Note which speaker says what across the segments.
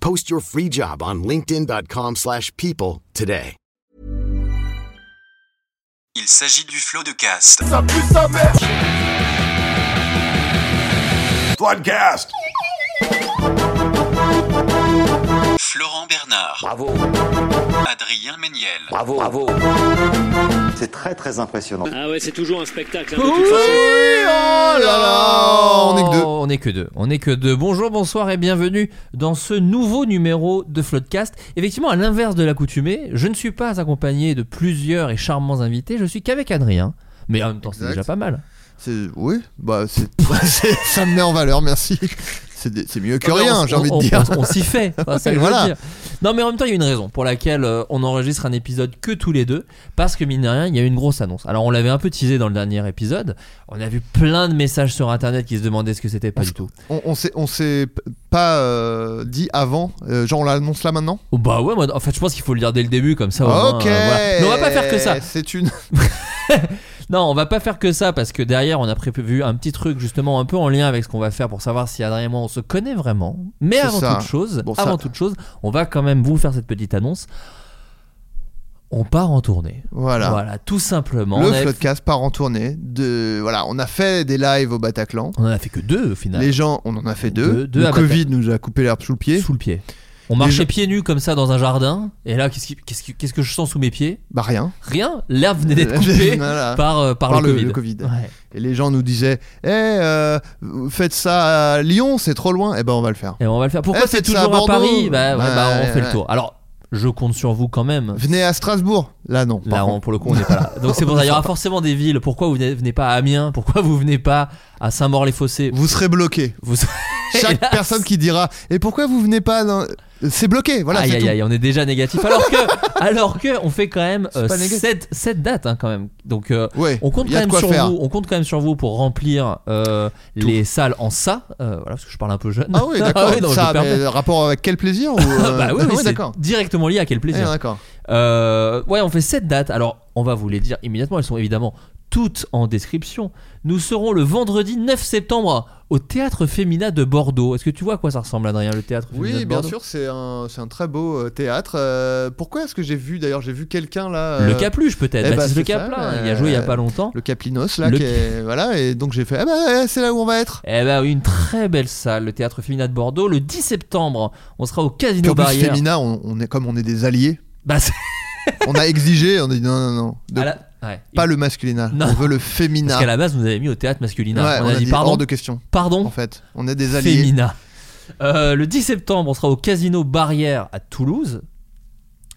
Speaker 1: Post your free job on linkedin.com/people slash people today.
Speaker 2: Il s'agit du flot de cast.
Speaker 3: Floodcast.
Speaker 2: Florent Bernard,
Speaker 4: Bravo,
Speaker 2: Adrien Méniel,
Speaker 4: bravo, bravo.
Speaker 5: C'est très très impressionnant.
Speaker 6: Ah ouais, c'est toujours un spectacle. hein,
Speaker 7: Oui, oh là là, on est que deux.
Speaker 8: On est que deux. On est que deux. Bonjour, bonsoir et bienvenue dans ce nouveau numéro de Floodcast. Effectivement, à l'inverse de l'accoutumée, je ne suis pas accompagné de plusieurs et charmants invités. Je suis qu'avec Adrien. Mais en même temps, c'est
Speaker 7: Exact.
Speaker 8: déjà pas mal.
Speaker 7: C'est oui, bah c'est c'est- ça me met en valeur, merci. C'est des- c'est mieux que rien,
Speaker 8: On-
Speaker 7: j'ai envie
Speaker 8: on-
Speaker 7: de dire.
Speaker 8: On, on s'y fait. Enfin, ça, je veux
Speaker 7: Voilà.
Speaker 8: dire. Non, mais en même temps, il y a une raison pour laquelle euh, on enregistre un épisode que tous les deux. Parce que, mine de rien, il y a eu une grosse annonce. Alors, on l'avait un peu teasé dans le dernier épisode. On a vu plein de messages sur internet qui se demandaient ce que c'était pas du tout.
Speaker 7: On, on s'est on s'est p- pas euh, dit avant, euh, genre on l'annonce là maintenant.
Speaker 8: Oh, bah ouais, moi, en fait, je pense qu'il faut le dire dès le début, comme ça. au moins,
Speaker 7: ok.
Speaker 8: euh, voilà. Mais on va pas faire que ça.
Speaker 7: C'est une.
Speaker 8: Non, on va pas faire que ça parce que derrière on a prévu un petit truc justement un peu en lien avec ce qu'on va faire pour savoir si Adrien et moi on se connaît vraiment. Mais
Speaker 7: C'est
Speaker 8: avant
Speaker 7: ça.
Speaker 8: toute chose,
Speaker 7: Bon, ça-
Speaker 8: avant toute chose, on va quand même vous faire cette petite annonce. On part en tournée.
Speaker 7: Voilà.
Speaker 8: Voilà, tout simplement.
Speaker 7: Le
Speaker 8: on, avait-
Speaker 7: podcast part en tournée. De voilà, on a fait des lives au Bataclan.
Speaker 8: on en a fait que deux au final.
Speaker 7: Les gens, on en a fait deux.
Speaker 8: Deux- deux à
Speaker 7: le Covid nous a coupé l'herbe sous le pied.
Speaker 8: Sous le pied. On
Speaker 7: Les
Speaker 8: marchait
Speaker 7: gens-
Speaker 8: pieds nus comme ça dans un jardin. Et là, qu'est-ce qui- qu'est-ce qui- qu'est-ce que je sens sous mes pieds
Speaker 7: Bah rien.
Speaker 8: Rien. L'herbe venait d'être coupée
Speaker 7: Voilà.
Speaker 8: par, euh, par,
Speaker 7: Par
Speaker 8: le,
Speaker 7: le-
Speaker 8: Covid.
Speaker 7: le Covid.
Speaker 8: Ouais.
Speaker 7: Et les gens nous disaient, eh, euh, faites ça à Lyon, c'est trop loin. Eh ben on va le faire.
Speaker 8: Et on va le faire. Pourquoi
Speaker 7: Eh,
Speaker 8: c'est
Speaker 7: faites ça à
Speaker 8: toujours à,
Speaker 7: Bordeaux.
Speaker 8: Paris Bah, ouais,
Speaker 7: Bah,
Speaker 8: bah, on
Speaker 7: ouais,
Speaker 8: fait le
Speaker 7: ouais.
Speaker 8: tour. Alors, je compte sur vous quand même.
Speaker 7: Venez à Strasbourg. Là non. par
Speaker 8: Là, on-
Speaker 7: contre.
Speaker 8: pour le coup, on n'est pas là. Donc c'est pour ça, il y aura forcément des villes. Pourquoi vous venez venez pas à Amiens Pourquoi vous venez pas à Saint-Maur-les-Fossés
Speaker 7: Vous serez bloqué.
Speaker 8: Vous-
Speaker 7: Chaque
Speaker 8: Hélas.
Speaker 7: personne qui dira, et pourquoi vous venez pas dans- C'est bloqué. Voilà.
Speaker 8: aïe,
Speaker 7: c'est
Speaker 8: aïe,
Speaker 7: tout.
Speaker 8: aïe, on est déjà négatif. Alors que, alors que, on fait quand même
Speaker 7: C'est pas négatif.
Speaker 8: 7, dates hein, quand même. Donc euh,
Speaker 7: Ouais.
Speaker 8: on compte
Speaker 7: y
Speaker 8: quand
Speaker 7: a de
Speaker 8: même
Speaker 7: quoi
Speaker 8: sur
Speaker 7: faire.
Speaker 8: vous. On compte quand même sur vous pour remplir euh, les salles en ça. Euh, voilà, parce que je parle un peu jeune.
Speaker 7: Ah oui, d'accord.
Speaker 8: non, je
Speaker 7: ça,
Speaker 8: me permets.
Speaker 7: mais rapport avec quel plaisir ou, euh,
Speaker 8: bah oui,
Speaker 7: ah
Speaker 8: oui, c'est
Speaker 7: d'accord.
Speaker 8: directement lié à quel
Speaker 7: Eh,
Speaker 8: plaisir.
Speaker 7: d'accord.
Speaker 8: Euh, ouais, on fait 7 dates. Alors, on va vous les dire immédiatement. Elles sont évidemment toutes en description. Nous serons le vendredi 9 septembre au Théâtre Féminin de Bordeaux. Est-ce que tu vois à quoi ça ressemble, Adrien, le Théâtre Féminin
Speaker 7: Oui,
Speaker 8: de
Speaker 7: bien
Speaker 8: Bordeaux
Speaker 7: sûr, c'est un, c'est un très beau euh, théâtre. Euh, pourquoi est-ce que j'ai vu d'ailleurs J'ai vu quelqu'un là. euh,
Speaker 8: Le Capluche, peut-être.
Speaker 7: eh bah,
Speaker 8: Baptiste
Speaker 7: c'est
Speaker 8: Le Caplin.
Speaker 7: ça,
Speaker 8: il a joué il y a
Speaker 7: euh,
Speaker 8: pas longtemps.
Speaker 7: Le Caplinos là,
Speaker 8: Le-
Speaker 7: qui est- voilà, et donc j'ai fait, ah bah eh, c'est là où on va être.
Speaker 8: Eh ben, oui, une très belle salle, le Théâtre Féminin de Bordeaux. Le 10 septembre, on sera au
Speaker 7: Puis
Speaker 8: Casino
Speaker 7: en plus,
Speaker 8: Barrière.
Speaker 7: Femina, on, on est comme on est des alliés,
Speaker 8: Bah, c'est-
Speaker 7: on a exigé, on a dit non non non, de-
Speaker 8: à la- ouais.
Speaker 7: pas le masculina,
Speaker 8: Non.
Speaker 7: on veut le
Speaker 8: Parce
Speaker 7: féminin.
Speaker 8: qu'à la base, vous avez mis au Théâtre Masculina.
Speaker 7: Ouais,
Speaker 8: on, a dit, pardon,
Speaker 7: hors de question
Speaker 8: pardon,
Speaker 7: en fait. On est des alliés.
Speaker 8: Fémina. Euh, le 10 septembre, on sera au Casino Barrière à Toulouse.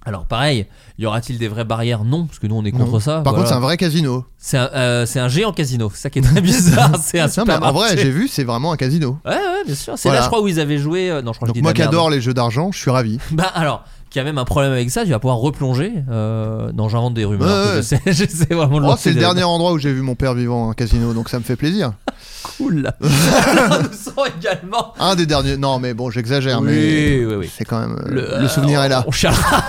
Speaker 8: Alors pareil, y aura-t-il des vraies barrières Non, parce que nous on est
Speaker 7: Non.
Speaker 8: contre ça.
Speaker 7: Par
Speaker 8: voilà.
Speaker 7: contre, c'est un vrai casino.
Speaker 8: c'est un, euh, c'est un géant casino, c'est ça qui est très bizarre. c'est un
Speaker 7: Non, mais en vrai,
Speaker 8: supermarché.
Speaker 7: j'ai vu, c'est vraiment un casino.
Speaker 8: Ouais, ouais, bien sûr. C'est
Speaker 7: Voilà.
Speaker 8: là, je crois, où ils avaient joué. euh, non, je crois que je
Speaker 7: Donc
Speaker 8: dis de
Speaker 7: moi
Speaker 8: la
Speaker 7: qui
Speaker 8: merde.
Speaker 7: adore les jeux d'argent, je suis ravi.
Speaker 8: Bah alors, qui a même un problème avec ça, tu vas pouvoir replonger. Euh, non, j'invente des rumeurs.
Speaker 7: Ouais,
Speaker 8: un peu,
Speaker 7: ouais.
Speaker 8: Je, sais, je sais vraiment
Speaker 7: Oh,
Speaker 8: lancer
Speaker 7: c'est le
Speaker 8: des-
Speaker 7: dernier endroit où j'ai vu mon père vivant, un casino, donc ça me fait plaisir.
Speaker 8: Cool. Alors, nous serons également.
Speaker 7: Un des derniers. Non, mais bon, j'exagère, mais
Speaker 8: Oui, oui, oui.
Speaker 7: c'est quand même euh,
Speaker 8: Le-
Speaker 7: le, souvenir est là.
Speaker 8: On cherchera.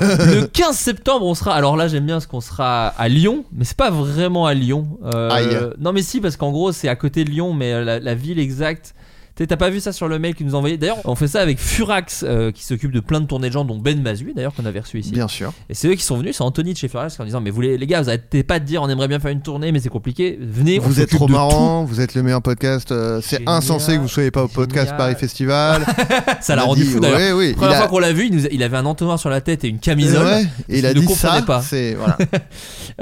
Speaker 8: le 15 septembre, on sera. Alors là, j'aime bien ce qu'on sera à Lyon, mais c'est pas vraiment à Lyon. Euh,
Speaker 7: Aïe.
Speaker 8: Non, mais si, parce qu'en gros, c'est à côté de Lyon, mais la, la euh, ville exacte. T'es- T'as pas vu ça sur le mail qu'ils nous ont envoyé D'ailleurs, on fait ça avec Furax, euh, qui s'occupe de plein de tournées de gens, dont Ben Mazui, d'ailleurs, qu'on avait reçu ici.
Speaker 7: Bien sûr.
Speaker 8: Et c'est eux qui sont venus, c'est Anthony de chez Furax, qui en disant Mais vous les, les gars, vous arrêtez pas de dire on aimerait bien faire une tournée, mais c'est compliqué. Venez, on
Speaker 7: vous êtes
Speaker 8: s'occupe
Speaker 7: trop
Speaker 8: de
Speaker 7: marrant, vous êtes le meilleur podcast. euh, c'est
Speaker 8: Génial,
Speaker 7: insensé que vous soyez pas au podcast
Speaker 8: génial.
Speaker 7: Paris Festival.
Speaker 8: tout. Ça l'a
Speaker 7: On a
Speaker 8: rendu
Speaker 7: dit,
Speaker 8: fou d'ailleurs.
Speaker 7: ouais, oui,
Speaker 8: Première
Speaker 7: il a-
Speaker 8: fois qu'on l'a vu, il, nous a- il avait un entonnoir sur la tête et une camisole.
Speaker 7: Ouais, et il a
Speaker 8: qu'il ne
Speaker 7: dit
Speaker 8: comprenait
Speaker 7: ça.
Speaker 8: pas.
Speaker 7: C'est voilà. Il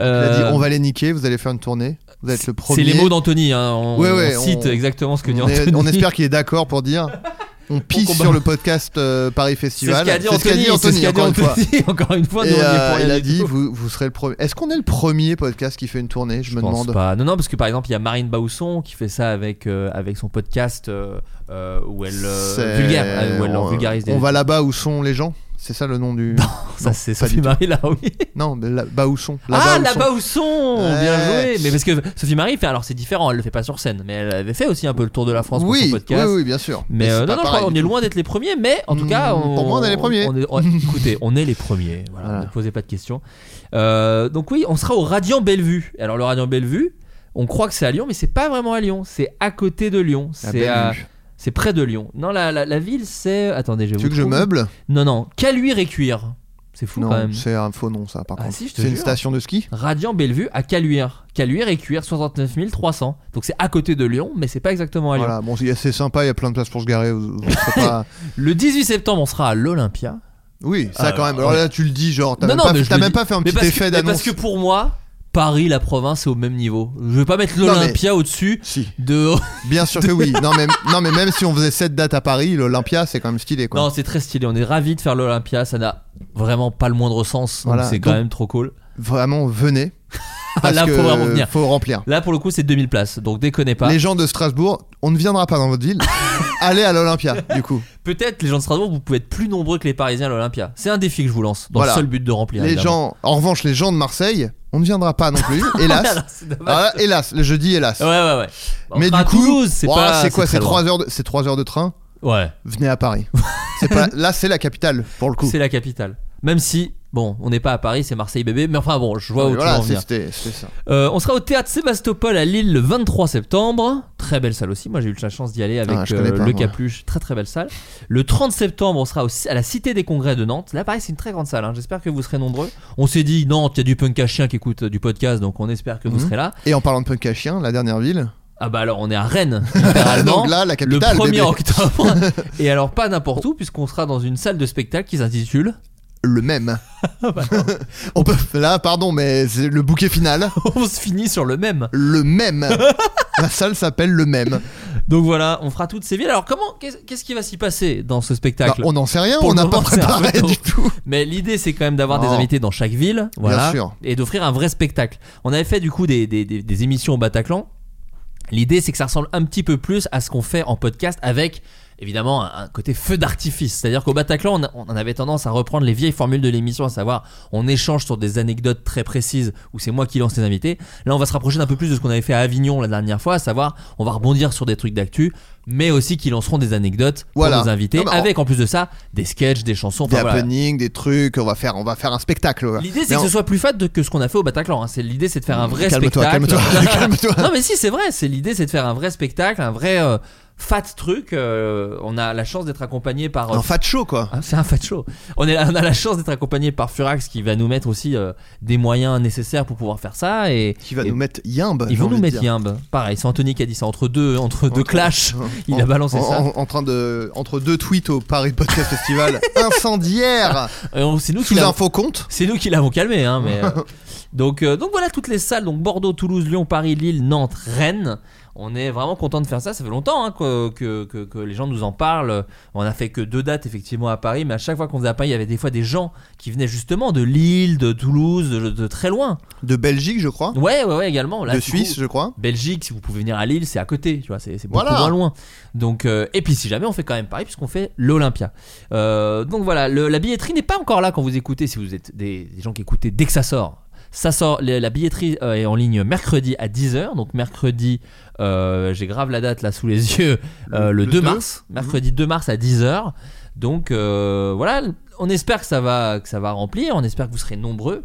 Speaker 8: Euh,
Speaker 7: a dit on va les niquer, vous allez faire une tournée, vous êtes le premier.
Speaker 8: C'est les mots d'Anthony, hein, on,
Speaker 7: Ouais, ouais,
Speaker 8: on cite
Speaker 7: on-
Speaker 8: exactement ce que dit
Speaker 7: on, est-
Speaker 8: Anthony.
Speaker 7: on espère qu'il est d'accord pour dire on pisse
Speaker 8: combat.
Speaker 7: sur le podcast euh, Paris
Speaker 8: C'est ce
Speaker 7: Festival.
Speaker 8: qu'a dit
Speaker 7: C'est ce qu'a
Speaker 8: Anthony,
Speaker 7: dit
Speaker 8: c'est ce
Speaker 7: Anthony,
Speaker 8: qu'a dit
Speaker 7: encore une fois.
Speaker 8: Anthony, encore une fois.
Speaker 7: Et,
Speaker 8: nous, on y est
Speaker 7: euh,
Speaker 8: pour rien
Speaker 7: il a
Speaker 8: du
Speaker 7: dit
Speaker 8: tout.
Speaker 7: vous, vous serez le premier. Est-ce qu'on est le premier podcast qui fait une tournée Je, me
Speaker 8: pense
Speaker 7: demande.
Speaker 8: pas. Non, non, parce que par exemple, il y a Marine Bausson qui fait ça avec, euh, avec son podcast euh, euh, où elle, euh,
Speaker 7: C'est-
Speaker 8: vulgaire, euh, où elle
Speaker 7: on,
Speaker 8: vulgarise des
Speaker 7: on va là-bas où sont les gens. C'est ça le nom du.
Speaker 8: Ça, c'est
Speaker 7: pas
Speaker 8: Sophie
Speaker 7: du tout.
Speaker 8: Marie là, oui.
Speaker 7: non, mais là-bas où sont.
Speaker 8: ah,
Speaker 7: où sont.
Speaker 8: là-bas où sont Bien
Speaker 7: Ouais.
Speaker 8: joué Mais parce que Sophie Marie fait, alors c'est différent, elle le fait pas sur scène, mais elle avait fait aussi un peu le tour de la France pour son
Speaker 7: Oui, oui,
Speaker 8: podcast.
Speaker 7: oui, bien sûr.
Speaker 8: Mais
Speaker 7: c'est
Speaker 8: euh,
Speaker 7: pas
Speaker 8: non, non, je
Speaker 7: pareil
Speaker 8: crois qu'on
Speaker 7: du
Speaker 8: est
Speaker 7: tout.
Speaker 8: loin d'être les premiers, mais en tout
Speaker 7: Mm,
Speaker 8: cas, on,
Speaker 7: pour moi, on est les premiers.
Speaker 8: on est- on- écoutez, on est les premiers. Voilà,
Speaker 7: Voilà.
Speaker 8: Ne posez pas de questions. Euh, donc oui, on sera au Radiant Bellevue. Alors le Radiant Bellevue, on croit que c'est à Lyon, mais c'est pas vraiment à Lyon. C'est à côté de Lyon.
Speaker 7: La
Speaker 8: C'est euh,
Speaker 7: belle
Speaker 8: à-
Speaker 7: vue.
Speaker 8: c'est près de Lyon. Non, la, la, la ville, c'est. Attendez, je
Speaker 7: Tu veux que je
Speaker 8: trouve.
Speaker 7: meuble
Speaker 8: Non, non. Caluire et Cuire. C'est fou quand
Speaker 7: Non,
Speaker 8: même.
Speaker 7: c'est un faux nom ça par
Speaker 8: Ah
Speaker 7: contre.
Speaker 8: si, je te
Speaker 7: C'est une
Speaker 8: jure.
Speaker 7: station de ski
Speaker 8: Radiant Bellevue à Caluire. Caluire et Cuire, 69 300. Donc c'est à côté de Lyon, mais c'est pas exactement à Lyon.
Speaker 7: Voilà, bon, c'est c'est sympa, il y a plein de places pour se garer. vous- vous serez pas-
Speaker 8: Le 18 septembre, on sera à l'Olympia.
Speaker 7: Oui, ça
Speaker 8: Euh,
Speaker 7: quand même. Alors
Speaker 8: ouais.
Speaker 7: là, tu le dis, genre, t'as
Speaker 8: Non,
Speaker 7: même,
Speaker 8: non,
Speaker 7: pas,
Speaker 8: mais je
Speaker 7: t'as
Speaker 8: le
Speaker 7: même
Speaker 8: dis.
Speaker 7: pas fait un
Speaker 8: mais
Speaker 7: petit
Speaker 8: parce,
Speaker 7: effet
Speaker 8: que, mais parce
Speaker 7: d'annonce.
Speaker 8: que pour moi, Paris, la province, est au même niveau. Je vais pas mettre
Speaker 7: Non, mais-
Speaker 8: l'Olympia au-dessus
Speaker 7: Si,
Speaker 8: de.
Speaker 7: bien sûr que oui. Non mais, non, mais même si on faisait cette date à Paris, l'Olympia, c'est quand même stylé quoi.
Speaker 8: non, c'est très stylé. On est ravis de faire l'Olympia. Ça n'a vraiment pas le moindre sens. donc
Speaker 7: Voilà.
Speaker 8: C'est quand
Speaker 7: Donc-
Speaker 8: même trop cool.
Speaker 7: Vraiment, venez. Parce
Speaker 8: Là,
Speaker 7: que
Speaker 8: faut vraiment venir.
Speaker 7: faut remplir.
Speaker 8: Là, pour le coup, c'est 2000 places. Donc déconnez pas.
Speaker 7: Les gens de Strasbourg, on ne viendra pas dans votre ville. Allez à l'Olympia, du coup.
Speaker 8: Peut-être les gens de Strasbourg, vous pouvez être plus nombreux que les Parisiens à l'Olympia. C'est un défi que je vous lance. Dans
Speaker 7: Voilà.
Speaker 8: le seul but de remplir.
Speaker 7: Les
Speaker 8: évidemment.
Speaker 7: gens, en revanche, les gens de Marseille, on ne viendra pas non plus, hélas.
Speaker 8: Alors, c'est dommage.
Speaker 7: Ah, hélas, le jeudi, hélas.
Speaker 8: Ouais, ouais, ouais. On
Speaker 7: Mais
Speaker 8: sera
Speaker 7: du
Speaker 8: à
Speaker 7: coup,
Speaker 8: Toulouse, c'est
Speaker 7: ouah,
Speaker 8: pas.
Speaker 7: c'est quoi C'est
Speaker 8: très
Speaker 7: 3
Speaker 8: loin.
Speaker 7: heures, de- c'est trois heures de train
Speaker 8: Ouais.
Speaker 7: Venez à Paris. C'est pas, là, c'est la capitale pour le coup.
Speaker 8: C'est la capitale. Même si, bon, on n'est pas à Paris, c'est Marseille bébé. Mais enfin, bon, je vois où
Speaker 7: Oui,
Speaker 8: tu veux
Speaker 7: voilà,
Speaker 8: en venir.
Speaker 7: c'était c'était ça.
Speaker 8: Euh, on sera au théâtre Sébastopol à Lille le 23 septembre. Très belle salle aussi. Moi, j'ai eu la chance d'y aller avec
Speaker 7: Ah, je
Speaker 8: euh,
Speaker 7: connais pas,
Speaker 8: le
Speaker 7: moi.
Speaker 8: Capluche. Très très belle salle. Le 30 septembre, on sera aussi à la Cité des Congrès de Nantes. Là, pareil, c'est une très grande salle. hein. J'espère que vous serez nombreux. On s'est dit, Nantes, il y a du punk à chien qui écoute euh, du podcast, donc on espère que vous
Speaker 7: Mhm.
Speaker 8: serez là.
Speaker 7: Et en parlant de punk à chien, la dernière ville.
Speaker 8: Ah bah alors, on est à Rennes, littéralement.
Speaker 7: Donc là, la
Speaker 8: le
Speaker 7: capitale.
Speaker 8: 1er
Speaker 7: bébé.
Speaker 8: octobre. Et alors, pas n'importe où, puisqu'on sera dans une salle de spectacle qui s'intitule.
Speaker 7: Le même. Bah On peut. Là, pardon, mais c'est le bouquet final.
Speaker 8: on se finit sur le même.
Speaker 7: Le même. La salle s'appelle le même.
Speaker 8: Donc voilà, on fera toutes ces villes. Alors, comment, qu'est-ce qu'est-ce qui va s'y passer dans ce
Speaker 7: Bah,
Speaker 8: spectacle
Speaker 7: on n'en sait rien,
Speaker 8: Pour
Speaker 7: on
Speaker 8: le
Speaker 7: n'a pas
Speaker 8: moment, c'est un
Speaker 7: préparé
Speaker 8: peu tôt.
Speaker 7: du tout.
Speaker 8: Mais l'idée, c'est quand même d'avoir des
Speaker 7: Non.
Speaker 8: invités dans chaque ville, voilà,
Speaker 7: Oh. sûr.
Speaker 8: et d'offrir un vrai spectacle. On avait fait du coup des, des- des- des émissions au Bataclan. L'idée, c'est que ça ressemble un petit peu plus à ce qu'on fait en podcast avec. Évidemment, un un côté feu d'artifice. C'est-à-dire qu'au Bataclan, on, a- on avait tendance à reprendre les vieilles formules de l'émission, à savoir on échange sur des anecdotes très précises où c'est moi qui lance les invités. Là, on va se rapprocher d'un peu plus de ce qu'on avait fait à Avignon la dernière fois, à savoir on va rebondir sur des trucs d'actu, mais aussi qui lanceront des anecdotes
Speaker 7: Voilà.
Speaker 8: pour nos invités,
Speaker 7: Non, mais en-
Speaker 8: avec en plus de ça des sketchs, des chansons.
Speaker 7: Des
Speaker 8: enfin, voilà.
Speaker 7: happenings, des trucs, on va faire, on va faire un spectacle. ouais.
Speaker 8: L'idée c'est
Speaker 7: Mais
Speaker 8: que
Speaker 7: on-
Speaker 8: ce soit plus fat de- que ce qu'on a fait au Bataclan. hein. C'est l'idée c'est de faire un vrai
Speaker 7: Calme-toi,
Speaker 8: spectacle.
Speaker 7: calme-toi, calme-toi.
Speaker 8: non mais si c'est vrai, c'est l'idée c'est de faire un vrai spectacle, un vrai euh, fat truc. Euh, on a la chance d'être accompagné par. euh,
Speaker 7: Un fat show quoi.
Speaker 8: ah, c'est un fat show. On, est, on a la chance d'être accompagné par Furax qui va nous mettre aussi euh, des moyens nécessaires pour pouvoir faire ça et
Speaker 7: Qui va
Speaker 8: et
Speaker 7: nous mettre yimbe.
Speaker 8: ils
Speaker 7: j'ai
Speaker 8: vont
Speaker 7: envie
Speaker 8: nous
Speaker 7: de
Speaker 8: mettre
Speaker 7: dire.
Speaker 8: Yimbe. Pareil, c'est Anthony qui a dit ça entre deux entre deux
Speaker 7: Entre-
Speaker 8: clashs. Il a
Speaker 7: En-
Speaker 8: balancé
Speaker 7: en-
Speaker 8: ça.
Speaker 7: En, en train de entre deux tweets au Paris Podcast Festival incendiaire
Speaker 8: Et Euh, on- C'est nous qui
Speaker 7: sous
Speaker 8: l'avons
Speaker 7: un faux compte.
Speaker 8: C'est nous qui l'avons calmé, hein, mais. euh, donc, euh, donc voilà toutes les salles, donc Bordeaux, Toulouse, Lyon, Paris, Lille, Nantes, Rennes. On est vraiment content de faire ça. Ça fait longtemps hein, que, que, que- que les gens nous en parlent. On a fait que deux dates effectivement à Paris, mais à chaque fois qu'on faisait à Paris, il y avait des fois des gens qui venaient justement de Lille, de Toulouse, de, de très loin.
Speaker 7: De Belgique, je crois.
Speaker 8: Ouais, ouais, ouais, également. Là,
Speaker 7: de
Speaker 8: du
Speaker 7: Suisse,
Speaker 8: coup,
Speaker 7: je crois.
Speaker 8: Belgique, si vous pouvez venir à Lille, c'est à côté, tu vois, c'est c'est beaucoup
Speaker 7: Voilà.
Speaker 8: moins loin. Donc, euh, et puis si jamais on fait quand même pareil, puisqu'on fait l'Olympia. Euh, donc voilà, le- la billetterie n'est pas encore là quand vous écoutez, si vous êtes des, des gens qui écoutez dès que ça sort. Ça sort, la la billetterie euh, est en ligne mercredi à 10h, donc mercredi, euh, j'ai grave la date là sous les yeux, euh, le,
Speaker 7: Le
Speaker 8: 2
Speaker 7: deux.
Speaker 8: mars, mercredi 2 mars à 10h. Donc euh, voilà, on espère que ça va que ça va remplir, on espère que vous serez nombreux.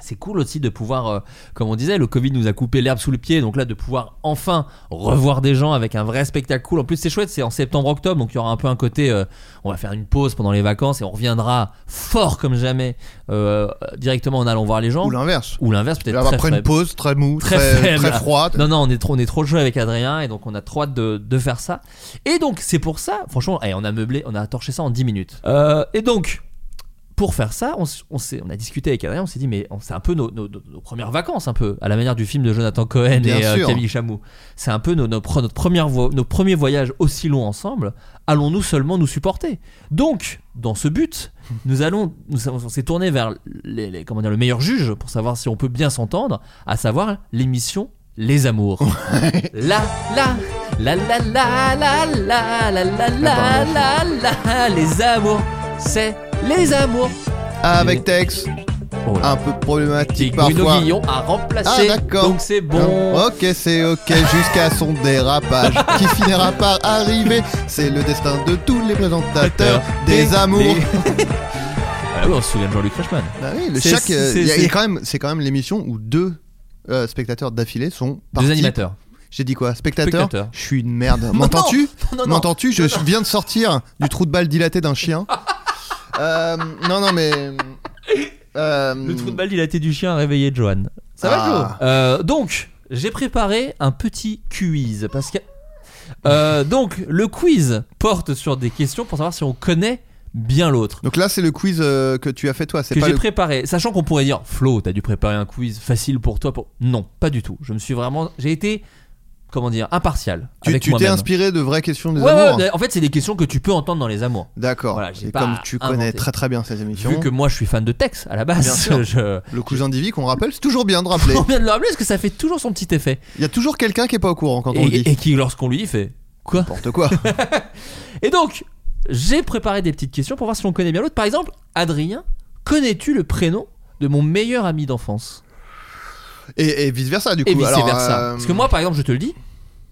Speaker 8: C'est cool aussi de pouvoir, euh, comme on disait, le Covid nous a coupé l'herbe sous le pied, donc là de pouvoir enfin revoir des gens avec un vrai spectacle cool. En plus c'est chouette, c'est en septembre-octobre, donc il y aura un peu un côté, euh, on va faire une pause pendant les vacances et on reviendra fort comme jamais euh, directement en allant voir les gens.
Speaker 7: Ou l'inverse.
Speaker 8: Ou l'inverse peut-être.
Speaker 7: Là,
Speaker 8: très
Speaker 7: après une
Speaker 8: faible.
Speaker 7: pause, très mou,
Speaker 8: Très
Speaker 7: très,
Speaker 8: faible.
Speaker 7: très froide.
Speaker 8: Non, non, on est trop, on est trop joué avec Adrien et donc on a trop hâte de, de faire ça. Et donc, c'est pour ça, franchement, eh, on a meublé, on a torché ça en 10 minutes. Euh, et donc, pour faire ça, on, s- on, s'est- on a discuté avec Adrien, on s'est dit, mais on- c'est un peu nos, nos- nos- nos premières vacances, un peu, à la manière du film de Jonathan Cohen
Speaker 7: Bien
Speaker 8: et euh,
Speaker 7: sûr.
Speaker 8: Camille Chamou. C'est un peu nos, nos pre- notre première vo- nos premiers voyages aussi longs ensemble. Allons-nous seulement nous supporter Donc, dans ce but, nous allons, nous, on s'est tourné vers les, les- comment dire, le meilleur juge pour savoir si on peut bien s'entendre, à savoir l'émission Les Amours. La la la la la la la la la la la la la les amours, c'est les amours.
Speaker 7: Ah, Avec Tex,
Speaker 8: Oh là.
Speaker 7: un peu
Speaker 8: Et
Speaker 7: problématique
Speaker 8: Bruno
Speaker 7: parfois.
Speaker 8: Guillon a
Speaker 7: Ah
Speaker 8: remplacé.
Speaker 7: d'accord. Ah,
Speaker 8: donc c'est bon.
Speaker 7: Ok, c'est ok jusqu'à son dérapage qui finira par arriver. C'est le destin de tous les présentateurs des, amours.
Speaker 8: ah oui, on se souvient de Jean-Luc Reichmann.
Speaker 7: Bah oui, le
Speaker 8: C'est-
Speaker 7: chaque, euh,
Speaker 8: c'est-
Speaker 7: il y a- il y a
Speaker 8: c'est-
Speaker 7: quand même, c'est quand même l'émission où deux euh, spectateurs d'affilée sont partis.
Speaker 8: Deux animateurs.
Speaker 7: J'ai dit quoi Spectateur.
Speaker 8: Spectateur.
Speaker 7: Je suis une merde. M'entends-tu
Speaker 8: non, non.
Speaker 7: M'entends-tu Je viens de sortir du trou de balle dilaté d'un chien. Euh, non, non, mais. euh,
Speaker 8: Le trou de balle dilaté du chien a réveillé Johan. Ça va,
Speaker 7: Ah.
Speaker 8: Jo Euh, Donc, j'ai préparé un petit quiz. Parce que. Euh, donc, le quiz porte sur des questions pour savoir si on connaît bien l'autre.
Speaker 7: Donc là, c'est le quiz euh, que tu as fait toi. C'est
Speaker 8: Que
Speaker 7: pas
Speaker 8: j'ai
Speaker 7: le.
Speaker 8: préparé. Sachant qu'on pourrait dire, Flo, t'as dû préparer un quiz facile pour toi. Pour... Non, pas du tout. Je me suis vraiment. J'ai été. Comment dire Impartial.
Speaker 7: Tu-
Speaker 8: avec
Speaker 7: Tu t'es
Speaker 8: moi-même.
Speaker 7: inspiré de vraies questions des
Speaker 8: Ouais, ouais,
Speaker 7: amours. hein.
Speaker 8: mais en fait, c'est des questions que tu peux entendre dans les amours.
Speaker 7: D'accord.
Speaker 8: Voilà, j'ai
Speaker 7: Et
Speaker 8: pas
Speaker 7: comme tu connais
Speaker 8: inventé.
Speaker 7: très très bien ces émissions,
Speaker 8: Vu que moi, je suis fan de texte à la
Speaker 7: Bien
Speaker 8: base,
Speaker 7: sûr.
Speaker 8: je.
Speaker 7: le cousin d'Ivy qu'on rappelle, c'est toujours bien de rappeler.
Speaker 8: On vient de le rappeler parce que ça fait toujours son petit effet.
Speaker 7: Il y a toujours quelqu'un qui est pas au courant quand on le dit.
Speaker 8: Et, et qui, lorsqu'on lui dit, fait Quoi
Speaker 7: N'importe quoi.
Speaker 8: Et donc, j'ai préparé des petites questions pour voir si on connaît bien l'autre. Par exemple, Adrien, connais-tu le prénom de mon meilleur ami d'enfance
Speaker 7: Et, et vice versa du coup.
Speaker 8: Et vice
Speaker 7: Alors,
Speaker 8: versa.
Speaker 7: euh,
Speaker 8: Parce que moi, par exemple, je te le dis,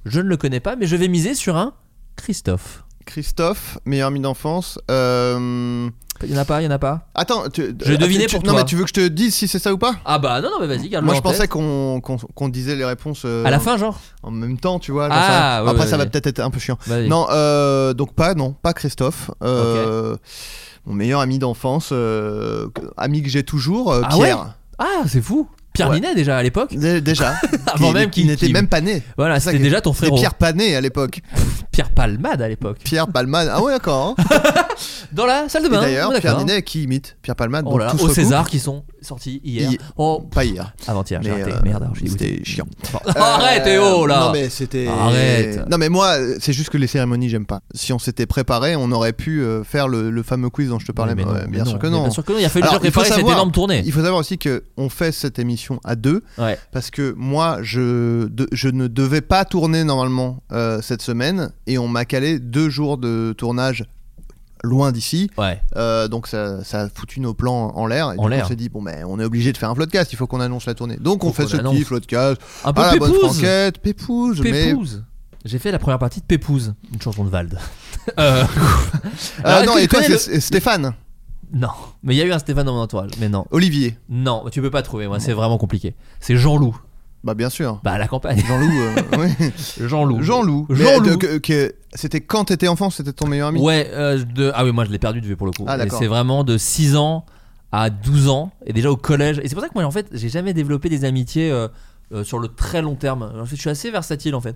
Speaker 8: je ne le connais pas, mais je vais miser sur un Christophe.
Speaker 7: Christophe, meilleur ami d'enfance. euh,
Speaker 8: Il y en a pas, il y en a pas.
Speaker 7: Attends, tu...
Speaker 8: Je
Speaker 7: ah,
Speaker 8: devinais
Speaker 7: tu- tu-
Speaker 8: pour
Speaker 7: non,
Speaker 8: toi.
Speaker 7: mais tu veux que je te dise si c'est ça ou pas
Speaker 8: Ah bah non, non, mais vas-y, garde-le
Speaker 7: Moi,
Speaker 8: en
Speaker 7: je pensais
Speaker 8: tête.
Speaker 7: qu'on qu'on- qu'on disait les réponses euh,
Speaker 8: À la fin, genre
Speaker 7: en même temps, tu vois. j'en
Speaker 8: Ah,
Speaker 7: sais rien.
Speaker 8: ouais,
Speaker 7: Après,
Speaker 8: ouais,
Speaker 7: ça va
Speaker 8: ouais.
Speaker 7: peut-être être un peu chiant.
Speaker 8: Vas-y.
Speaker 7: Non, euh, donc pas, non, pas Christophe. Euh, Mon meilleur ami d'enfance, euh, que- ami que j'ai toujours, euh,
Speaker 8: Ah
Speaker 7: Pierre.
Speaker 8: Ah, c'est fou Pierre
Speaker 7: Ouais.
Speaker 8: Ninet, déjà à l'époque
Speaker 7: Dé- Déjà.
Speaker 8: Avant
Speaker 7: Qui-
Speaker 8: même
Speaker 7: qui
Speaker 8: qu'il-
Speaker 7: n'était
Speaker 8: qu'il-
Speaker 7: même pas né.
Speaker 8: Voilà,
Speaker 7: C'est ça
Speaker 8: c'était
Speaker 7: qui-
Speaker 8: déjà ton
Speaker 7: C'était
Speaker 8: frérot.
Speaker 7: Pierre Pané à l'époque.
Speaker 8: Pierre Palmade à l'époque.
Speaker 7: Pierre Palman. Ah ouais, d'accord. hein.
Speaker 8: Dans la salle de
Speaker 7: Et
Speaker 8: bain.
Speaker 7: d'ailleurs,
Speaker 8: on est
Speaker 7: Pierre
Speaker 8: bah, ah, d'accord.
Speaker 7: Ninet qui imite Pierre Palman.
Speaker 8: Oh
Speaker 7: donc
Speaker 8: là là,
Speaker 7: tout se
Speaker 8: au
Speaker 7: recoupe.
Speaker 8: César qui sont sortis hier.
Speaker 7: Hi-
Speaker 8: Oh,
Speaker 7: Pas hier.
Speaker 8: avant-hier, j'ai
Speaker 7: Mais,
Speaker 8: raté.
Speaker 7: euh,
Speaker 8: Merde, alors, j'ai dégoûté.
Speaker 7: C'était chiant. Euh,
Speaker 8: Bon, Arrête, eh oh là
Speaker 7: Non mais c'était.
Speaker 8: Arrête.
Speaker 7: Non mais moi, c'est juste que les cérémonies, j'aime pas. Si on s'était préparé, on aurait pu euh, faire le, le fameux quiz dont je te parlais.
Speaker 8: Mais
Speaker 7: mais
Speaker 8: non,
Speaker 7: ouais,
Speaker 8: mais
Speaker 7: bien
Speaker 8: non,
Speaker 7: sûr que
Speaker 8: mais
Speaker 7: non.
Speaker 8: Bien sûr que non, il a fallu
Speaker 7: Alors, il faut
Speaker 8: préparer cette
Speaker 7: savoir-
Speaker 8: énorme tournée.
Speaker 7: Il faut savoir aussi que on fait cette émission à deux
Speaker 8: Ouais.
Speaker 7: parce que moi, je de- je ne devais pas tourner normalement euh, cette semaine et on m'a calé deux jours de tournage loin d'ici.
Speaker 8: Ouais.
Speaker 7: Euh, donc ça, ça a foutu nos plans en l'air. Et
Speaker 8: En
Speaker 7: du coup,
Speaker 8: l'air.
Speaker 7: On s'est dit bon ben on est obligé de faire un floodcast. Il faut qu'on annonce la tournée. Donc on
Speaker 8: Faut
Speaker 7: fait
Speaker 8: qu'on
Speaker 7: ce
Speaker 8: annonce.
Speaker 7: petit floodcast.
Speaker 8: Un peu
Speaker 7: Ah la bonne
Speaker 8: pépouze.
Speaker 7: franquette, pépouze, mais
Speaker 8: Pépouze. J'ai fait la première partie de Pépouze, une chanson de Vald. Euh, Alors,
Speaker 7: Ah
Speaker 8: est-ce
Speaker 7: non,
Speaker 8: que
Speaker 7: et
Speaker 8: tu
Speaker 7: toi,
Speaker 8: connais
Speaker 7: c'est c'est Stéphane,
Speaker 8: le- Non, mais il y a eu un Stéphane dans mon entourage. Mais non,
Speaker 7: Olivier.
Speaker 8: non, tu peux pas trouver, moi, c'est vraiment compliqué. C'est Jean-Loup,
Speaker 7: Bah, bien sûr.
Speaker 8: bah à la campagne.
Speaker 7: Jean-Loup. euh, ouais.
Speaker 8: Jean-Loup.
Speaker 7: Jean-Loup. Mais,
Speaker 8: Jean-Loup.
Speaker 7: euh, que- que- C'était quand t'étais enfant, c'était ton meilleur ami
Speaker 8: Ouais, euh, de... ah oui, moi je l'ai perdu de vue pour le coup.
Speaker 7: Ah,
Speaker 8: Et
Speaker 7: d'accord.
Speaker 8: c'est vraiment de 6 ans à 12 ans, et déjà au collège. Et c'est pour ça que moi, en fait, j'ai jamais développé des amitiés euh, euh, sur le très long terme. En fait, je suis assez versatile, en fait.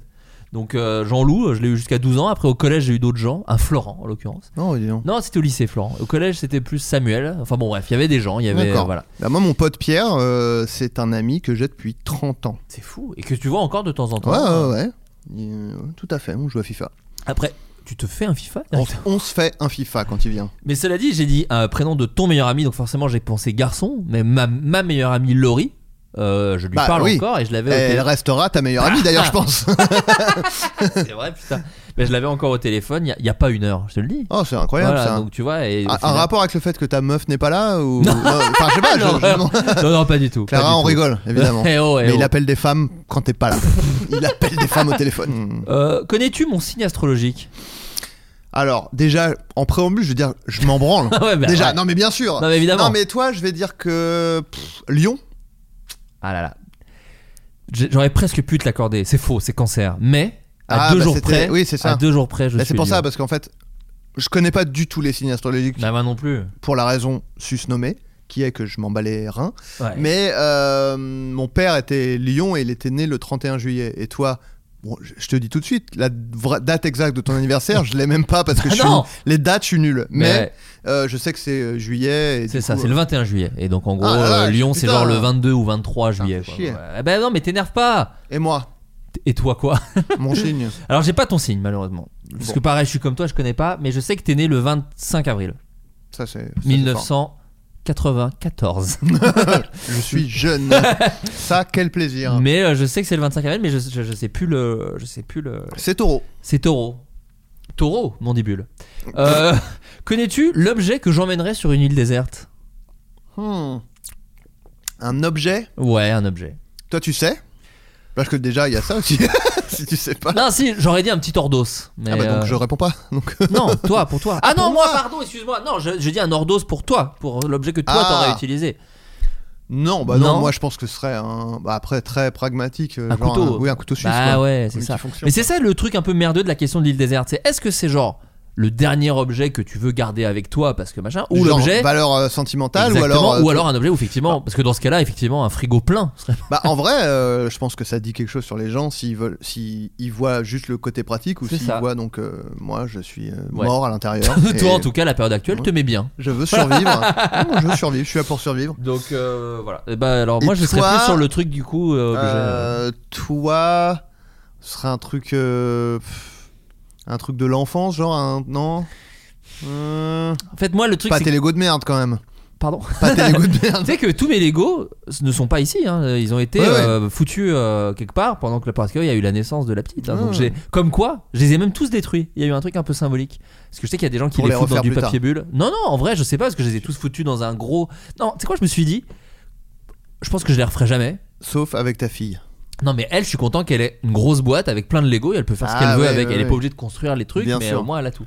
Speaker 8: Donc euh, Jean-Loup, euh, je l'ai eu jusqu'à 12 ans. Après, au collège, j'ai eu d'autres gens, un Florent en l'occurrence.
Speaker 7: Non, Oh, dis donc.
Speaker 8: Non, c'était au lycée, Florent. Au collège, c'était plus Samuel. Enfin bon, bref, il y avait des gens, il y avait. euh,
Speaker 7: D'accord.
Speaker 8: voilà.
Speaker 7: Bah, moi, mon pote Pierre, euh, c'est un ami que j'ai depuis 30 ans.
Speaker 8: C'est fou. Et que tu vois encore de temps en temps.
Speaker 7: Ouais, ouais, ouais. Il- euh, tout à fait, on joue à FIFA.
Speaker 8: Après, tu te fais un FIFA
Speaker 7: On, s- on se fait un FIFA quand il vient.
Speaker 8: Mais cela dit, j'ai dit un prénom de ton meilleur ami, donc forcément j'ai pensé garçon, mais ma, ma meilleure amie Laurie, euh, je lui
Speaker 7: Bah
Speaker 8: parle
Speaker 7: oui.
Speaker 8: encore et je l'avais au
Speaker 7: Elle
Speaker 8: téléphone.
Speaker 7: restera ta meilleure amie d'ailleurs,
Speaker 8: Ah.
Speaker 7: je pense.
Speaker 8: C'est vrai, putain. Mais je l'avais encore au téléphone il n'y a, pas une heure, je te le dis.
Speaker 7: oh, c'est incroyable
Speaker 8: Voilà,
Speaker 7: ça.
Speaker 8: donc tu vois. Et, au
Speaker 7: Un- un
Speaker 8: final-
Speaker 7: rapport avec le fait que ta meuf n'est pas là ou... Non, Enfin, je sais pas, je- je
Speaker 8: L'horreur.
Speaker 7: demande-
Speaker 8: Non, non, pas du tout. pas
Speaker 7: Clara,
Speaker 8: du
Speaker 7: on
Speaker 8: tout.
Speaker 7: rigole, évidemment.
Speaker 8: Eh oh, eh
Speaker 7: Mais il
Speaker 8: oh.
Speaker 7: appelle des femmes quand t'es pas là. il appelle des femmes au téléphone. Hmm.
Speaker 8: Euh, Connais-tu mon signe astrologique
Speaker 7: Alors, déjà, en préambule, je veux dire, je m'en branle.
Speaker 8: Ouais, bah,
Speaker 7: déjà,
Speaker 8: ouais.
Speaker 7: non, mais bien sûr.
Speaker 8: Non, mais évidemment.
Speaker 7: Non, mais toi, je vais dire que. pff, Lyon
Speaker 8: Ah là là. J'ai- J'aurais presque pu te l'accorder. C'est faux, c'est cancer. Mais à
Speaker 7: Ah,
Speaker 8: deux
Speaker 7: bah,
Speaker 8: jours
Speaker 7: c'était-
Speaker 8: près.
Speaker 7: oui, c'est ça.
Speaker 8: À deux jours près, je
Speaker 7: Bah,
Speaker 8: suis
Speaker 7: c'est pour
Speaker 8: libre.
Speaker 7: ça, parce qu'en fait, je connais pas du tout les signes astrologiques
Speaker 8: Bah, moi non plus.
Speaker 7: pour la raison susnommée, qui est que je m'en bats les reins.
Speaker 8: Ouais.
Speaker 7: Mais euh, mon père était lion et il était né le 31 juillet. Et toi, bon, je je te dis tout de suite, la vra- date exacte de ton anniversaire, je l'ai même pas parce que
Speaker 8: Ah
Speaker 7: je suis-
Speaker 8: non
Speaker 7: les dates, je suis nul. Mais,
Speaker 8: Mais
Speaker 7: euh, je sais que c'est euh, juillet. et
Speaker 8: c'est
Speaker 7: du
Speaker 8: ça,
Speaker 7: coup, euh,
Speaker 8: c'est le 21 juillet. Et donc en gros,
Speaker 7: Ah là là,
Speaker 8: euh, Lyon, c'est
Speaker 7: putain.
Speaker 8: genre le 22 ou 23 juillet.
Speaker 7: fais
Speaker 8: quoi.
Speaker 7: chier.
Speaker 8: Ouais. Bah non, mais t'énerve pas.
Speaker 7: Et moi,
Speaker 8: Et toi quoi
Speaker 7: mon signe.
Speaker 8: Alors j'ai pas ton signe malheureusement. Parce
Speaker 7: Bon.
Speaker 8: que pareil, je suis comme toi, je connais pas, mais je sais que t'es né le 25 avril
Speaker 7: Ça, c'est. ça, c'est
Speaker 8: 1994.
Speaker 7: fort. Je suis jeune. ça, quel plaisir.
Speaker 8: mais euh, je sais que c'est le 25 avril, mais je, je, je sais plus le, je sais plus le.
Speaker 7: C'est taureau.
Speaker 8: C'est taureau. Taureau, mandibule. Euh, Connais-tu l'objet que j'emmènerais sur une île déserte
Speaker 7: Hmm. Un objet.
Speaker 8: Ouais, un objet.
Speaker 7: Toi, tu sais Parce que déjà, il y a ça aussi. si tu sais pas.
Speaker 8: Non, si, j'aurais dit un petit ordos. Mais
Speaker 7: Ah bah donc
Speaker 8: euh,
Speaker 7: je réponds pas. Donc...
Speaker 8: Non, toi, pour toi. Ah non,
Speaker 7: Pour
Speaker 8: moi,
Speaker 7: moi.
Speaker 8: pardon, excuse-moi. Non, je, je dis un ordos pour toi, pour l'objet que toi
Speaker 7: Ah.
Speaker 8: t'aurais utilisé.
Speaker 7: Non, bah non,
Speaker 8: Non.
Speaker 7: moi je pense que ce serait un. Bah après, très pragmatique. euh,
Speaker 8: Un
Speaker 7: genre
Speaker 8: couteau.
Speaker 7: oui, un couteau suisse.
Speaker 8: Bah
Speaker 7: quoi.
Speaker 8: ouais, c'est ça.
Speaker 7: Multifonction,
Speaker 8: Mais c'est ça le truc un peu merdeux de la question de l'île déserte. C'est est-ce que c'est genre le dernier objet que tu veux garder avec toi parce que machin ou
Speaker 7: Genre
Speaker 8: l'objet
Speaker 7: Valeur euh, sentimentale ou
Speaker 8: Exactement,
Speaker 7: alors. euh,
Speaker 8: un objet où effectivement parce que dans ce cas-là effectivement un frigo plein serait
Speaker 7: Bah en vrai, euh, je pense que ça dit quelque chose sur les gens s'ils veulent, s'ils ils voient juste le côté pratique ou
Speaker 8: C'est
Speaker 7: s'ils
Speaker 8: ça.
Speaker 7: voient donc euh, moi je suis euh,
Speaker 8: Ouais.
Speaker 7: mort à l'intérieur. et
Speaker 8: toi en tout cas la période actuelle te met bien.
Speaker 7: Je veux survivre. Non, je veux survivre. Je suis là pour survivre.
Speaker 8: Donc euh, voilà. Et bah alors
Speaker 7: Et
Speaker 8: moi je serais
Speaker 7: toi
Speaker 8: plus sur le truc du coup euh, objet, euh,
Speaker 7: Euh, toi, ce serait un truc, euh, pff, un truc de l'enfance, genre un non. Euh,
Speaker 8: En fait moi le truc
Speaker 7: pas
Speaker 8: c'est
Speaker 7: tes Lego de merde quand même.
Speaker 8: pardon.
Speaker 7: Pas tes Lego de
Speaker 8: Tu
Speaker 7: merde.
Speaker 8: sais que tous mes Lego ne sont pas ici, hein. ils ont été
Speaker 7: Ouais, ouais.
Speaker 8: euh, foutus euh, quelque part pendant que parce qu'il y a eu la naissance de la petite. hein. Donc
Speaker 7: Ah.
Speaker 8: j'ai, comme quoi, je les ai même tous détruits. Il y a eu un truc un peu symbolique. Parce que je sais qu'il y a des gens qui
Speaker 7: Pour
Speaker 8: les,
Speaker 7: les
Speaker 8: foutent dans
Speaker 7: refaire
Speaker 8: du
Speaker 7: plus
Speaker 8: papier bulle. Non, non, en vrai, je sais pas parce que je les ai tous foutus dans un gros. Non, tu sais quoi, je me suis dit, je pense que je les referai jamais.
Speaker 7: Sauf avec ta fille.
Speaker 8: Non, mais elle, je suis content qu'elle ait une grosse boîte avec plein de Lego et elle peut faire ce
Speaker 7: Ah,
Speaker 8: qu'elle veut
Speaker 7: ouais,
Speaker 8: avec.
Speaker 7: ouais,
Speaker 8: elle est
Speaker 7: ouais.
Speaker 8: pas obligée de construire les trucs,
Speaker 7: Bien
Speaker 8: mais
Speaker 7: sûr.
Speaker 8: au moins elle a tout.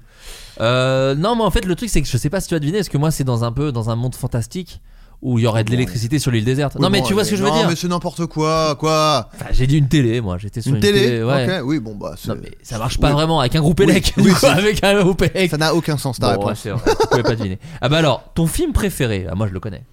Speaker 8: Euh, non, mais en fait, le truc, c'est que je sais pas si tu as deviné, parce que moi, c'est dans un peu dans un monde fantastique où il y aurait de
Speaker 7: Bon.
Speaker 8: l'électricité sur l'île déserte. non,
Speaker 7: Oui,
Speaker 8: mais
Speaker 7: bon,
Speaker 8: tu vois
Speaker 7: euh,
Speaker 8: ce que je veux
Speaker 7: non,
Speaker 8: dire.
Speaker 7: mais c'est n'importe quoi, quoi.
Speaker 8: Enfin, j'ai dit une télé, moi, j'étais sur
Speaker 7: Une,
Speaker 8: une,
Speaker 7: télé,
Speaker 8: ouais.
Speaker 7: Ok, oui, bon bah. c'est-
Speaker 8: Non, mais ça marche pas
Speaker 7: Oui.
Speaker 8: vraiment avec un groupe
Speaker 7: Oui,
Speaker 8: élec,
Speaker 7: oui,
Speaker 8: du coup,
Speaker 7: c'est-
Speaker 8: avec un groupe élec.
Speaker 7: Ça n'a aucun sens ta
Speaker 8: Bon, ouais,
Speaker 7: réponse.
Speaker 8: c'est vrai, vous pouvez pas deviner. Ah bah alors, ton film préféré, ah, moi je le connais.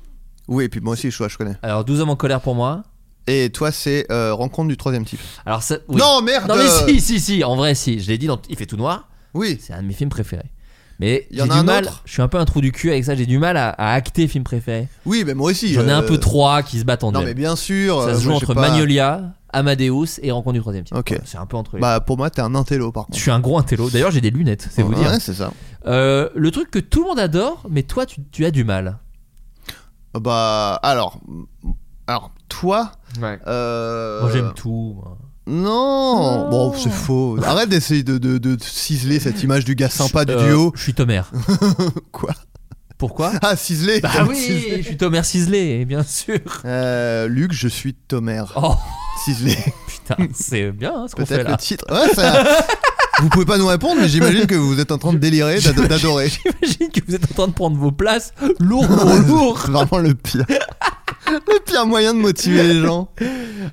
Speaker 7: Oui, et puis moi aussi, je, je connais.
Speaker 8: Alors, 12 hommes en colère pour moi.
Speaker 7: Et toi, c'est euh, Rencontre du troisième type.
Speaker 8: Alors, ça, oui.
Speaker 7: Non, merde
Speaker 8: Non, mais si, si, si, en vrai, si. Je l'ai dit, dans... il fait tout noir.
Speaker 7: Oui,
Speaker 8: C'est un de mes films préférés. Mais
Speaker 7: Il y en
Speaker 8: j'ai
Speaker 7: a
Speaker 8: du
Speaker 7: un
Speaker 8: mal,
Speaker 7: autre
Speaker 8: je suis un peu un trou du cul avec ça, j'ai du mal à, à acter film préféré.
Speaker 7: oui, mais moi aussi.
Speaker 8: J'en ai un
Speaker 7: euh,
Speaker 8: peu trois qui se battent en
Speaker 7: Non,
Speaker 8: duel.
Speaker 7: mais bien sûr.
Speaker 8: ça
Speaker 7: euh,
Speaker 8: se joue
Speaker 7: moi, j'ai
Speaker 8: entre
Speaker 7: pas-
Speaker 8: Magnolia, Amadeus et Rencontre du troisième type.
Speaker 7: Ok.
Speaker 8: Voilà, c'est un peu entre les...
Speaker 7: Bah, pour moi, t'es un intello par
Speaker 8: Je
Speaker 7: contre.
Speaker 8: suis un gros intello. D'ailleurs, j'ai des lunettes, c'est vous
Speaker 7: Ouais,
Speaker 8: dire.
Speaker 7: c'est ça.
Speaker 8: Euh, le truc que tout le monde adore, mais toi, tu, tu as du mal.
Speaker 7: Bah, alors. Alors, toi.
Speaker 8: Ouais.
Speaker 7: Euh...
Speaker 8: Moi, j'aime tout. moi.
Speaker 7: Non, Bon, c'est faux. Arrête d'essayer de, de, de ciseler cette image du gars sympa du
Speaker 8: Euh,
Speaker 7: duo.
Speaker 8: Je suis Tomer.
Speaker 7: Quoi
Speaker 8: Pourquoi
Speaker 7: Ah, ciseler
Speaker 8: Bah oui, je suis Tomer Cisley, bien sûr.
Speaker 7: Euh, Luc, je suis Tomer.
Speaker 8: Oh
Speaker 7: Ciselé.
Speaker 8: putain, c'est bien hein, ce qu'on fait
Speaker 7: Peut-être le
Speaker 8: là.
Speaker 7: titre. Ouais, ça- vous pouvez pas nous répondre, mais j'imagine que vous êtes en train de délirer, d'ado- d'adorer.
Speaker 8: J'imagine que vous êtes en train de prendre vos places lourd pour lourd.
Speaker 7: C'est vraiment le pire. Le pire moyen de motiver les gens.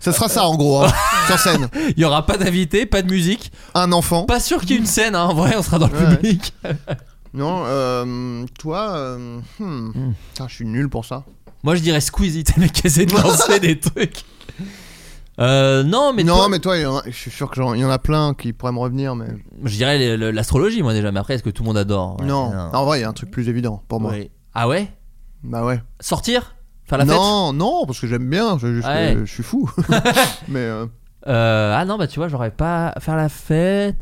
Speaker 7: Ça sera ça en gros, hein, sur scène.
Speaker 8: Il y aura pas d'invité, pas de musique.
Speaker 7: Un enfant.
Speaker 8: Pas sûr qu'il y ait une scène, hein. en vrai, on sera dans le
Speaker 7: Ouais, ouais.
Speaker 8: public.
Speaker 7: Non, euh, toi, euh, hmm. Putain, je suis nul pour ça.
Speaker 8: Moi, je dirais Squeezie, t'es le mec qui essaie de lancer des trucs. Euh, non, mais
Speaker 7: non,
Speaker 8: toi-
Speaker 7: mais toi, il y en a- je suis sûr que j'en- il y en a plein qui pourraient me revenir, mais
Speaker 8: je dirais le- le- l'astrologie, moi déjà. Mais après, est-ce que tout le monde adore Ouais,
Speaker 7: non. En vrai, il y a un truc plus évident pour moi.
Speaker 8: Ouais. Ah ouais
Speaker 7: Bah ouais.
Speaker 8: Sortir Faire la fête
Speaker 7: non, non, parce que j'aime bien. Je, je-
Speaker 8: Ouais.
Speaker 7: je suis fou. mais euh,
Speaker 8: Euh, Ah non, bah tu vois, j'aurais pas. Faire la fête.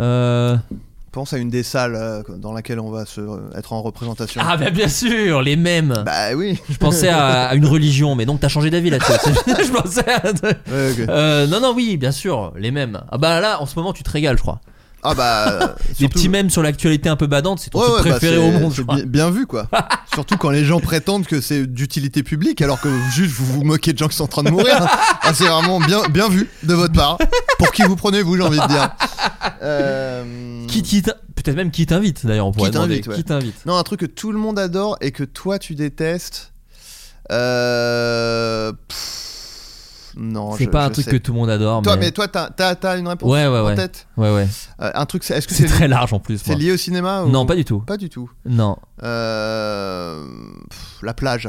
Speaker 8: Euh,
Speaker 7: pense à une des salles euh, dans laquelle on va se, euh, être en représentation.
Speaker 8: Ah bah bien sûr, les mêmes.
Speaker 7: Bah oui.
Speaker 8: Je pensais à, à une religion, mais donc t'as changé d'avis là-dessus. je pensais à.
Speaker 7: Ouais, ok.
Speaker 8: Euh, non, non, oui, bien sûr, les mêmes. Ah bah là, en ce moment, tu te régales, je crois.
Speaker 7: Ah bah.
Speaker 8: Des
Speaker 7: surtout-
Speaker 8: petits mèmes sur l'actualité un peu badante, c'est ton
Speaker 7: Ouais,
Speaker 8: truc
Speaker 7: ouais, bah,
Speaker 8: préféré
Speaker 7: c'est-
Speaker 8: au monde. je
Speaker 7: c'est
Speaker 8: crois.
Speaker 7: bien, bien vu quoi. Surtout quand les gens prétendent que c'est d'utilité publique alors que juste vous vous moquez de gens qui sont en train de mourir. Ah, c'est vraiment bien, bien vu de votre part. Pour qui vous prenez-vous, j'ai envie de dire. Euh,
Speaker 8: Qui, qui t'in- Peut-être même qui t'invite d'ailleurs, on pourrait demander.
Speaker 7: t'invite, ouais.
Speaker 8: Qui t'invite
Speaker 7: Non, un truc que tout le monde adore et que toi tu détestes. Euh... pff, franchement.
Speaker 8: C'est
Speaker 7: je-
Speaker 8: pas un
Speaker 7: je
Speaker 8: truc
Speaker 7: sais.
Speaker 8: que tout le monde adore.
Speaker 7: Toi,
Speaker 8: mais...
Speaker 7: mais toi, t'as- t'as t'as une réponse
Speaker 8: Ouais, ouais,
Speaker 7: en
Speaker 8: ouais.
Speaker 7: tête
Speaker 8: Ouais, ouais.
Speaker 7: Euh, Un truc, c'est- est-ce que
Speaker 8: C'est
Speaker 7: c'est
Speaker 8: très large en plus.
Speaker 7: c'est
Speaker 8: moi.
Speaker 7: lié au cinéma ou-
Speaker 8: Non, pas du tout.
Speaker 7: Pas du tout.
Speaker 8: Non.
Speaker 7: Euh, pff, la plage.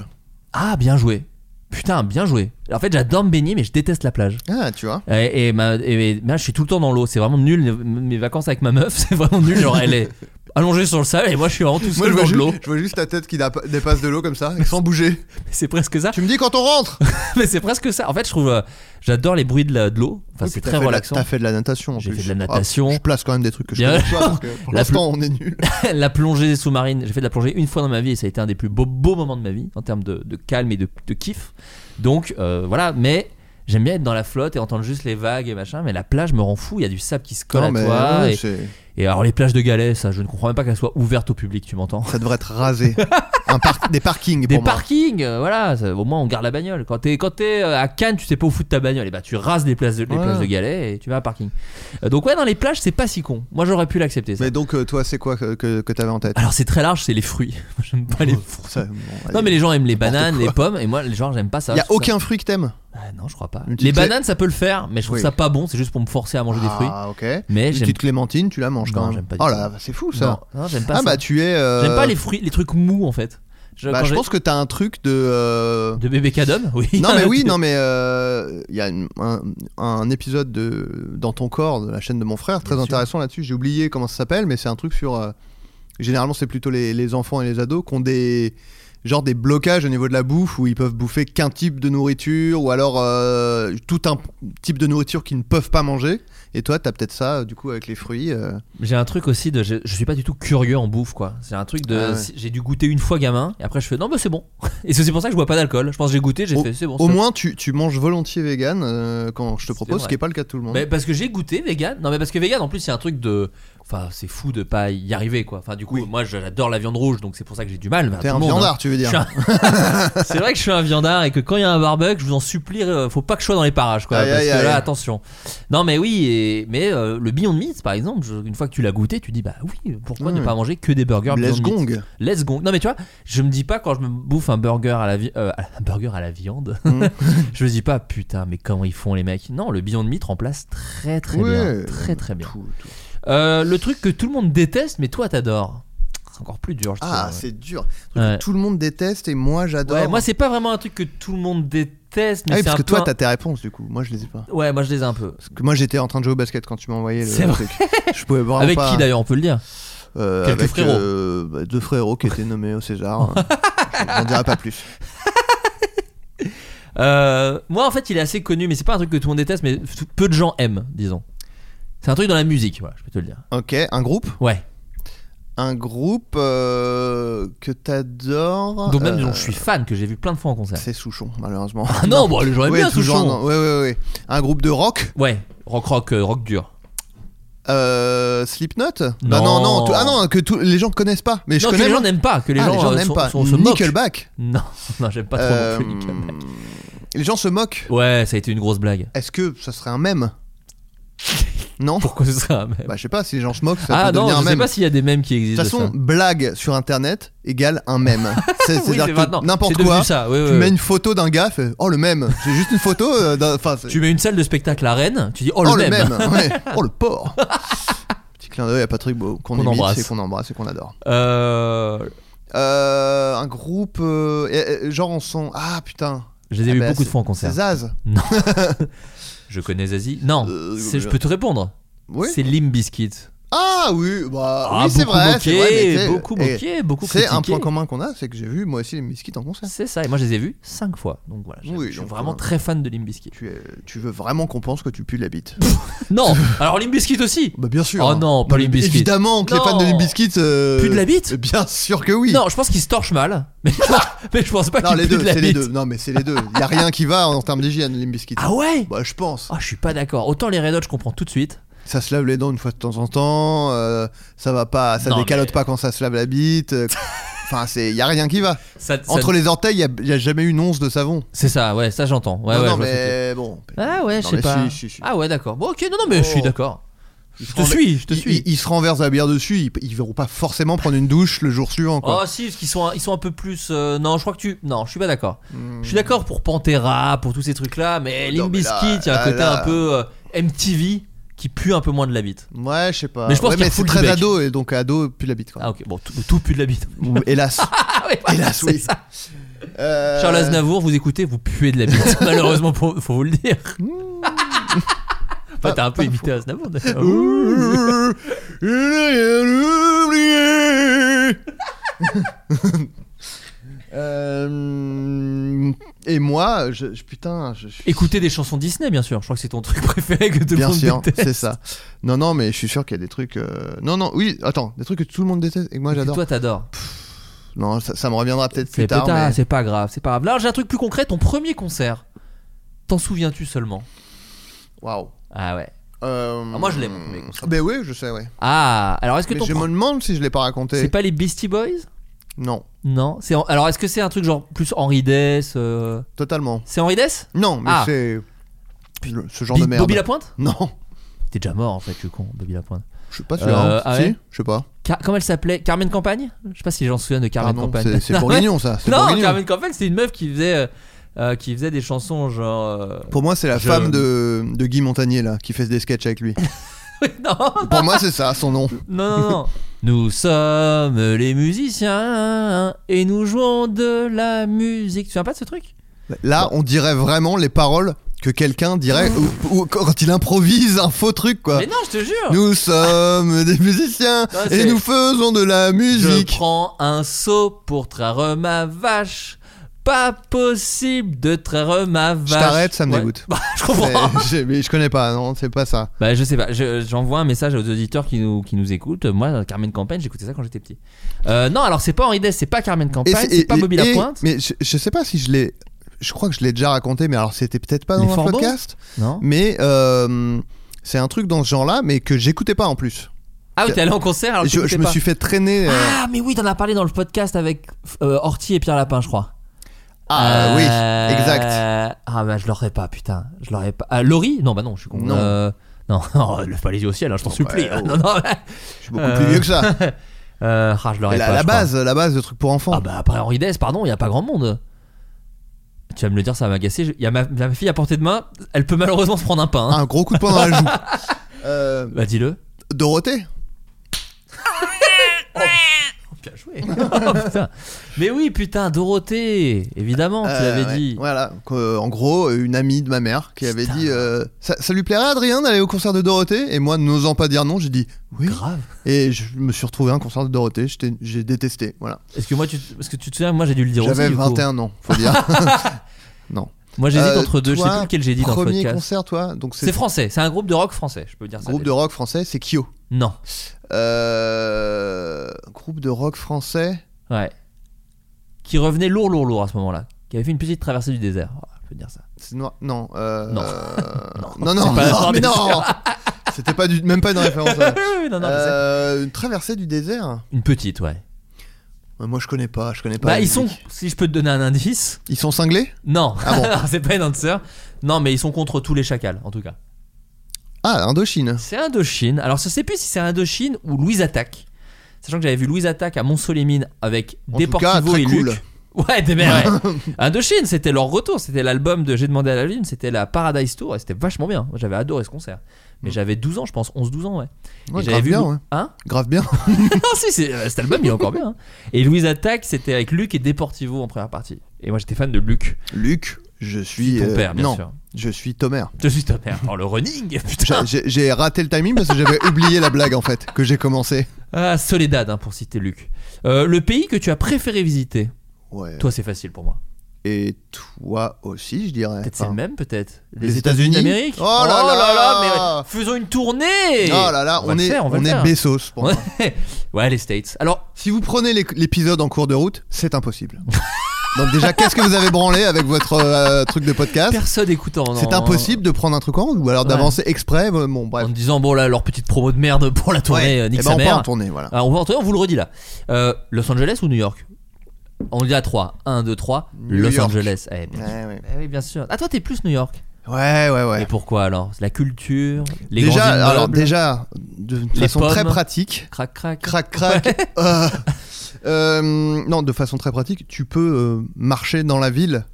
Speaker 8: Ah, bien joué. Putain, bien joué. En fait, j'adore me baigner, mais je déteste la plage.
Speaker 7: Ah, tu vois.
Speaker 8: Et, et ma- et- et- moi, je suis tout le temps dans l'eau. C'est vraiment nul. Mes vacances avec ma meuf, c'est vraiment nul. Genre, elle est allongée sur le sable et moi, je suis vraiment tout
Speaker 7: Moi,
Speaker 8: seul
Speaker 7: je vois,
Speaker 8: dans de l'eau.
Speaker 7: juste, je vois juste ta tête qui dap- dépasse de l'eau comme ça, sans bouger.
Speaker 8: C'est presque ça.
Speaker 7: Tu me dis quand on rentre
Speaker 8: Mais c'est presque ça. En fait, je trouve, euh, j'adore les bruits de la- de l'eau. Enfin, Ah,
Speaker 7: Oui,
Speaker 8: c'est
Speaker 7: puis t'as
Speaker 8: très
Speaker 7: fait de la-
Speaker 8: relaxant.
Speaker 7: T'as fait de la natation en
Speaker 8: J'ai
Speaker 7: plus.
Speaker 8: fait de la natation.
Speaker 7: Ah, je place quand même des trucs que je
Speaker 8: Bien
Speaker 7: connais pas parce que pour
Speaker 8: La
Speaker 7: l'instant on est nul.
Speaker 8: la plongée sous-marine, j'ai fait de la plongée une fois dans ma vie et ça a été un des plus beaux, beaux moments de ma vie en termes de, de calme et de, de kiff. Donc euh, voilà, mais j'aime bien être dans la flotte et entendre juste les vagues et machin, mais la plage me rend fou, il y a du sable qui se colle
Speaker 7: Non,
Speaker 8: à
Speaker 7: mais
Speaker 8: toi.
Speaker 7: ouais,
Speaker 8: et-
Speaker 7: c'est-
Speaker 8: et, alors les plages de galets, ça, je ne comprends même pas qu'elles soient ouvertes au public, tu m'entends
Speaker 7: ça devrait être rasé. Un parc- des parkings
Speaker 8: des
Speaker 7: pour moi.
Speaker 8: parkings, euh, voilà, ça- au moins on garde la bagnole. Quand t'es quand t'es, euh, à Cannes, tu sais pas où foutre ta bagnole, et bah tu rases les places de, les
Speaker 7: Ouais.
Speaker 8: plages de galets et tu vas à un parking. Euh, donc ouais, dans les plages, c'est pas si con. Moi j'aurais pu l'accepter. ça.
Speaker 7: Mais donc euh, toi c'est quoi que, que, que t'avais en tête
Speaker 8: Alors c'est très large, c'est les fruits. Moi, J'aime pas les fruits.
Speaker 7: Oh, Ça, bon,
Speaker 8: Non
Speaker 7: allez.
Speaker 8: mais les gens aiment les
Speaker 7: N'importe
Speaker 8: bananes,
Speaker 7: quoi.
Speaker 8: les pommes et moi les gens j'aime pas ça.
Speaker 7: Y a
Speaker 8: Je trouve ça-
Speaker 7: aucun fruit que t'aimes
Speaker 8: Ah, non, je crois pas.
Speaker 7: Une petite
Speaker 8: Les
Speaker 7: clé-
Speaker 8: bananes ça peut le faire, mais je trouve
Speaker 7: Oui.
Speaker 8: ça pas bon, c'est juste pour me forcer à manger des fruits.
Speaker 7: Ah ok.
Speaker 8: Mais
Speaker 7: Une
Speaker 8: j'aime
Speaker 7: petite clémentine, tu la manges
Speaker 8: Non,
Speaker 7: quand même.
Speaker 8: j'aime pas du
Speaker 7: oh
Speaker 8: tout.
Speaker 7: là, là, c'est fou ça.
Speaker 8: Non, non, j'aime pas
Speaker 7: ah
Speaker 8: ça.
Speaker 7: bah tu es. euh,
Speaker 8: J'aime pas les fruits, les trucs mous en fait. Je,
Speaker 7: Bah
Speaker 8: quand
Speaker 7: je
Speaker 8: j'ai-
Speaker 7: pense que t'as un truc de. euh,
Speaker 8: de bébé cadom, oui.
Speaker 7: Non mais oui, non mais euh, il y a une- un, un épisode de dans ton corps de la chaîne de mon frère très
Speaker 8: Bien sûr.
Speaker 7: intéressant là-dessus. J'ai oublié comment ça s'appelle, mais c'est un truc sur. euh, généralement, c'est plutôt les, les enfants et les ados qui ont des genre des blocages au niveau de la bouffe où ils peuvent bouffer qu'un type de nourriture ou alors euh, tout un type de nourriture qu'ils ne peuvent pas manger. Et toi, t'as peut-être ça euh, du coup avec les fruits. euh.
Speaker 8: J'ai un truc aussi de je, je suis pas du tout curieux en bouffe quoi. C'est un truc de
Speaker 7: Ah ouais.
Speaker 8: si- j'ai dû goûter une fois gamin et après je fais non mais c'est bon. Et c'est aussi pour ça que je bois pas d'alcool. Je pense que j'ai goûté, j'ai fait c'est bon.
Speaker 7: Au
Speaker 8: c'est
Speaker 7: moins, tu, tu manges volontiers vegan euh, quand je te propose, ce
Speaker 8: vrai.
Speaker 7: qui est pas le cas de tout le monde.
Speaker 8: Mais parce que j'ai goûté vegan. Non, mais parce que vegan, en plus, c'est un truc de. Enfin, c'est fou de pas y arriver, quoi. Enfin, du coup,
Speaker 7: Oui.
Speaker 8: moi, j'adore la viande rouge, donc c'est pour ça que j'ai du mal. mais à
Speaker 7: T'es
Speaker 8: tout
Speaker 7: un
Speaker 8: le monde,
Speaker 7: viandard,
Speaker 8: hein.
Speaker 7: tu veux
Speaker 8: Je
Speaker 7: dire
Speaker 8: suis un- c'est vrai que je suis un viandard et que quand il y a un barbecue, je vous en supplie, euh, faut pas que je sois dans les parages, quoi.
Speaker 7: Aïe,
Speaker 8: parce
Speaker 7: aïe,
Speaker 8: que
Speaker 7: aïe.
Speaker 8: là, attention. Non, mais oui, et... mais euh, le Beyond Meat, par exemple, je- une fois que tu l'as goûté, tu dis, bah oui, pourquoi
Speaker 7: Ouais.
Speaker 8: ne pas manger que des burgers
Speaker 7: Blaise
Speaker 8: Beyond Meat
Speaker 7: Gong.
Speaker 8: Let's go. Non mais tu vois, je me dis pas quand je me bouffe un burger à la vi- euh, un burger à la viande,
Speaker 7: Mm.
Speaker 8: je me dis pas putain mais comment ils font les mecs. Non, le Beyond Meat remplace très très bien,
Speaker 7: Ouais.
Speaker 8: très très bien.
Speaker 7: Tout- tout-
Speaker 8: Euh, le truc que tout le monde déteste mais toi t'adores, c'est encore plus dur. Je
Speaker 7: Ah,
Speaker 8: trouve.
Speaker 7: c'est dur.
Speaker 8: Ouais.
Speaker 7: Tout le monde déteste et moi j'adore.
Speaker 8: Ouais, moi c'est pas vraiment un truc que tout le monde déteste, mais
Speaker 7: hein. Ah oui,
Speaker 8: c'est
Speaker 7: parce
Speaker 8: un
Speaker 7: que
Speaker 8: peu
Speaker 7: toi
Speaker 8: un-
Speaker 7: t'as tes réponses du coup. Moi je les ai pas.
Speaker 8: Ouais, moi je les ai un peu.
Speaker 7: Parce que moi j'étais en train de jouer au basket quand tu m'as envoyé le
Speaker 8: C'est vrai.
Speaker 7: truc. Je pouvais vraiment
Speaker 8: Avec
Speaker 7: pas-
Speaker 8: qui d'ailleurs on peut le dire.
Speaker 7: Euh,
Speaker 8: Quelques
Speaker 7: Avec
Speaker 8: frérots.
Speaker 7: euh, bah, deux frérots qui étaient nommés au César. On dirait pas plus.
Speaker 8: Euh, moi en fait il est assez connu, mais c'est pas un truc que tout le monde déteste, mais f- peu de gens aiment, disons. C'est un truc dans la musique, voilà, je peux te le dire.
Speaker 7: Ok, un groupe,
Speaker 8: Ouais.
Speaker 7: un groupe euh, que t'adores.
Speaker 8: Donc même
Speaker 7: euh,
Speaker 8: disons, je suis fan, que j'ai vu plein de fois en concert.
Speaker 7: C'est Souchon malheureusement.
Speaker 8: Ah non, bon, j'aurais
Speaker 7: Ouais,
Speaker 8: bien
Speaker 7: tout
Speaker 8: Souchon.
Speaker 7: genre, non. Ouais, ouais, ouais. Un groupe de rock,
Speaker 8: Ouais, rock rock euh, rock dur.
Speaker 7: euh, Slipknot. Bah,
Speaker 8: Non.
Speaker 7: non, non. tout- Ah non, que tous les gens connaissent pas. Mais je
Speaker 8: non, que
Speaker 7: connais.
Speaker 8: les gens
Speaker 7: moi.
Speaker 8: n'aiment pas, que les
Speaker 7: Ah,
Speaker 8: gens, euh,
Speaker 7: n'aiment
Speaker 8: sont-
Speaker 7: pas.
Speaker 8: sont- se moquent.
Speaker 7: Nickelback.
Speaker 8: Non, non, j'aime pas trop
Speaker 7: Euh,
Speaker 8: non plus Nickelback.
Speaker 7: Les gens se moquent.
Speaker 8: Ouais, ça a été une grosse blague.
Speaker 7: Est-ce que ça serait un mème Non
Speaker 8: Pourquoi ce serait un mème
Speaker 7: Bah je sais pas, si les gens se moquent, ça
Speaker 8: Ah
Speaker 7: peut
Speaker 8: non,
Speaker 7: devenir un
Speaker 8: je sais
Speaker 7: mème.
Speaker 8: pas s'il y a des mèmes qui
Speaker 7: de
Speaker 8: existent.
Speaker 7: toute façon, blague sur internet égale un mème. C'est-
Speaker 8: ça. Oui,
Speaker 7: C'est-à-dire
Speaker 8: c'est maintenant.
Speaker 7: que n'importe
Speaker 8: C'est devenu
Speaker 7: quoi,
Speaker 8: ça, euh. ouais, ouais,
Speaker 7: tu mets
Speaker 8: ouais.
Speaker 7: une photo d'un gars, fait, oh le mème, j'ai juste une photo, euh, d'un- enfin c'est-
Speaker 8: Tu mets une salle de spectacle à Rennes, tu dis oh,
Speaker 7: oh
Speaker 8: le
Speaker 7: le
Speaker 8: mème.
Speaker 7: mème, ouais. oh le porc. Petit clin d'œil à Patrick Beau qu'on
Speaker 8: Qu'on
Speaker 7: imite
Speaker 8: embrasse.
Speaker 7: et qu'on embrasse et qu'on adore.
Speaker 8: Euh,
Speaker 7: Euh, un groupe, euh, eh, eh, genre on sent, ah putain,
Speaker 8: je les ai
Speaker 7: Ah
Speaker 8: vus
Speaker 7: bah,
Speaker 8: beaucoup de fois en
Speaker 7: c'est
Speaker 8: concert.
Speaker 7: Zaz.
Speaker 8: Non. je connais Zazie. Non,
Speaker 7: Euh,
Speaker 8: c'est- je peux te répondre.
Speaker 7: Oui.
Speaker 8: C'est Limp Bizkit.
Speaker 7: Ah oui, bah
Speaker 8: Ah,
Speaker 7: oui c'est
Speaker 8: beaucoup
Speaker 7: vrai, c'est
Speaker 8: moqué,
Speaker 7: vrai, mais t'sais,
Speaker 8: beaucoup
Speaker 7: eh,
Speaker 8: moqué, beaucoup
Speaker 7: C'est un point
Speaker 8: critiqué.
Speaker 7: commun qu'on a, c'est que j'ai vu moi aussi les Misquits en concert.
Speaker 8: C'est ça, et moi je les ai vus 5 fois. Donc voilà, j'ai-
Speaker 7: Oui,
Speaker 8: je suis
Speaker 7: donc,
Speaker 8: vraiment
Speaker 7: euh,
Speaker 8: très fan de Limp Bizkit.
Speaker 7: Tu, es- tu veux vraiment qu'on pense que tu pues la bite
Speaker 8: Non, alors Limp Bizkit aussi.
Speaker 7: Bah bien sûr.
Speaker 8: Oh
Speaker 7: hein.
Speaker 8: non, pas
Speaker 7: mais
Speaker 8: Limp Bizkit.
Speaker 7: Évidemment que les fans de
Speaker 8: Non.
Speaker 7: Limp Bizkit. euh,
Speaker 8: Puent de la bite
Speaker 7: Bien sûr que oui.
Speaker 8: Non, je pense qu'il se torche mal, mais, mais je pense pas
Speaker 7: Non,
Speaker 8: qu'il
Speaker 7: les
Speaker 8: pue
Speaker 7: deux,
Speaker 8: de la
Speaker 7: c'est les
Speaker 8: bite.
Speaker 7: deux. Non mais c'est les deux. Il y a rien qui va en termes d'hygiène Limp Bizkit.
Speaker 8: Ah ouais
Speaker 7: Bah je pense.
Speaker 8: Ah, je suis pas d'accord. Autant les Red Hot, je comprends tout de suite.
Speaker 7: Ça se lave les dents une fois de temps en temps. euh, ça va pas, ça
Speaker 8: Non,
Speaker 7: décalote
Speaker 8: mais-
Speaker 7: pas quand ça se lave la bite. euh, Enfin, c'est, y a rien qui va.
Speaker 8: Ça- ça-
Speaker 7: Entre les orteils, y a, y a jamais eu une once de savon.
Speaker 8: C'est ça, ouais, ça j'entends. Ouais, ouais,
Speaker 7: non, non,
Speaker 8: je vois ce que tu
Speaker 7: mais bon.
Speaker 8: veux dire. Ah ouais,
Speaker 7: Non,
Speaker 8: je sais
Speaker 7: mais
Speaker 8: pas.
Speaker 7: si, si, si.
Speaker 8: Ah ouais, d'accord. Bon, ok, non, non, mais je suis
Speaker 7: Oh.
Speaker 8: d'accord.
Speaker 7: Ils
Speaker 8: Je
Speaker 7: se
Speaker 8: te
Speaker 7: ren-
Speaker 8: suis, je te
Speaker 7: ils-
Speaker 8: suis.
Speaker 7: Ils, ils se renversent la bière dessus, ils, ils verront pas forcément prendre une douche le jour suivant.
Speaker 8: Oh
Speaker 7: Quoi.
Speaker 8: si, parce qu'ils sont, un- ils sont un peu plus... euh, non, je crois que tu... Non, je suis pas d'accord. Je suis d'accord pour Pantera, pour tous ces trucs-là, mais
Speaker 7: Hmm. Oh, Non,
Speaker 8: Limp
Speaker 7: mais là,
Speaker 8: Bizkit, il y a un
Speaker 7: là,
Speaker 8: côté
Speaker 7: là.
Speaker 8: un peu euh, MTV qui pue un peu moins de la bite.
Speaker 7: ouais, je sais pas.
Speaker 8: Mais je pense
Speaker 7: Ouais,
Speaker 8: qu'il y a
Speaker 7: c'est
Speaker 8: full
Speaker 7: très
Speaker 8: du bec.
Speaker 7: ado, et donc ado, puis la bite. Quoi.
Speaker 8: Ah ok, bon, tout, tout pue de la bite.
Speaker 7: Ou- Hélas.
Speaker 8: Ah oui, voilà,
Speaker 7: Hélas,
Speaker 8: c'est
Speaker 7: oui.
Speaker 8: ça.
Speaker 7: Euh,
Speaker 8: Charles Aznavour, vous écoutez, vous puez de la bite. Malheureusement, pour- faut vous le dire.
Speaker 7: Hmm.
Speaker 8: Enfin, t'as un peu imité Aznavour. d'ailleurs.
Speaker 7: Ouh, il a rien oublié. Euh, et moi, je, je- putain, je, je-
Speaker 8: Écoutez des chansons Disney, bien sûr. Je crois que c'est ton truc préféré que tout le
Speaker 7: bien
Speaker 8: monde
Speaker 7: sûr,
Speaker 8: déteste.
Speaker 7: c'est ça. Non, non, mais je suis sûr qu'il y a des trucs. euh, Non, non, oui, attends, des trucs que tout le monde déteste et que moi
Speaker 8: Que
Speaker 7: j'adore.
Speaker 8: toi, t'adores.
Speaker 7: Non, ça, ça me reviendra peut-être
Speaker 8: C'est
Speaker 7: plus tard.
Speaker 8: putain,
Speaker 7: mais-
Speaker 8: c'est pas grave, c'est pas grave. Là, j'ai un truc plus concret. Ton premier concert, t'en souviens-tu seulement
Speaker 7: Waouh.
Speaker 8: Ah ouais.
Speaker 7: Euh,
Speaker 8: Ah, moi, je l'ai, mon premier concert.
Speaker 7: Ben oui, je sais, ouais.
Speaker 8: Ah, alors est-ce que
Speaker 7: Mais
Speaker 8: ton
Speaker 7: je
Speaker 8: pre-
Speaker 7: me demande si je l'ai pas raconté.
Speaker 8: c'est pas les Beastie Boys
Speaker 7: Non,
Speaker 8: Non. C'est en- alors est-ce que c'est un truc genre plus Henri Dess euh,
Speaker 7: totalement.
Speaker 8: C'est Henri Dess
Speaker 7: Non, mais
Speaker 8: Ah.
Speaker 7: c'est le- ce genre
Speaker 8: Bi-
Speaker 7: de merde.
Speaker 8: Bobby Lapointe
Speaker 7: Non,
Speaker 8: T'es déjà mort en fait, je suis con, Bobby Lapointe.
Speaker 7: je sais pas sûr.
Speaker 8: Euh,
Speaker 7: hein.
Speaker 8: ah
Speaker 7: Si,
Speaker 8: ouais
Speaker 7: je sais pas.
Speaker 8: Car- Comment elle s'appelait Carmen Campagne Je sais pas si les gens se souviennent de Carmen
Speaker 7: Ah non,
Speaker 8: Campagne.
Speaker 7: c'est- c'est
Speaker 8: Non, ouais.
Speaker 7: bourguignon ça. c'est
Speaker 8: Non,
Speaker 7: bourguignon.
Speaker 8: Carmen Campagne, c'est une meuf qui faisait euh, euh, qui faisait des chansons genre. euh,
Speaker 7: Pour moi, c'est la
Speaker 8: Je-
Speaker 7: femme de, de Guy Montagnier là qui fait des sketchs avec lui.
Speaker 8: non,
Speaker 7: Pour moi, c'est ça son nom.
Speaker 8: Non, non, non. Nous sommes les musiciens et nous jouons de la musique. Tu te souviens pas de ce truc Bah.
Speaker 7: Là, on dirait vraiment les paroles que quelqu'un dirait ou, ou quand il improvise un faux truc quoi.
Speaker 8: Mmh. Mais non, je te jure.
Speaker 7: Nous sommes des musiciens
Speaker 8: Non,
Speaker 7: et
Speaker 8: c'est-
Speaker 7: nous faisons de la
Speaker 8: je
Speaker 7: musique.
Speaker 8: prends un seau pour traire ma vache. Pas possible de traire ma vache.
Speaker 7: Je t'arrête, ça me
Speaker 8: Ouais.
Speaker 7: dégoûte.
Speaker 8: Bah, je comprends.
Speaker 7: Mais, j'ai- mais je connais pas, non, c'est pas ça.
Speaker 8: Bah, je sais pas. Je- J'envoie un message aux auditeurs qui nous, qui nous écoutent. Moi, Carmen Campagne, j'écoutais ça quand j'étais petit. Euh, non, alors c'est pas Henri Dess, c'est pas Carmen Campagne,
Speaker 7: c'est-
Speaker 8: c'est pas Bobby
Speaker 7: et-
Speaker 8: Lapointe.
Speaker 7: Mais je, je sais pas si je l'ai. Je crois que je l'ai déjà raconté, mais alors c'était peut-être pas dans
Speaker 8: Les
Speaker 7: un
Speaker 8: Forbans
Speaker 7: podcast.
Speaker 8: Non.
Speaker 7: Mais euh, c'est un truc dans ce genre-là, mais que j'écoutais pas en plus.
Speaker 8: Ah, oui, t'es allé en concert alors tu
Speaker 7: je je
Speaker 8: écoutais
Speaker 7: me
Speaker 8: pas.
Speaker 7: suis fait traîner. euh,
Speaker 8: Ah, mais oui, t'en as parlé dans le podcast avec euh, Horty et Pierre Lapin, je crois.
Speaker 7: Ah,
Speaker 8: Euh,
Speaker 7: oui, exact.
Speaker 8: Ah, bah, je l'aurais pas, putain. Je l'aurais pas. Ah, Laurie Non, bah non, je suis con.
Speaker 7: Non.
Speaker 8: Euh, non, non, lève pas les yeux au ciel, hein, je t'en supplie.
Speaker 7: ouais, oh.
Speaker 8: Non, non, ouais.
Speaker 7: Je suis beaucoup
Speaker 8: Euh,
Speaker 7: plus vieux que ça.
Speaker 8: Euh, ah, je l'aurais
Speaker 7: Et
Speaker 8: pas.
Speaker 7: la, la
Speaker 8: je crois.
Speaker 7: base, la base de trucs pour enfants.
Speaker 8: Ah, bah, après Henri Dess, pardon, il y a pas grand monde. Tu vas me le dire, ça va m'agacer. Je- Il y a ma, la fille à portée de main, elle peut malheureusement se prendre un pain. hein.
Speaker 7: Un gros coup de poing dans la joue. Euh,
Speaker 8: Bah, dis-le.
Speaker 7: Dorothée
Speaker 8: Bien joué. Oh, putain. Mais oui, putain, Dorothée, évidemment, Ah, tu
Speaker 7: Euh,
Speaker 8: l'avais
Speaker 7: ouais,
Speaker 8: dit.
Speaker 7: Voilà. Qu'en- En gros, une amie de ma mère qui avait dit euh, ça, ça lui plairait, Adrien, d'aller au concert de Dorothée Et moi, n'osant pas dire non, j'ai dit oui.
Speaker 8: Grave.
Speaker 7: Et je me suis retrouvé à un concert de Dorothée, j'étais- j'ai détesté. Voilà.
Speaker 8: Est-ce que moi, tu, parce que tu te souviens, moi j'ai dû le dire
Speaker 7: J'avais
Speaker 8: aussi. du coup.
Speaker 7: 21 ans, faut dire.
Speaker 8: Moi j'hésite
Speaker 7: Euh,
Speaker 8: entre deux, je sais
Speaker 7: toi,
Speaker 8: plus lequel j'ai dit dans le
Speaker 7: Premier
Speaker 8: podcast.
Speaker 7: concert, toi Donc
Speaker 8: C'est
Speaker 7: c'est
Speaker 8: français, c'est un groupe de rock français, je peux dire ça.
Speaker 7: groupe de rock français, c'est Kyo.
Speaker 8: Non,
Speaker 7: Euh, groupe de rock français.
Speaker 8: ouais. Qui revenait lourd, lourd, lourd à ce moment-là. Qui avait fait une petite traversée du désert. Voilà, je peux dire ça.
Speaker 7: C'est noir. Non. euh,
Speaker 8: Non.
Speaker 7: non. Non.
Speaker 8: C'est pas la
Speaker 7: non,
Speaker 8: fin
Speaker 7: mais
Speaker 8: des
Speaker 7: non. C'était pas du, même pas une référence. à-
Speaker 8: Oui, non, non, mais c'est-
Speaker 7: Euh, une traversée du désert.
Speaker 8: Une petite, ouais.
Speaker 7: Ouais, Moi, je connais pas. Je connais pas.
Speaker 8: Bah,
Speaker 7: la
Speaker 8: ils sont,
Speaker 7: musique.
Speaker 8: si je peux te donner un indice,
Speaker 7: Ils sont cinglés.
Speaker 8: non,
Speaker 7: Ah bon.
Speaker 8: Non, c'est pas une answer. Non, mais ils sont contre tous les chacals, en tout cas.
Speaker 7: Ah, Indochine.
Speaker 8: C'est Indochine. Alors, je sais plus si c'est Indochine ou Louise Attaque. Sachant que j'avais vu Louise Attaque à Mines avec
Speaker 7: En tout cas,
Speaker 8: Deportivo
Speaker 7: très
Speaker 8: et
Speaker 7: cool.
Speaker 8: Luc. Ouais, des mecs, ouais. Indochine, c'était leur retour. C'était l'album de J'ai demandé à la lune. C'était la Paradise Tour. Et c'était vachement bien. Moi, J'avais adoré ce concert. Mais j'avais 12 ans, je pense. 11-12 ans, ouais.
Speaker 7: Mm. Ouais,
Speaker 8: Et
Speaker 7: grave bien,
Speaker 8: Lou-
Speaker 7: ouais.
Speaker 8: Hein
Speaker 7: Grave bien.
Speaker 8: Non, si, c'est- euh, cet album, il est encore bien. hein. Et Louise Attaque, c'était avec Luc et Deportivo en première partie. Et moi, j'étais fan de Luc.
Speaker 7: Luc, je suis.
Speaker 8: Ton
Speaker 7: euh,
Speaker 8: père, bien
Speaker 7: non,
Speaker 8: sûr.
Speaker 7: je suis Tomer.
Speaker 8: Je suis ton père. Oh, le running, putain.
Speaker 7: J'ai- J'ai j'ai raté le timing parce que j'avais oublié la blague en fait que j'ai commencé.
Speaker 8: Ah, Soledad, hein, pour citer Luc. Euh, le pays que tu as préféré visiter
Speaker 7: Ouais.
Speaker 8: Toi, c'est facile pour
Speaker 7: Bah,
Speaker 8: moi.
Speaker 7: Et toi aussi, je dirais.
Speaker 8: Peut-être c'est
Speaker 7: Enfin,
Speaker 8: le même, peut-être.
Speaker 7: les États-Unis
Speaker 8: d'Amérique.
Speaker 7: Oh là là
Speaker 8: mais faisons une tournée.
Speaker 7: Oh là là,
Speaker 8: va
Speaker 7: on
Speaker 8: le
Speaker 7: est,
Speaker 8: faire, on va
Speaker 7: on
Speaker 8: le
Speaker 7: est
Speaker 8: faire.
Speaker 7: Bezos. pour moi. Ah,
Speaker 8: ouais, les States. Alors,
Speaker 7: Si vous prenez l'é- l'épisode en cours de route, c'est impossible. Donc déjà, qu'est-ce que vous avez branlé avec votre euh, truc de podcast
Speaker 8: personne écoutant. en-
Speaker 7: C'est impossible de prendre un truc en route ou alors
Speaker 8: Ouais.
Speaker 7: d'avancer exprès. Bon, bon,
Speaker 8: En
Speaker 7: bref.
Speaker 8: disant, bon, là, leur petite promo de merde pour la tournée,
Speaker 7: Ouais.
Speaker 8: euh, nique
Speaker 7: Eh ben,
Speaker 8: sa
Speaker 7: on
Speaker 8: mère.
Speaker 7: part en tournée, voilà.
Speaker 8: Alors, on va en tournée, on vous le redit là. Euh, Los Angeles ou New York On le dit à 3. 1, 2, 3.
Speaker 7: New
Speaker 8: Los
Speaker 7: York.
Speaker 8: Angeles. Eh, bien sûr.
Speaker 7: Ouais, ouais.
Speaker 8: Eh oui, bien sûr. Ah, toi, t'es plus New York.
Speaker 7: Ouais, ouais, ouais.
Speaker 8: Et pourquoi alors C'est La culture, les grands
Speaker 7: déjà,
Speaker 8: immeubles,
Speaker 7: alors déjà, de
Speaker 8: Les
Speaker 7: façon très
Speaker 8: pommes.
Speaker 7: pratique,
Speaker 8: crac crac.
Speaker 7: crac crac. euh, euh, non, de façon très pratique, tu peux euh, marcher dans la ville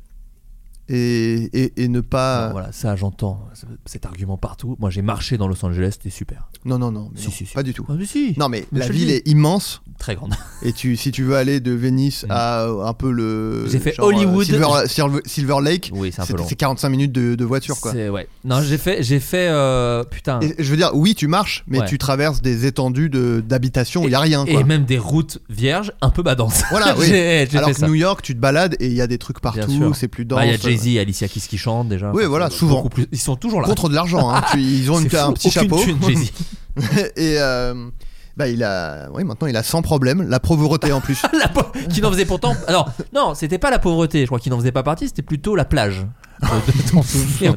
Speaker 7: et, et, et ne pas.
Speaker 8: Non, Ah, Voilà, ça j'entends cet argument partout. Moi j'ai marché dans Los Angeles, c'était super.
Speaker 7: Non, non, non, mais
Speaker 8: Si,
Speaker 7: non,
Speaker 8: si, si.
Speaker 7: pas du tout.
Speaker 8: Ah, mais si.
Speaker 7: Non, mais
Speaker 8: Mais
Speaker 7: la
Speaker 8: je le
Speaker 7: ville
Speaker 8: dis.
Speaker 7: est immense
Speaker 8: Très grande.
Speaker 7: et tu, si tu veux aller de Venise à euh, un peu le.
Speaker 8: J'ai Mm. fait
Speaker 7: euh,
Speaker 8: Hollywood.
Speaker 7: Silver, Silver- Silver Lake,
Speaker 8: Oui, c'est un peu
Speaker 7: c'est
Speaker 8: long.
Speaker 7: c'est 45 minutes de, de voiture quoi.
Speaker 8: C'est- ouais. Non, j'ai fait, j'ai fait, euh, putain. Et,
Speaker 7: Et je veux dire, oui, tu marches, mais
Speaker 8: Ouais.
Speaker 7: tu traverses des étendues de- d'habitation où il y a rien. Quoi.
Speaker 8: même des routes vierges, un peu badantes.
Speaker 7: Voilà, oui.
Speaker 8: j'ai, j'ai
Speaker 7: Alors
Speaker 8: fait
Speaker 7: que
Speaker 8: ça.
Speaker 7: New York, tu te balades et il y a des trucs partout,
Speaker 8: sûr.
Speaker 7: c'est plus
Speaker 8: Bah,
Speaker 7: dense.
Speaker 8: Il y a Jay Z, Alicia Keys qui chantent déjà.
Speaker 7: Oui,
Speaker 8: Enfin,
Speaker 7: voilà,
Speaker 8: c'est
Speaker 7: souvent.
Speaker 8: beaucoup plus- Ils sont toujours là.
Speaker 7: Contre de l'argent, hein. Tu- ils ont une-
Speaker 8: C'est
Speaker 7: un
Speaker 8: fou,
Speaker 7: petit
Speaker 8: aucune
Speaker 7: chapeau.
Speaker 8: thune, Jay-Z.
Speaker 7: et euh, bah, il a, oui, maintenant il a sans problème la pauvreté en plus.
Speaker 8: La pau- qui n'en faisait pourtant. Alors, non, c'était pas la pauvreté. Je crois qu'il n'en faisait pas partie. C'était plutôt la plage. Euh,
Speaker 7: Ah,
Speaker 8: de ton souvenir.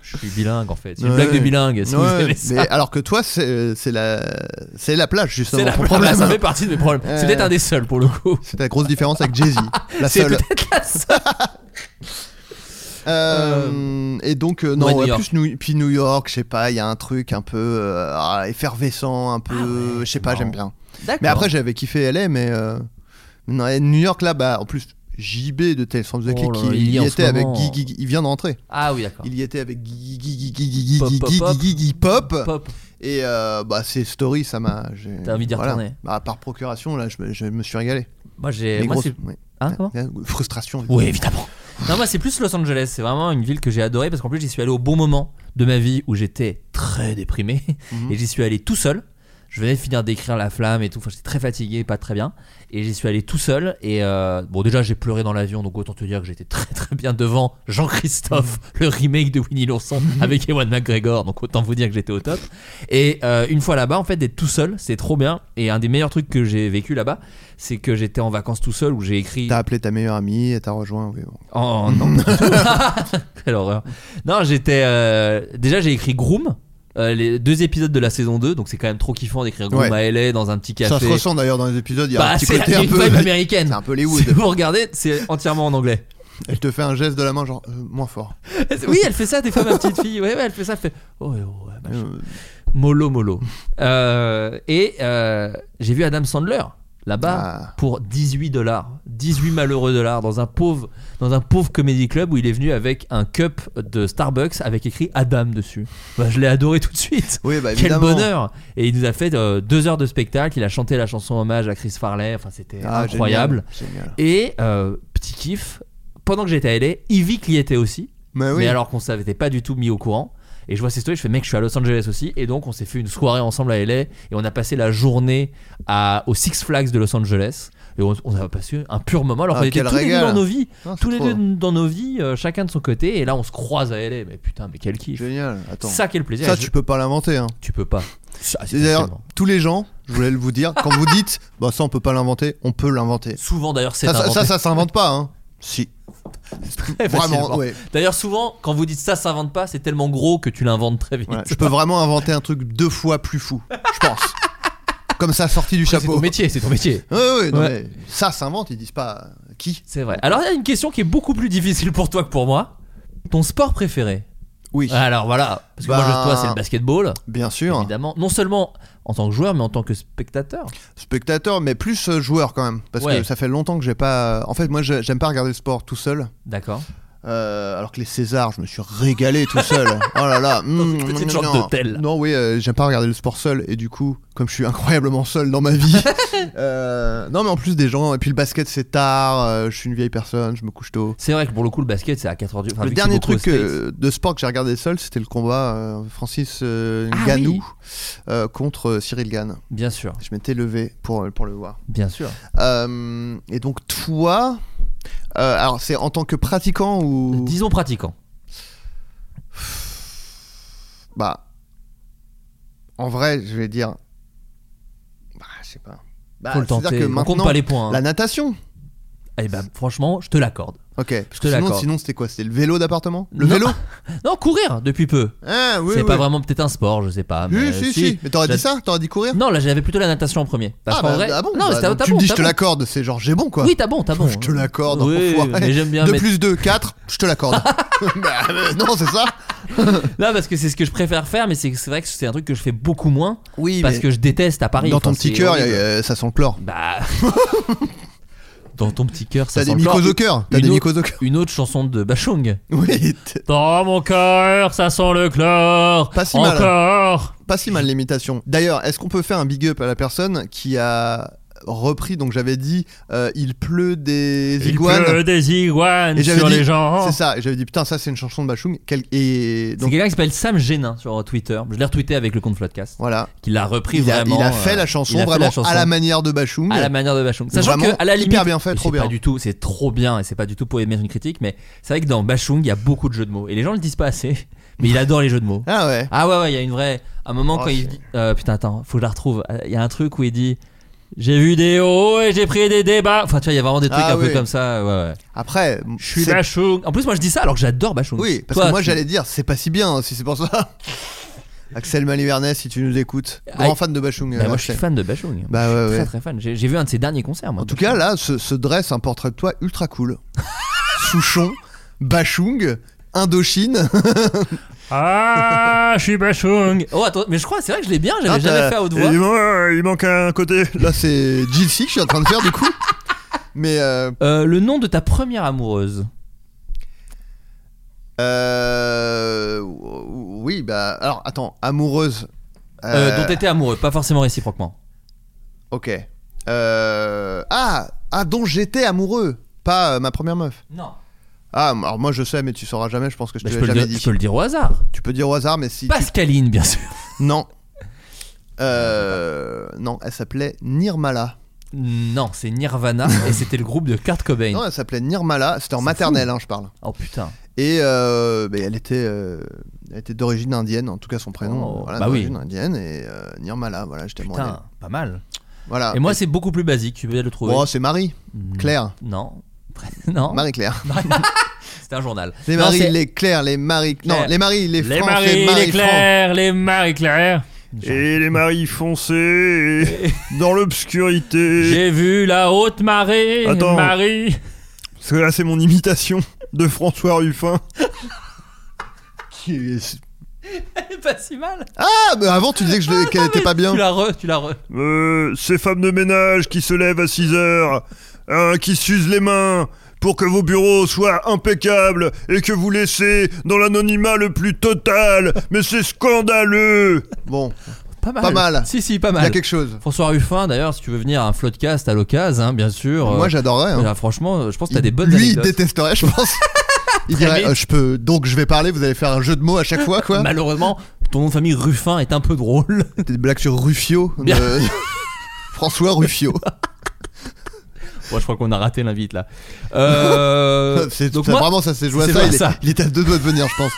Speaker 8: Je suis bilingue en fait. C'est une
Speaker 7: Ouais.
Speaker 8: blague de bilingue. Si vous
Speaker 7: Ouais,
Speaker 8: aimez ça.
Speaker 7: mais alors que toi, c'est c'est la, c'est la plage justement.
Speaker 8: C'est la
Speaker 7: ton
Speaker 8: plage, Bah,
Speaker 7: problème.
Speaker 8: ça fait partie de mes problèmes. C'est
Speaker 7: Euh.
Speaker 8: peut-être un des seuls pour le coup.
Speaker 7: C'est la grosse différence avec Jay Z, la
Speaker 8: C'est
Speaker 7: seule.
Speaker 8: peut-être la seule.
Speaker 7: Euh, et donc euh, non,
Speaker 8: ouais, New
Speaker 7: ouais,
Speaker 8: York.
Speaker 7: plus New, puis New York, je sais pas, il y a un truc un peu euh, ah, effervescent, un peu,
Speaker 8: Ah ouais,
Speaker 7: je sais pas,
Speaker 8: c'est
Speaker 7: j'aime
Speaker 8: marrant.
Speaker 7: bien. Mais après, j'avais kiffé LA, mais euh, non, et New York, là, bah, en plus, JB de Tales de the
Speaker 8: Oh
Speaker 7: Click,
Speaker 8: là là,
Speaker 7: il,
Speaker 8: il y est
Speaker 7: y
Speaker 8: en ce
Speaker 7: était avec
Speaker 8: moment.
Speaker 7: Guy, Guy- Guy- il vient d'entrer.
Speaker 8: Ah oui, d'accord.
Speaker 7: Il y était avec Guy, Guy, Guy, Guy, Guy,
Speaker 8: Pop,
Speaker 7: Guy,
Speaker 8: pop,
Speaker 7: Guy,
Speaker 8: pop.
Speaker 7: Guy, Guy, Pop.
Speaker 8: Pop.
Speaker 7: Et euh, bah, c'est Story, ça m'a. j'ai-
Speaker 8: T'as envie d'y
Speaker 7: voilà.
Speaker 8: retourner.
Speaker 7: Bah, par procuration, là, je me, je me suis régalé.
Speaker 8: Moi j'ai.
Speaker 7: Les
Speaker 8: moi,
Speaker 7: grosses-
Speaker 8: c'est-
Speaker 7: ouais.
Speaker 8: Hein, comment
Speaker 7: La- la- Frustration.
Speaker 8: Oui, évidemment. euh, Non, moi, c'est plus Los Angeles. C'est vraiment une ville que j'ai adorée parce qu'en plus, j'y suis allé au bon moment de ma vie où j'étais très déprimé et j'y suis allé tout seul. Je venais de finir d'écrire La Flamme et tout. Enfin, j'étais très fatigué, pas très bien. Et j'y suis allé tout seul. Et euh, bon, déjà, j'ai pleuré dans l'avion, donc autant te dire que j'étais très très bien devant Jean-Christophe, le remake de Winnie l'ourson avec Ewan McGregor. Donc autant vous dire que j'étais au top. Et euh, une fois là-bas, en fait, d'être tout seul, c'est trop bien. Et un des meilleurs trucs que j'ai vécu là-bas, c'est que j'étais en vacances tout seul où j'ai écrit.
Speaker 7: T'as appelé ta meilleure amie et t'as rejoint. oui, bon.
Speaker 8: Oh non. Quelle horreur. Non, j'étais. euh, Déjà, j'ai écrit Groom. euh, les deux épisodes de la saison 2, donc c'est quand même trop kiffant d'écrire Groom
Speaker 7: Ouais.
Speaker 8: à LA dans un petit café.
Speaker 7: Ça se ressent d'ailleurs dans les épisodes, il y a
Speaker 8: Bah,
Speaker 7: un petit
Speaker 8: c'est
Speaker 7: côté
Speaker 8: la
Speaker 7: un peu.
Speaker 8: vibe américaine.
Speaker 7: C'est un peu les
Speaker 8: Si
Speaker 7: Wood.
Speaker 8: vous regardez, c'est entièrement en anglais.
Speaker 7: Elle te fait un geste de la main, genre euh, moins fort.
Speaker 8: Oui, elle fait ça des fois, ma petite fille. Ouais, ouais, elle fait ça. Elle fait. Oh, ouais, ouais, machin.
Speaker 7: Euh,
Speaker 8: Mollo, mollo. Euh, et euh, j'ai vu Adam Sandler là-bas
Speaker 7: Ah.
Speaker 8: pour 18 dollars, 18 malheureux dollars dans un pauvre dans un pauvre comedy club où il est venu avec un cup de Starbucks avec écrit Adam dessus. Bah, je l'ai adoré tout de suite.
Speaker 7: Oui, bah
Speaker 8: Quel
Speaker 7: évidemment.
Speaker 8: bonheur Et il nous a fait euh, deux heures de spectacle. Il a chanté la chanson hommage à Chris Farley. Enfin, c'était
Speaker 7: Ah,
Speaker 8: incroyable.
Speaker 7: génial, génial.
Speaker 8: Et euh, petit kiff, pendant que j'étais à LA, Yvick y était aussi
Speaker 7: Mais Ah oui.
Speaker 8: mais alors qu'on s'était pas du tout mis au courant. Et je vois ces stories, je fais mec, je suis à Los Angeles aussi. Et donc, on s'est fait une soirée ensemble à LA et on a passé la journée à, au Six Flags de Los Angeles. Et on, on a passé un pur moment. Alors
Speaker 7: Ah,
Speaker 8: qu'on était
Speaker 7: quel
Speaker 8: tous les deux
Speaker 7: régal.
Speaker 8: dans nos vies,
Speaker 7: Non, c'est
Speaker 8: tous les
Speaker 7: trop
Speaker 8: deux dans nos vies, euh, chacun de son côté. Et là, on se croise à LA. Mais putain, mais quel kiff!
Speaker 7: Génial. Attends. Ça,
Speaker 8: Ça, quel plaisir! Et je-
Speaker 7: tu peux pas l'inventer. Hein.
Speaker 8: tu peux pas. Ça, c'est
Speaker 7: Et D'ailleurs,
Speaker 8: facilement.
Speaker 7: tous les gens, je voulais le vous dire, quand vous dites, bah ça on peut pas l'inventer, on peut l'inventer.
Speaker 8: Souvent d'ailleurs, c'est
Speaker 7: Ça, ça,
Speaker 8: inventé. bah,
Speaker 7: ça, ça s'invente pas. Hein. Si.
Speaker 8: Très
Speaker 7: Vraiment.
Speaker 8: facilement.
Speaker 7: Ouais.
Speaker 8: D'ailleurs, souvent, quand vous dites ça, ça s'invente pas, c'est tellement gros que tu l'inventes très vite.
Speaker 7: Ouais, Je peux vraiment inventer un truc deux fois plus fou. Je pense. Comme ça sorti du
Speaker 8: Après, C'est
Speaker 7: chapeau.
Speaker 8: ton métier, c'est ton métier.
Speaker 7: Ouais, ouais, non,
Speaker 8: Ouais.
Speaker 7: mais ça s'invente. Ils disent pas euh, qui.
Speaker 8: C'est vrai. Alors, il y a une question qui est beaucoup plus difficile pour toi que pour moi. Ton sport préféré
Speaker 7: Oui.
Speaker 8: Alors voilà, parce que
Speaker 7: Bah,
Speaker 8: moi, je- toi, c'est le basketball,
Speaker 7: Bien sûr.
Speaker 8: évidemment. Non seulement en tant que joueur, mais en tant que spectateur.
Speaker 7: Spectateur, mais plus euh, joueur quand même, parce
Speaker 8: Ouais.
Speaker 7: que ça fait longtemps que j'ai pas. euh, En fait, moi, je- j'aime pas regarder le sport tout seul.
Speaker 8: D'accord.
Speaker 7: Euh, alors que les Césars, je me suis régalé tout seul. oh là là. mm,
Speaker 8: Petite
Speaker 7: non,
Speaker 8: chambre
Speaker 7: non.
Speaker 8: d'hôtel.
Speaker 7: Non, oui, euh, j'aime pas regarder le sport seul. Et du coup, comme je suis incroyablement seul dans ma vie. euh, non, mais en plus des gens. Et puis le basket, c'est tard. euh, je suis une vieille personne, je me couche tôt.
Speaker 8: C'est vrai que pour le coup, le basket, c'est à 4h du enfin,
Speaker 7: le
Speaker 8: vu que c'est
Speaker 7: dernier
Speaker 8: beaucoup aux
Speaker 7: truc euh,
Speaker 8: States.
Speaker 7: de sport que j'ai regardé seul, c'était le combat euh, Francis euh,
Speaker 8: Ah
Speaker 7: Ngannou,
Speaker 8: oui.
Speaker 7: euh, contre euh, Cyril Gann.
Speaker 8: Bien sûr,
Speaker 7: Je m'étais levé pour, euh, pour le voir.
Speaker 8: bien sûr.
Speaker 7: Euh, et donc toi, euh, alors c'est en tant que pratiquant ou
Speaker 8: Disons pratiquant.
Speaker 7: bah en vrai, je vais dire, bah je sais pas. Bah,
Speaker 8: Faut le
Speaker 7: Ah, c'est-à-dire
Speaker 8: tenter.
Speaker 7: que
Speaker 8: On compte
Speaker 7: maintenant,
Speaker 8: pas les points. hein.
Speaker 7: La natation.
Speaker 8: Eh ben, franchement, je te l'accorde.
Speaker 7: Ok. Parce
Speaker 8: te
Speaker 7: que sinon,
Speaker 8: l'accorde.
Speaker 7: sinon c'était quoi C'était le vélo d'appartement Le
Speaker 8: Non.
Speaker 7: vélo
Speaker 8: Non, courir depuis peu.
Speaker 7: Ah oui.
Speaker 8: c'est
Speaker 7: oui.
Speaker 8: pas vraiment Euh, peut-être un sport, je sais pas.
Speaker 7: Oui,
Speaker 8: mais
Speaker 7: si, si. Mais t'aurais
Speaker 8: J'a-
Speaker 7: dit ça T'aurais dit courir
Speaker 8: Non, là j'avais plutôt la natation en premier. Parce
Speaker 7: Ah,
Speaker 8: qu'en
Speaker 7: bah,
Speaker 8: vrai,
Speaker 7: ah bon
Speaker 8: non,
Speaker 7: bah,
Speaker 8: mais t'as-
Speaker 7: donc
Speaker 8: t'as
Speaker 7: Tu me
Speaker 8: bon,
Speaker 7: dis, je
Speaker 8: t'as
Speaker 7: te
Speaker 8: bon.
Speaker 7: l'accorde, c'est genre, j'ai bon quoi.
Speaker 8: Oui, t'as bon, t'as bon.
Speaker 7: Je te l'accorde,
Speaker 8: Oui,
Speaker 7: enfoiré.
Speaker 8: mais j'aime bien.
Speaker 7: 2
Speaker 8: mettre-
Speaker 7: plus 2, 4, je te l'accorde. Bah, euh, non, c'est ça
Speaker 8: Là, parce que c'est ce que je préfère faire, mais c'est c'est vrai que c'est un truc que je fais beaucoup moins
Speaker 7: Oui,
Speaker 8: parce que je déteste à Paris.
Speaker 7: Dans
Speaker 8: Enfin,
Speaker 7: ton petit
Speaker 8: c'est
Speaker 7: cœur,
Speaker 8: horrible.
Speaker 7: euh, ça sent le chlore.
Speaker 8: Bah. Dans ton petit cœur, ça
Speaker 7: T'as des
Speaker 8: sent le chlore.
Speaker 7: mycoses au cœur. T'as
Speaker 8: Une
Speaker 7: des
Speaker 8: autre-
Speaker 7: mycoses au cœur.
Speaker 8: Une autre chanson de Bachung.
Speaker 7: Oui, t-
Speaker 8: Dans mon cœur, ça sent le chlore.
Speaker 7: Pas si mal.
Speaker 8: Encore.
Speaker 7: pas si mal l'imitation. D'ailleurs, est-ce qu'on peut faire un big up à la personne qui a repris Donc j'avais dit, euh, il pleut des
Speaker 8: Il
Speaker 7: iguanes.
Speaker 8: pleut des iguanes
Speaker 7: Et j'avais
Speaker 8: sur
Speaker 7: dit-
Speaker 8: les gens.
Speaker 7: C'est ça, et j'avais dit putain, ça c'est une chanson de Bachung. Quel- Et
Speaker 8: C'est
Speaker 7: donc
Speaker 8: quelqu'un qui s'appelle Sam Génin sur Twitter. Je l'ai retweeté avec le compte Floodcast.
Speaker 7: voilà,
Speaker 8: Qui l'a repris
Speaker 7: il a,
Speaker 8: vraiment.
Speaker 7: il a fait
Speaker 8: euh,
Speaker 7: la chanson
Speaker 8: il a fait
Speaker 7: vraiment
Speaker 8: chanson
Speaker 7: à la manière de Bachung.
Speaker 8: à la manière de Bachung. Sachant
Speaker 7: Vraiment
Speaker 8: que à la limite,
Speaker 7: hyper bien fait,
Speaker 8: et
Speaker 7: trop
Speaker 8: c'est
Speaker 7: bien.
Speaker 8: Pas du tout, c'est trop bien et c'est pas du tout pour émettre une critique, mais c'est vrai que dans Bachung, il y a beaucoup de jeux de mots et les gens le disent pas assez, mais il adore les jeux de mots.
Speaker 7: Ah ouais.
Speaker 8: Ah ouais ouais, il y a une vraie un moment
Speaker 7: Oh,
Speaker 8: quand il
Speaker 7: c'est-
Speaker 8: dit euh, putain attends, faut que je la retrouve. Euh, Il y a un truc où il dit j'ai vu des hauts et j'ai pris des débats. Enfin tu vois, il y a vraiment des trucs
Speaker 7: Ah
Speaker 8: un
Speaker 7: oui.
Speaker 8: peu comme ça, ouais ouais.
Speaker 7: Après,
Speaker 8: Je suis
Speaker 7: c'est-
Speaker 8: Bachung. En plus moi je dis ça alors que j'adore Bachung.
Speaker 7: Oui, parce
Speaker 8: Toi,
Speaker 7: que moi
Speaker 8: tu-
Speaker 7: j'allais dire, c'est pas si bien hein, si c'est pour ça. Axel Malivernais, si tu nous écoutes, grand
Speaker 8: Aïe.
Speaker 7: fan de Bachung.
Speaker 8: Bah,
Speaker 7: euh,
Speaker 8: moi je suis
Speaker 7: Axel.
Speaker 8: fan de Bachung.
Speaker 7: Bah,
Speaker 8: Je suis
Speaker 7: ouais, ouais.
Speaker 8: Très très fan. J'ai j'ai vu un de ses derniers concerts moi.
Speaker 7: En tout cas, là se, se dresse un portrait de toi ultra cool. Souchon, Bachung, Indochine.
Speaker 8: Ah, je suis Bachung. Oh attends, mais je crois c'est vrai que je l'ai bien,
Speaker 7: Ah,
Speaker 8: j'avais jamais fait à haute voix.
Speaker 7: il manque un côté. Là, c'est Jilcy que je suis en train de faire du coup. Mais euh,
Speaker 8: Euh, le nom de ta première amoureuse.
Speaker 7: euh, oui, bah alors attends, amoureuse.
Speaker 8: Euh,
Speaker 7: euh,
Speaker 8: dont t'étais amoureux, pas forcément réciproquement.
Speaker 7: Ok. Euh, ah, ah, dont j'étais amoureux, pas euh, ma première meuf.
Speaker 8: Non.
Speaker 7: Ah, m- alors moi je sais, mais tu sauras jamais. Je pense que je te
Speaker 8: Bah, je,
Speaker 7: l'ai
Speaker 8: peux le
Speaker 7: jamais
Speaker 8: dire,
Speaker 7: dit.
Speaker 8: je peux le Bah. dire au hasard.
Speaker 7: Tu peux dire au hasard, mais si
Speaker 8: Pascaline, bien sûr.
Speaker 7: non, euh, non, elle s'appelait Nirmala.
Speaker 8: Non, c'est Nirvana et c'était le groupe de Kurt Cobain.
Speaker 7: Non, elle s'appelait Nirmala. C'était en
Speaker 8: C'est
Speaker 7: maternelle,
Speaker 8: fou.
Speaker 7: hein, je parle.
Speaker 8: Oh putain.
Speaker 7: Et euh, bah, elle était, euh, elle était d'origine indienne, en tout cas son prénom.
Speaker 8: Oh,
Speaker 7: voilà,
Speaker 8: bah oui.
Speaker 7: d'origine indienne et euh, Nirmala. Voilà, j'étais amoureux
Speaker 8: Putain, pas mal.
Speaker 7: d'elle. Voilà.
Speaker 8: Et moi, c'est beaucoup plus basique, tu peux le trouver.
Speaker 7: Oh, c'est Marie, Claire,
Speaker 8: Non. non.
Speaker 7: Marie Claire.
Speaker 8: C'était un journal.
Speaker 7: Les
Speaker 8: Non,
Speaker 7: Marie,
Speaker 8: c'est-
Speaker 7: les Claire, les Marie. Non,
Speaker 8: Claire.
Speaker 7: les Marie, les,
Speaker 8: les
Speaker 7: Franck,
Speaker 8: Marie,
Speaker 7: les Marie
Speaker 8: les Claire, les Marie Claire.
Speaker 7: Et les maris foncés dans l'obscurité.
Speaker 8: J'ai vu la haute marée,
Speaker 7: Attends.
Speaker 8: Marie.
Speaker 7: Parce que là, c'est mon imitation de François Ruffin.
Speaker 8: pas si mal.
Speaker 7: Ah, mais avant, tu disais que je l'ai- qu'elle était pas bien.
Speaker 8: Tu la re, tu la re.
Speaker 7: Euh, ces femmes de ménage qui se lèvent à 6 heures, hein, qui s'usent les mains pour que vos bureaux soient impeccables et que vous laissez dans l'anonymat le plus total. Mais c'est scandaleux. Bon,
Speaker 8: Pas mal.
Speaker 7: Pas mal.
Speaker 8: Si, si, pas
Speaker 7: il y
Speaker 8: mal.
Speaker 7: a quelque chose.
Speaker 8: François Ruffin, d'ailleurs, si tu veux venir à un floodcast à l'occasion, hein, bien sûr.
Speaker 7: Moi,
Speaker 8: euh,
Speaker 7: j'adorerais. hein.
Speaker 8: là, franchement, euh, je pense que t'as des bonnes
Speaker 7: Lui, il
Speaker 8: anecdotes.
Speaker 7: détesterait, je pense. Il
Speaker 8: Très
Speaker 7: dirait,
Speaker 8: vite.
Speaker 7: euh, je peux, donc je vais parler, vous allez faire un jeu de mots à chaque fois, quoi.
Speaker 8: Malheureusement, ton nom de famille Ruffin est un peu drôle.
Speaker 7: Des blagues sur Ruffio. de-
Speaker 8: Bien.
Speaker 7: François Ruffio.
Speaker 8: Moi, je crois qu'on a raté l'invite là. Euh,
Speaker 7: c'est
Speaker 8: donc
Speaker 7: ça-
Speaker 8: moi,
Speaker 7: vraiment, ça s'est joué à
Speaker 8: c'est
Speaker 7: ça.
Speaker 8: joué à
Speaker 7: Il, est-
Speaker 8: ça.
Speaker 7: il était à deux doigts de venir, je pense.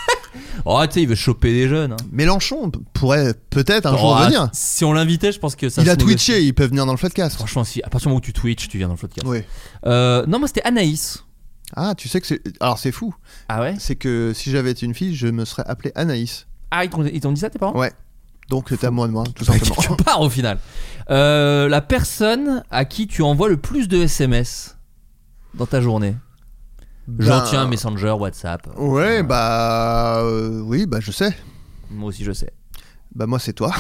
Speaker 8: oh, tu sais, il veut choper des jeunes. hein.
Speaker 7: Mélenchon p- pourrait peut-être un
Speaker 8: Oh,
Speaker 7: jour
Speaker 8: ah,
Speaker 7: venir.
Speaker 8: Si on l'invitait, je pense que ça.
Speaker 7: Il
Speaker 8: se
Speaker 7: a
Speaker 8: négocie.
Speaker 7: twitché, il peut venir dans le podcast.
Speaker 8: Franchement, si à partir du moment où tu Twitch, tu viens dans le podcast.
Speaker 7: Oui.
Speaker 8: Euh, non, moi, c'était Anaïs.
Speaker 7: Ah, tu sais que c'est. Alors, c'est fou.
Speaker 8: Ah ouais.
Speaker 7: C'est que si j'avais été une fille, je me serais appelé Anaïs.
Speaker 8: Ah, ils t'ont ils t'ont dit ça, tes parents
Speaker 7: Ouais. Donc, c'est à moi de moi, tout simplement.
Speaker 8: Tu pars Bah, au final. Euh, la personne à qui tu envoies le plus de SMS dans ta journée. Genre,
Speaker 7: Ben,
Speaker 8: tiens, Messenger, WhatsApp.
Speaker 7: Ouais,
Speaker 8: Euh,
Speaker 7: bah. euh, oui, bah, je sais.
Speaker 8: Moi aussi, je sais.
Speaker 7: Bah, moi, c'est toi.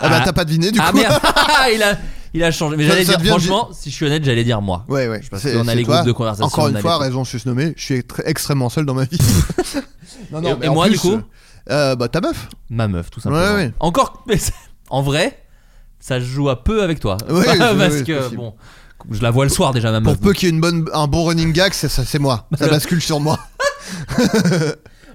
Speaker 7: Ah, bah, t'as pas deviné, du
Speaker 8: ah
Speaker 7: coup.
Speaker 8: merde il, a, il a changé. Mais
Speaker 7: Ça-
Speaker 8: j'allais
Speaker 7: ça
Speaker 8: dire,
Speaker 7: devient du-
Speaker 8: franchement, si je suis honnête, j'allais dire moi.
Speaker 7: Ouais, ouais.
Speaker 8: Parce
Speaker 7: c'est-
Speaker 8: qu'on a
Speaker 7: c'est
Speaker 8: les
Speaker 7: toi.
Speaker 8: groupes de conversation.
Speaker 7: Encore
Speaker 8: on
Speaker 7: une
Speaker 8: a
Speaker 7: fois,
Speaker 8: les-
Speaker 7: raison susnommée, je suis tr- extrêmement seul dans ma vie. non,
Speaker 8: Et-
Speaker 7: mais
Speaker 8: et
Speaker 7: en
Speaker 8: moi,
Speaker 7: plus,
Speaker 8: du coup
Speaker 7: euh, Bah, ta meuf.
Speaker 8: Ma meuf, tout simplement.
Speaker 7: Ouais, ouais.
Speaker 8: Encore, mais c'est- en vrai, ça se joue à peu avec toi.
Speaker 7: Ouais, c'est-
Speaker 8: Parce
Speaker 7: ouais,
Speaker 8: que,
Speaker 7: possible.
Speaker 8: bon, je la vois le soir déjà, ma
Speaker 7: Pour
Speaker 8: meuf.
Speaker 7: peu qu'il y ait une bonne, un bon running gag, c'est ça, c'est moi. Ça bascule sur moi.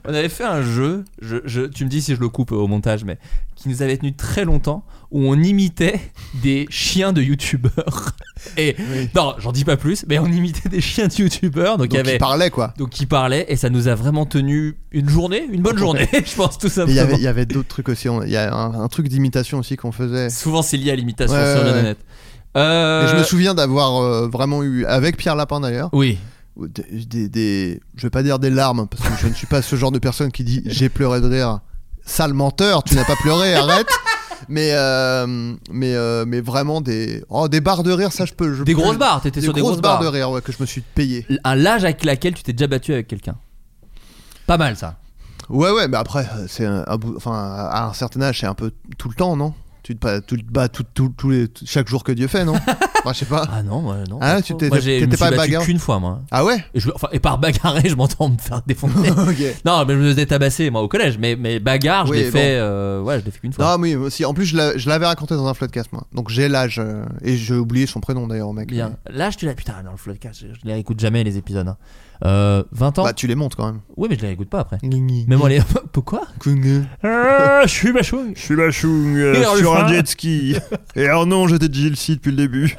Speaker 8: On avait fait un jeu, je, je- tu me dis si je le coupe au montage, mais qui nous avait tenu très longtemps, où on imitait des chiens de youtubeurs. Et non, j'en dis pas plus, mais on imitait des chiens de youtubeurs. Donc, il y
Speaker 7: Donc
Speaker 8: avait.
Speaker 7: il parlait quoi.
Speaker 8: Donc il parlait et ça nous a vraiment tenu une journée, une bonne journée, je pense tout
Speaker 7: Et Il y
Speaker 8: simplement.
Speaker 7: avait, il y avait d'autres trucs aussi. on- Il y a un, un truc d'imitation aussi qu'on faisait.
Speaker 8: Souvent c'est lié à l'imitation
Speaker 7: Ouais,
Speaker 8: sur
Speaker 7: ouais,
Speaker 8: le
Speaker 7: ouais.
Speaker 8: net. Euh,
Speaker 7: Et je me souviens d'avoir euh, vraiment eu, avec Pierre Lapin d'ailleurs,
Speaker 8: Oui.
Speaker 7: des, des- des- je vais pas dire des larmes, parce que je ne suis pas ce genre de personne qui dit j'ai pleuré de rire. Sale menteur, tu n'as pas pleuré, arrête. Mais, euh, mais, euh, mais vraiment des, oh, des barres de rire, ça je peux. je
Speaker 8: Des
Speaker 7: peux-
Speaker 8: grosses barres, t'étais
Speaker 7: Des
Speaker 8: sur des grosses barres.
Speaker 7: de rire ouais, que je me suis payé.
Speaker 8: Un l'âge avec laquelle tu t'es déjà battu avec quelqu'un. Pas mal ça.
Speaker 7: Ouais, ouais, mais après, euh, c'est un, un bout- enfin, à un certain âge, c'est un peu tout le temps, non tu te, bats- tu te bats tout, tout- tous les, tout- chaque jour que Dieu fait, non Enfin, Je sais pas.
Speaker 8: Ah non, moi, non.
Speaker 7: Ah,
Speaker 8: pas
Speaker 7: tu
Speaker 8: trop.
Speaker 7: t'es-
Speaker 8: Moi, j'ai- je
Speaker 7: t'étais
Speaker 8: me
Speaker 7: pas
Speaker 8: suis battu
Speaker 7: bagarre
Speaker 8: qu'une fois moi.
Speaker 7: Ah ouais
Speaker 8: Et, je- enfin, et par bagarrer, je m'entends me faire défoncer.
Speaker 7: Ok.
Speaker 8: non, mais je me faisais tabasser moi au collège, mais, mais bagarre, je
Speaker 7: Oui,
Speaker 8: l'ai
Speaker 7: bon.
Speaker 8: fait, euh, ouais, je l'ai fait qu'une fois.
Speaker 7: Non, mais oui, si, en plus, je l'a- je l'avais raconté dans un floodcast, moi. Donc j'ai l'âge. euh, et j'ai oublié son prénom d'ailleurs, mec.
Speaker 8: Bien. Là, je te l'ai. Putain, dans le podcast, je, je les réécoute jamais les épisodes. hein. Euh, 20 ans.
Speaker 7: Bah, tu les montes quand même.
Speaker 8: Oui, mais je les réécoute pas après. Même en les. Pourquoi Je suis bachouille.
Speaker 7: Je suis euh, Bachung
Speaker 8: Et sur Rufin. un jet
Speaker 7: ski. Et alors non, j'étais Gilsi depuis le début.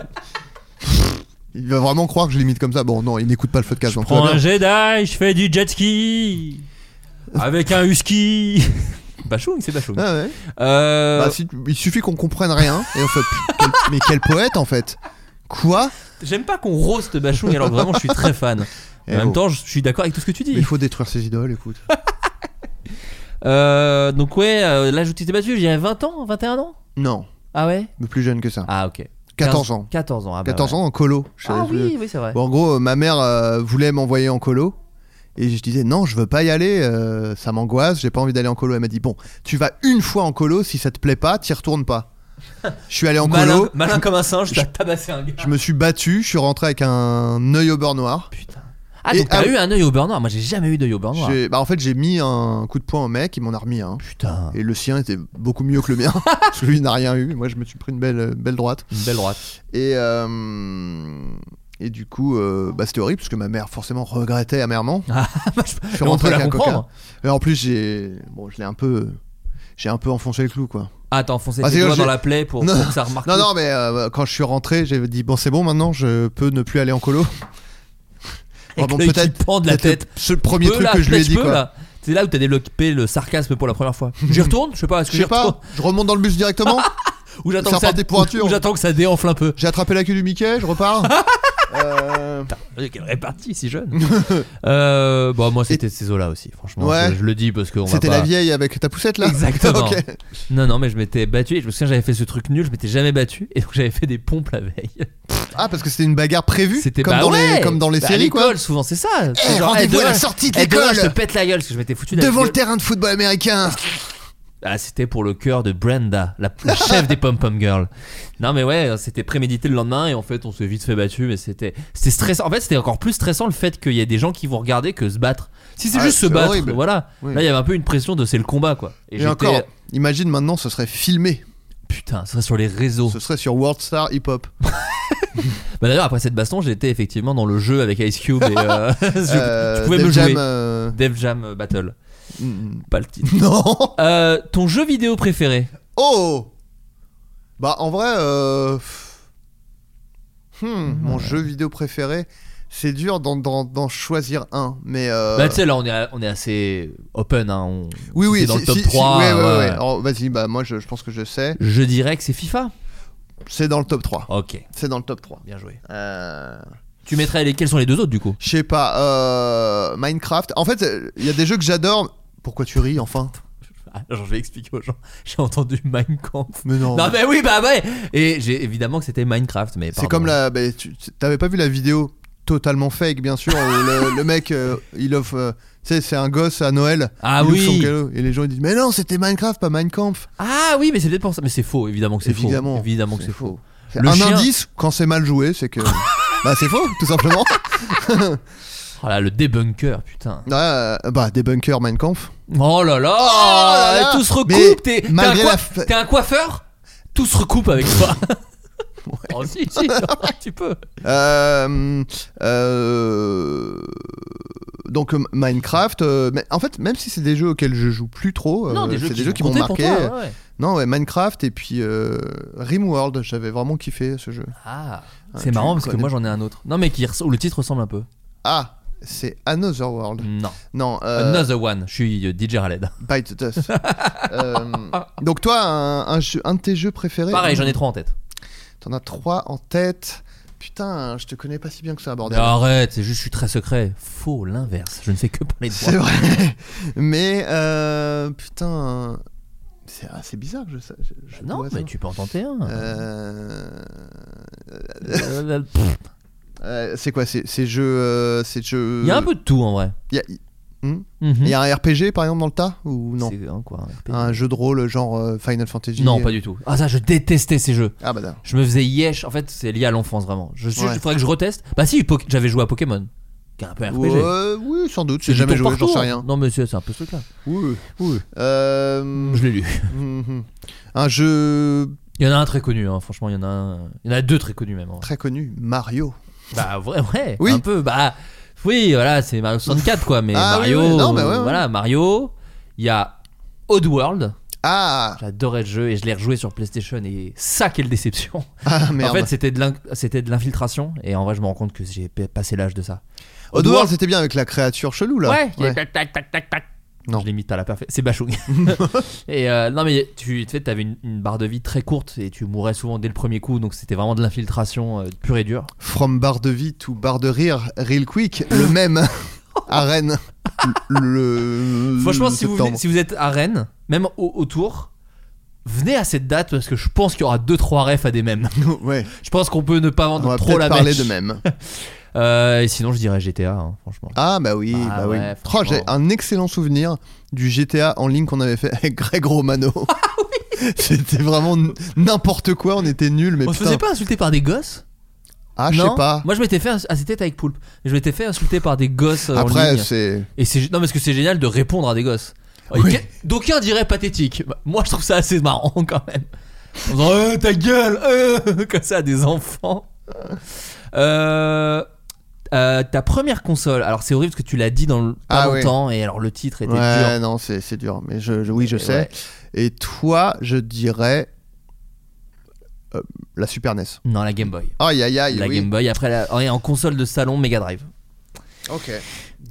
Speaker 7: Il va vraiment croire que je l'imite comme ça. Bon, non, il n'écoute pas le podcast.
Speaker 8: Je
Speaker 7: donc
Speaker 8: prends
Speaker 7: tout va
Speaker 8: un
Speaker 7: bien.
Speaker 8: Jedi, je fais du jet ski avec un husky. Bachung, c'est Bachung.
Speaker 7: Ah ouais.
Speaker 8: Euh,
Speaker 7: Bah, si tu- il suffit qu'on comprenne rien. Et en fait, quel- mais quel poète en fait Quoi
Speaker 8: J'aime pas qu'on roast Bachung alors que vraiment je suis très fan.
Speaker 7: Eh
Speaker 8: en même
Speaker 7: oh.
Speaker 8: temps, je suis d'accord avec tout ce que tu dis.
Speaker 7: Il faut détruire ses idoles, écoute.
Speaker 8: Euh, donc ouais, euh, là je t'étais battu, j'avais 20 ans, 21 ans
Speaker 7: Non,
Speaker 8: Ah ouais
Speaker 7: mais plus jeune que ça.
Speaker 8: Ah ok.
Speaker 7: 14 ans.
Speaker 8: 14 ans, ah bah
Speaker 7: 14
Speaker 8: ouais.
Speaker 7: ans en colo. Je-
Speaker 8: Ah
Speaker 7: je-
Speaker 8: oui, oui, c'est vrai.
Speaker 7: Bon, en gros, euh, ma mère euh, voulait m'envoyer en colo. Et je disais, non, je veux pas y aller, euh, ça m'angoisse, j'ai pas envie d'aller en colo. Elle m'a dit, bon, tu vas une fois en colo, si ça te plaît pas, t'y retournes pas. Je suis allé en
Speaker 8: malin,
Speaker 7: colo,
Speaker 8: malin comme un singe, t'as tabassé un gars.
Speaker 7: je me suis battu, je suis rentré avec un œil au beurre noir.
Speaker 8: Putain. Ah
Speaker 7: Et
Speaker 8: donc t'as
Speaker 7: ah-
Speaker 8: eu un œil au beurre noir, moi j'ai jamais eu d'œil au beurre noir.
Speaker 7: J'ai- Bah, en fait, j'ai mis un coup de poing au mec, il m'en a remis un.
Speaker 8: Putain,
Speaker 7: Et le sien était beaucoup mieux que le mien, parce que lui il n'a rien eu. Moi, je me suis pris une belle, belle droite.
Speaker 8: une belle droite.
Speaker 7: Et, euh, et du coup, euh, bah, c'était horrible, parce que ma mère, forcément, regrettait amèrement.
Speaker 8: Ah,
Speaker 7: Je suis
Speaker 8: Et bah, on
Speaker 7: rentré
Speaker 8: peut la
Speaker 7: avec un coca.
Speaker 8: comprendre.
Speaker 7: Et en plus, j'ai. Bon, je l'ai un peu. J'ai un peu enfoncé le clou, quoi.
Speaker 8: Ah t'as enfoncé
Speaker 7: Ah,
Speaker 8: tes
Speaker 7: c'est
Speaker 8: doigts
Speaker 7: que
Speaker 8: dans
Speaker 7: j'ai-
Speaker 8: la plaie pour,
Speaker 7: Non.
Speaker 8: pour que ça remarque.
Speaker 7: Non, non, mais euh, quand je suis rentré, j'ai dit bon, c'est bon, maintenant, je peux ne plus aller en colo.
Speaker 8: Avec
Speaker 7: Bon,
Speaker 8: l'œil qui
Speaker 7: peut-être-
Speaker 8: pend de la
Speaker 7: peut-être le-
Speaker 8: tête.
Speaker 7: C'est le premier
Speaker 8: Peux,
Speaker 7: truc
Speaker 8: là,
Speaker 7: que je lui ai
Speaker 8: peut-être
Speaker 7: dit,
Speaker 8: peux,
Speaker 7: quoi.
Speaker 8: là. C'est là où t'as développé le sarcasme pour la première fois. J'y retourne, je sais pas, est-ce que
Speaker 7: Je
Speaker 8: j'y
Speaker 7: sais pas,
Speaker 8: retourne
Speaker 7: je remonte dans le bus directement,
Speaker 8: Ou j'attends
Speaker 7: Ça
Speaker 8: que ça,
Speaker 7: part des pointures.
Speaker 8: ou j'attends que ça déenfle un peu.
Speaker 7: j'ai attrapé la queue du Mickey, je repars. Euh,
Speaker 8: Euh, Quelle répartie si jeune euh, Bon, moi c'était ces eaux-là aussi, franchement.
Speaker 7: Ouais.
Speaker 8: Je, je le dis parce qu'on va
Speaker 7: C'était la
Speaker 8: pas-
Speaker 7: vieille avec ta poussette, là
Speaker 8: Exactement.
Speaker 7: Ok.
Speaker 8: Non, non, mais je m'étais battu. Et je me souviens, j'avais fait ce truc nul, je m'étais jamais battu. Et donc j'avais fait des pompes la veille.
Speaker 7: Ah, parce que c'était une bagarre prévue,
Speaker 8: C'était
Speaker 7: comme,
Speaker 8: bah
Speaker 7: dans
Speaker 8: ouais,
Speaker 7: les, comme dans les
Speaker 8: bah, à
Speaker 7: séries, quoi.
Speaker 8: l'école, souvent, c'est ça.
Speaker 7: Eh,
Speaker 8: C'est genre,
Speaker 7: rendez-vous
Speaker 8: eh,
Speaker 7: à la
Speaker 8: demain-
Speaker 7: sortie de
Speaker 8: eh, demain, je
Speaker 7: l'école.
Speaker 8: te pète la gueule parce que je m'étais foutu de la
Speaker 7: Devant le
Speaker 8: gueule.
Speaker 7: terrain de football américain.
Speaker 8: Ah, c'était pour le cœur de Brenda, la, la chef des Pom Pom Girls. Non, mais ouais, c'était prémédité le lendemain et en fait, on s'est vite fait battu, mais c'était c'était stressant. En fait, c'était encore plus stressant le fait qu'il y ait des gens qui vont regarder que se battre. Si c'est
Speaker 7: Ah,
Speaker 8: juste se
Speaker 7: c'est
Speaker 8: battre,
Speaker 7: horrible.
Speaker 8: voilà.
Speaker 7: Oui.
Speaker 8: Là, il y avait un peu une pression de c'est le combat, quoi. Et,
Speaker 7: Et
Speaker 8: j'étais-
Speaker 7: encore, imagine maintenant, ce serait filmé.
Speaker 8: Putain, ça serait sur les réseaux.
Speaker 7: Ce serait sur World Star Hip Hop.
Speaker 8: Bah, D'ailleurs, après cette baston, j'étais effectivement dans le jeu avec Ice Cube et euh, je,
Speaker 7: Euh,
Speaker 8: je pouvais
Speaker 7: Def
Speaker 8: me
Speaker 7: Jam,
Speaker 8: jouer.
Speaker 7: euh,
Speaker 8: Dev Jam Battle.
Speaker 7: mm,
Speaker 8: Pas le titre.
Speaker 7: Non
Speaker 8: Euh, ton jeu vidéo préféré
Speaker 7: Oh Bah en vrai, euh... pff. Hmm,
Speaker 8: Mhm.
Speaker 7: mon jeu vidéo préféré, c'est dur d'en, d'en- d'en choisir un, mais... Euh...
Speaker 8: Bah, tu sais, là, on est, on est assez open. Hein. on-
Speaker 7: oui,
Speaker 8: c'est
Speaker 7: oui,
Speaker 8: dans
Speaker 7: si-
Speaker 8: le top
Speaker 7: si- si-
Speaker 8: 3,
Speaker 7: ouais, ouais,
Speaker 8: ouais.
Speaker 7: ouais. Alors, vas-y, bah moi je, je pense que je sais.
Speaker 8: Je dirais que c'est FIFA.
Speaker 7: C'est dans le top 3.
Speaker 8: Ok,
Speaker 7: C'est dans le top 3.
Speaker 8: bien joué.
Speaker 7: Euh...
Speaker 8: Tu mettrais les... Quels sont les deux autres du coup
Speaker 7: Je sais pas, euh... Minecraft. En fait, euh, il y a des jeux que j'adore. Pourquoi tu ris enfin
Speaker 8: Ah, Genre, je vais expliquer aux gens. J'ai entendu Minecraft.
Speaker 7: Mais non.
Speaker 8: Non, mais oui, bah ouais. Et j'ai évidemment que c'était Minecraft, mais
Speaker 7: C'est
Speaker 8: pardon.
Speaker 7: comme la. bah, tu- T'avais pas vu la vidéo totalement fake, bien sûr. où le, le mec, euh, il offre. euh, tu sais, c'est un gosse à Noël.
Speaker 8: Ah
Speaker 7: il offre
Speaker 8: oui.
Speaker 7: son cadeau. et les gens ils disent Mais non, c'était Minecraft, pas Minecraft.
Speaker 8: Ah oui, mais c'est peut-être pour ça. Mais c'est faux, évidemment que c'est faux.
Speaker 7: Évidemment.
Speaker 8: Évidemment que c'est faux.
Speaker 7: Un
Speaker 8: Le chien-
Speaker 7: indice, quand c'est mal joué, c'est que. bah, c'est faux, tout simplement.
Speaker 8: Oh là, le débunker, putain.
Speaker 7: Ah, euh, bah, des bunkers Minecraft.
Speaker 8: Oh là là,
Speaker 7: là là.
Speaker 8: Tout se
Speaker 7: Mais
Speaker 8: recoupe. T'es t'es un, coif-
Speaker 7: malgré la fa-
Speaker 8: t'es un coiffeur Tout se recoupe avec toi. Oh si, si, tu peux.
Speaker 7: Euh, euh, donc euh, Minecraft, euh, mais en fait même si c'est des jeux auxquels je joue plus trop, euh, c'est des jeux qui m'ont
Speaker 8: compté pour
Speaker 7: marqué.
Speaker 8: toi, hein. ouais, ouais.
Speaker 7: Non ouais Minecraft et puis euh, Rimworld, j'avais vraiment kiffé ce jeu.
Speaker 8: Ah,
Speaker 7: tu
Speaker 8: c'est marrant parce que
Speaker 7: connais-
Speaker 8: moi j'en ai un autre. Non, mais qui res- où le titre ressemble un peu.
Speaker 7: Ah, c'est Another World.
Speaker 8: Non.
Speaker 7: Non, euh,
Speaker 8: Another one. Je suis euh, DJ Raled.
Speaker 7: Bite the Dust. Euh, donc toi, un, un jeu- un de tes jeux préférés
Speaker 8: Pareil, j'en ai trois en tête.
Speaker 7: T'en as trois en tête. Putain, je te connais pas si bien que ça,
Speaker 8: Mais
Speaker 7: bordel.
Speaker 8: arrête, c'est juste je suis très secret. Faux, l'inverse. Je ne fais que parler de
Speaker 7: C'est
Speaker 8: moi.
Speaker 7: vrai. Mais euh, putain, c'est assez bizarre. Je, sais- je- je
Speaker 8: Non,
Speaker 7: vois
Speaker 8: mais
Speaker 7: ça.
Speaker 8: tu peux en tenter un.
Speaker 7: Euh,
Speaker 8: Euh, pff,
Speaker 7: euh, c'est quoi C'est c'est jeu. euh, c'est jeu.
Speaker 8: Il y a un peu de tout en vrai.
Speaker 7: Il y a, Hmm
Speaker 8: Mhm.
Speaker 7: il y a un RPG par exemple dans le tas ou non
Speaker 8: C'est un quoi, un RPG?
Speaker 7: Un jeu de rôle genre euh, Final Fantasy.
Speaker 8: Non, pas du tout. Ah ça, je détestais ces jeux.
Speaker 7: Ah bah d'accord.
Speaker 8: Je me faisais yesh. En fait, c'est lié à l'enfance vraiment. Je suis.
Speaker 7: Ouais.
Speaker 8: Il faudrait que je reteste. Bah si, Poké- j'avais joué à Pokémon. Qui est un peu RPG.
Speaker 7: Ouais, oui, sans doute. J'ai
Speaker 8: du
Speaker 7: jamais
Speaker 8: tour
Speaker 7: joué,
Speaker 8: par
Speaker 7: j'en
Speaker 8: tour.
Speaker 7: sais rien.
Speaker 8: Non mais c'est c'est un peu ce truc-là.
Speaker 7: Oui, oui. Euh,
Speaker 8: Je l'ai lu.
Speaker 7: mhm. Un jeu
Speaker 8: Il y en a un très connu, hein, franchement, il y en a un... Il y en a deux très connus même. en vrai.
Speaker 7: très connu, Mario.
Speaker 8: Bah vrai, vrai.
Speaker 7: Oui.
Speaker 8: Un peu, bah... Oui, voilà, c'est Mario 64 quoi, mais
Speaker 7: Ah, oui,
Speaker 8: Mario...
Speaker 7: oui, non, bah ouais, ouais.
Speaker 8: Voilà, Mario, il y a Oddworld,
Speaker 7: Ah,
Speaker 8: j'adorais ce jeu et je l'ai rejoué sur PlayStation et ça quelle déception.
Speaker 7: ah merde.
Speaker 8: En fait, c'était de l'in- c'était de l'infiltration et en vrai, je me rends compte que j'ai pa- passé l'âge de ça.
Speaker 7: Oddworld, c'était bien avec la créature chelou là.
Speaker 8: Ouais, il y a tac tac tac tac tac.
Speaker 7: Non.
Speaker 8: Je l'imite à la perfection. C'est Bachung. et euh, non, mais tu tu sais, t'avais une, une barre de vie très courte et tu mourais souvent dès le premier coup, donc c'était vraiment de l'infiltration euh, pure et dure.
Speaker 7: From bar de vie to bar de rire, real quick, le même à Rennes. Le, le-
Speaker 8: Franchement, si vous, venez-
Speaker 7: Euh, septembre.
Speaker 8: si vous êtes à Rennes, même au- autour, venez à cette date parce que je pense qu'il y aura 2-3 refs à des mêmes.
Speaker 7: ouais,
Speaker 8: je pense qu'on peut ne pas
Speaker 7: on
Speaker 8: vendre
Speaker 7: va
Speaker 8: trop la
Speaker 7: peut-être parler
Speaker 8: mèche.
Speaker 7: de même.
Speaker 8: Euh, et sinon, je dirais GTA, hein, franchement.
Speaker 7: Ah bah oui,
Speaker 8: Ah
Speaker 7: bah oui.
Speaker 8: ouais,
Speaker 7: Oh, j'ai
Speaker 8: franchement.
Speaker 7: un excellent souvenir du GTA en ligne qu'on avait fait avec Greg Romano.
Speaker 8: Ah
Speaker 7: C'était vraiment n- n'importe quoi, on était nuls, mais
Speaker 8: On se
Speaker 7: putain.
Speaker 8: faisait pas insulter par des gosses
Speaker 7: Ah, je
Speaker 8: Non
Speaker 7: sais pas.
Speaker 8: Moi, je m'étais fait. ins- Ah, c'était avec Poulpe. Je m'étais fait insulter par des gosses euh, en
Speaker 7: Après,
Speaker 8: ligne.
Speaker 7: c'est.
Speaker 8: Et c'est non parce que c'est génial de répondre à des gosses. Euh,
Speaker 7: Oui.
Speaker 8: que- D'aucuns diraient pathétique. Bah, Moi je trouve ça assez marrant quand même. En disant Euh, ta gueule euh, comme ça à des enfants. Euh, euh, ta première console. Alors c'est horrible parce que tu l'as dit dans le, pas
Speaker 7: Ah oui.
Speaker 8: longtemps et alors le titre était
Speaker 7: Ouais,
Speaker 8: dur.
Speaker 7: non, c'est c'est dur, mais je, je- oui, je
Speaker 8: Et
Speaker 7: sais.
Speaker 8: ouais.
Speaker 7: Et toi, je dirais. euh, la Super NES.
Speaker 8: Non la Game Boy.
Speaker 7: Aïe aïe aïe,
Speaker 8: La
Speaker 7: Ah oui.
Speaker 8: Game Boy après la- ouais, en console de salon Mega Drive.
Speaker 7: Ok.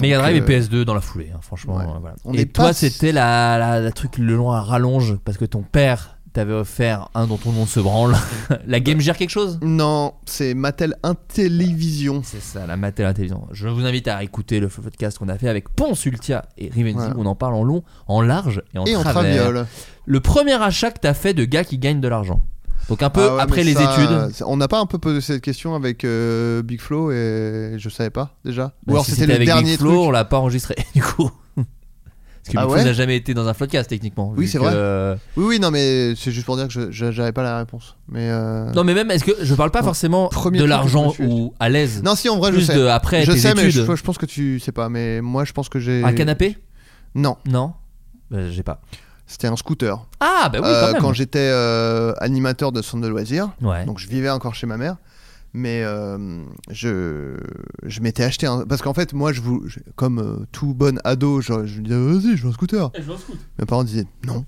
Speaker 8: Mega Drive
Speaker 7: euh,
Speaker 8: et PS2 dans la foulée hein, franchement.
Speaker 7: ouais.
Speaker 8: euh, voilà.
Speaker 7: On
Speaker 8: Et
Speaker 7: est
Speaker 8: toi
Speaker 7: pas-
Speaker 8: c'était la, la, la truc le long à rallonge parce que ton père t'avait offert un dont ton nom se branle. la Game Gear quelque chose
Speaker 7: Non, c'est Mattel Intellivision.
Speaker 8: C'est ça, la matinée à la télévision. Je vous invite à écouter le podcast qu'on a fait avec Ponsultia et Rivenzi,
Speaker 7: Voilà.
Speaker 8: où on en parle en long, en large et en
Speaker 7: Et en
Speaker 8: travers.
Speaker 7: traviole.
Speaker 8: Le premier achat que t'as fait de gars qui gagnent de l'argent. Donc un peu
Speaker 7: Ah ouais,
Speaker 8: après
Speaker 7: mais
Speaker 8: les
Speaker 7: ça,
Speaker 8: études. Bah,
Speaker 7: c'est- On n'a pas un peu posé cette question avec euh, Big Flo et je savais pas déjà. Ou
Speaker 8: Bah,
Speaker 7: alors
Speaker 8: si
Speaker 7: c'était le
Speaker 8: avec
Speaker 7: dernier
Speaker 8: Big Flo, on
Speaker 7: truc.
Speaker 8: l'a pas enregistré du coup. Parce que
Speaker 7: Ah
Speaker 8: Big
Speaker 7: ouais
Speaker 8: Flo n'a jamais été dans un podcast techniquement.
Speaker 7: Oui,
Speaker 8: vu
Speaker 7: c'est
Speaker 8: que- euh,
Speaker 7: Oui oui non mais c'est juste pour dire que je- je- j'avais pas la réponse. Mais euh,
Speaker 8: Non mais même est-ce que je parle pas
Speaker 7: Non.
Speaker 8: forcément
Speaker 7: Premier
Speaker 8: de
Speaker 7: truc que
Speaker 8: l'argent
Speaker 7: je me suis
Speaker 8: ou à l'aise.
Speaker 7: non si en vrai je
Speaker 8: plus
Speaker 7: sais.
Speaker 8: de après
Speaker 7: je
Speaker 8: tes
Speaker 7: sais mais
Speaker 8: études.
Speaker 7: je, je pense que tu sais pas. Mais moi je pense que j'ai
Speaker 8: Un canapé
Speaker 7: Non
Speaker 8: Non, Euh, j'ai pas.
Speaker 7: c'était un scooter.
Speaker 8: Ah bah oui
Speaker 7: Euh,
Speaker 8: quand même.
Speaker 7: quand j'étais euh, animateur de centre de loisirs.
Speaker 8: Ouais.
Speaker 7: Donc je vivais encore chez ma mère. Mais euh, je, je m'étais acheté un. Parce qu'en fait, moi, je vous, je- comme euh, tout bon ado, je, je me disais, vas-y, je veux un scooter.
Speaker 8: Eh,
Speaker 7: Mes parents disaient, non.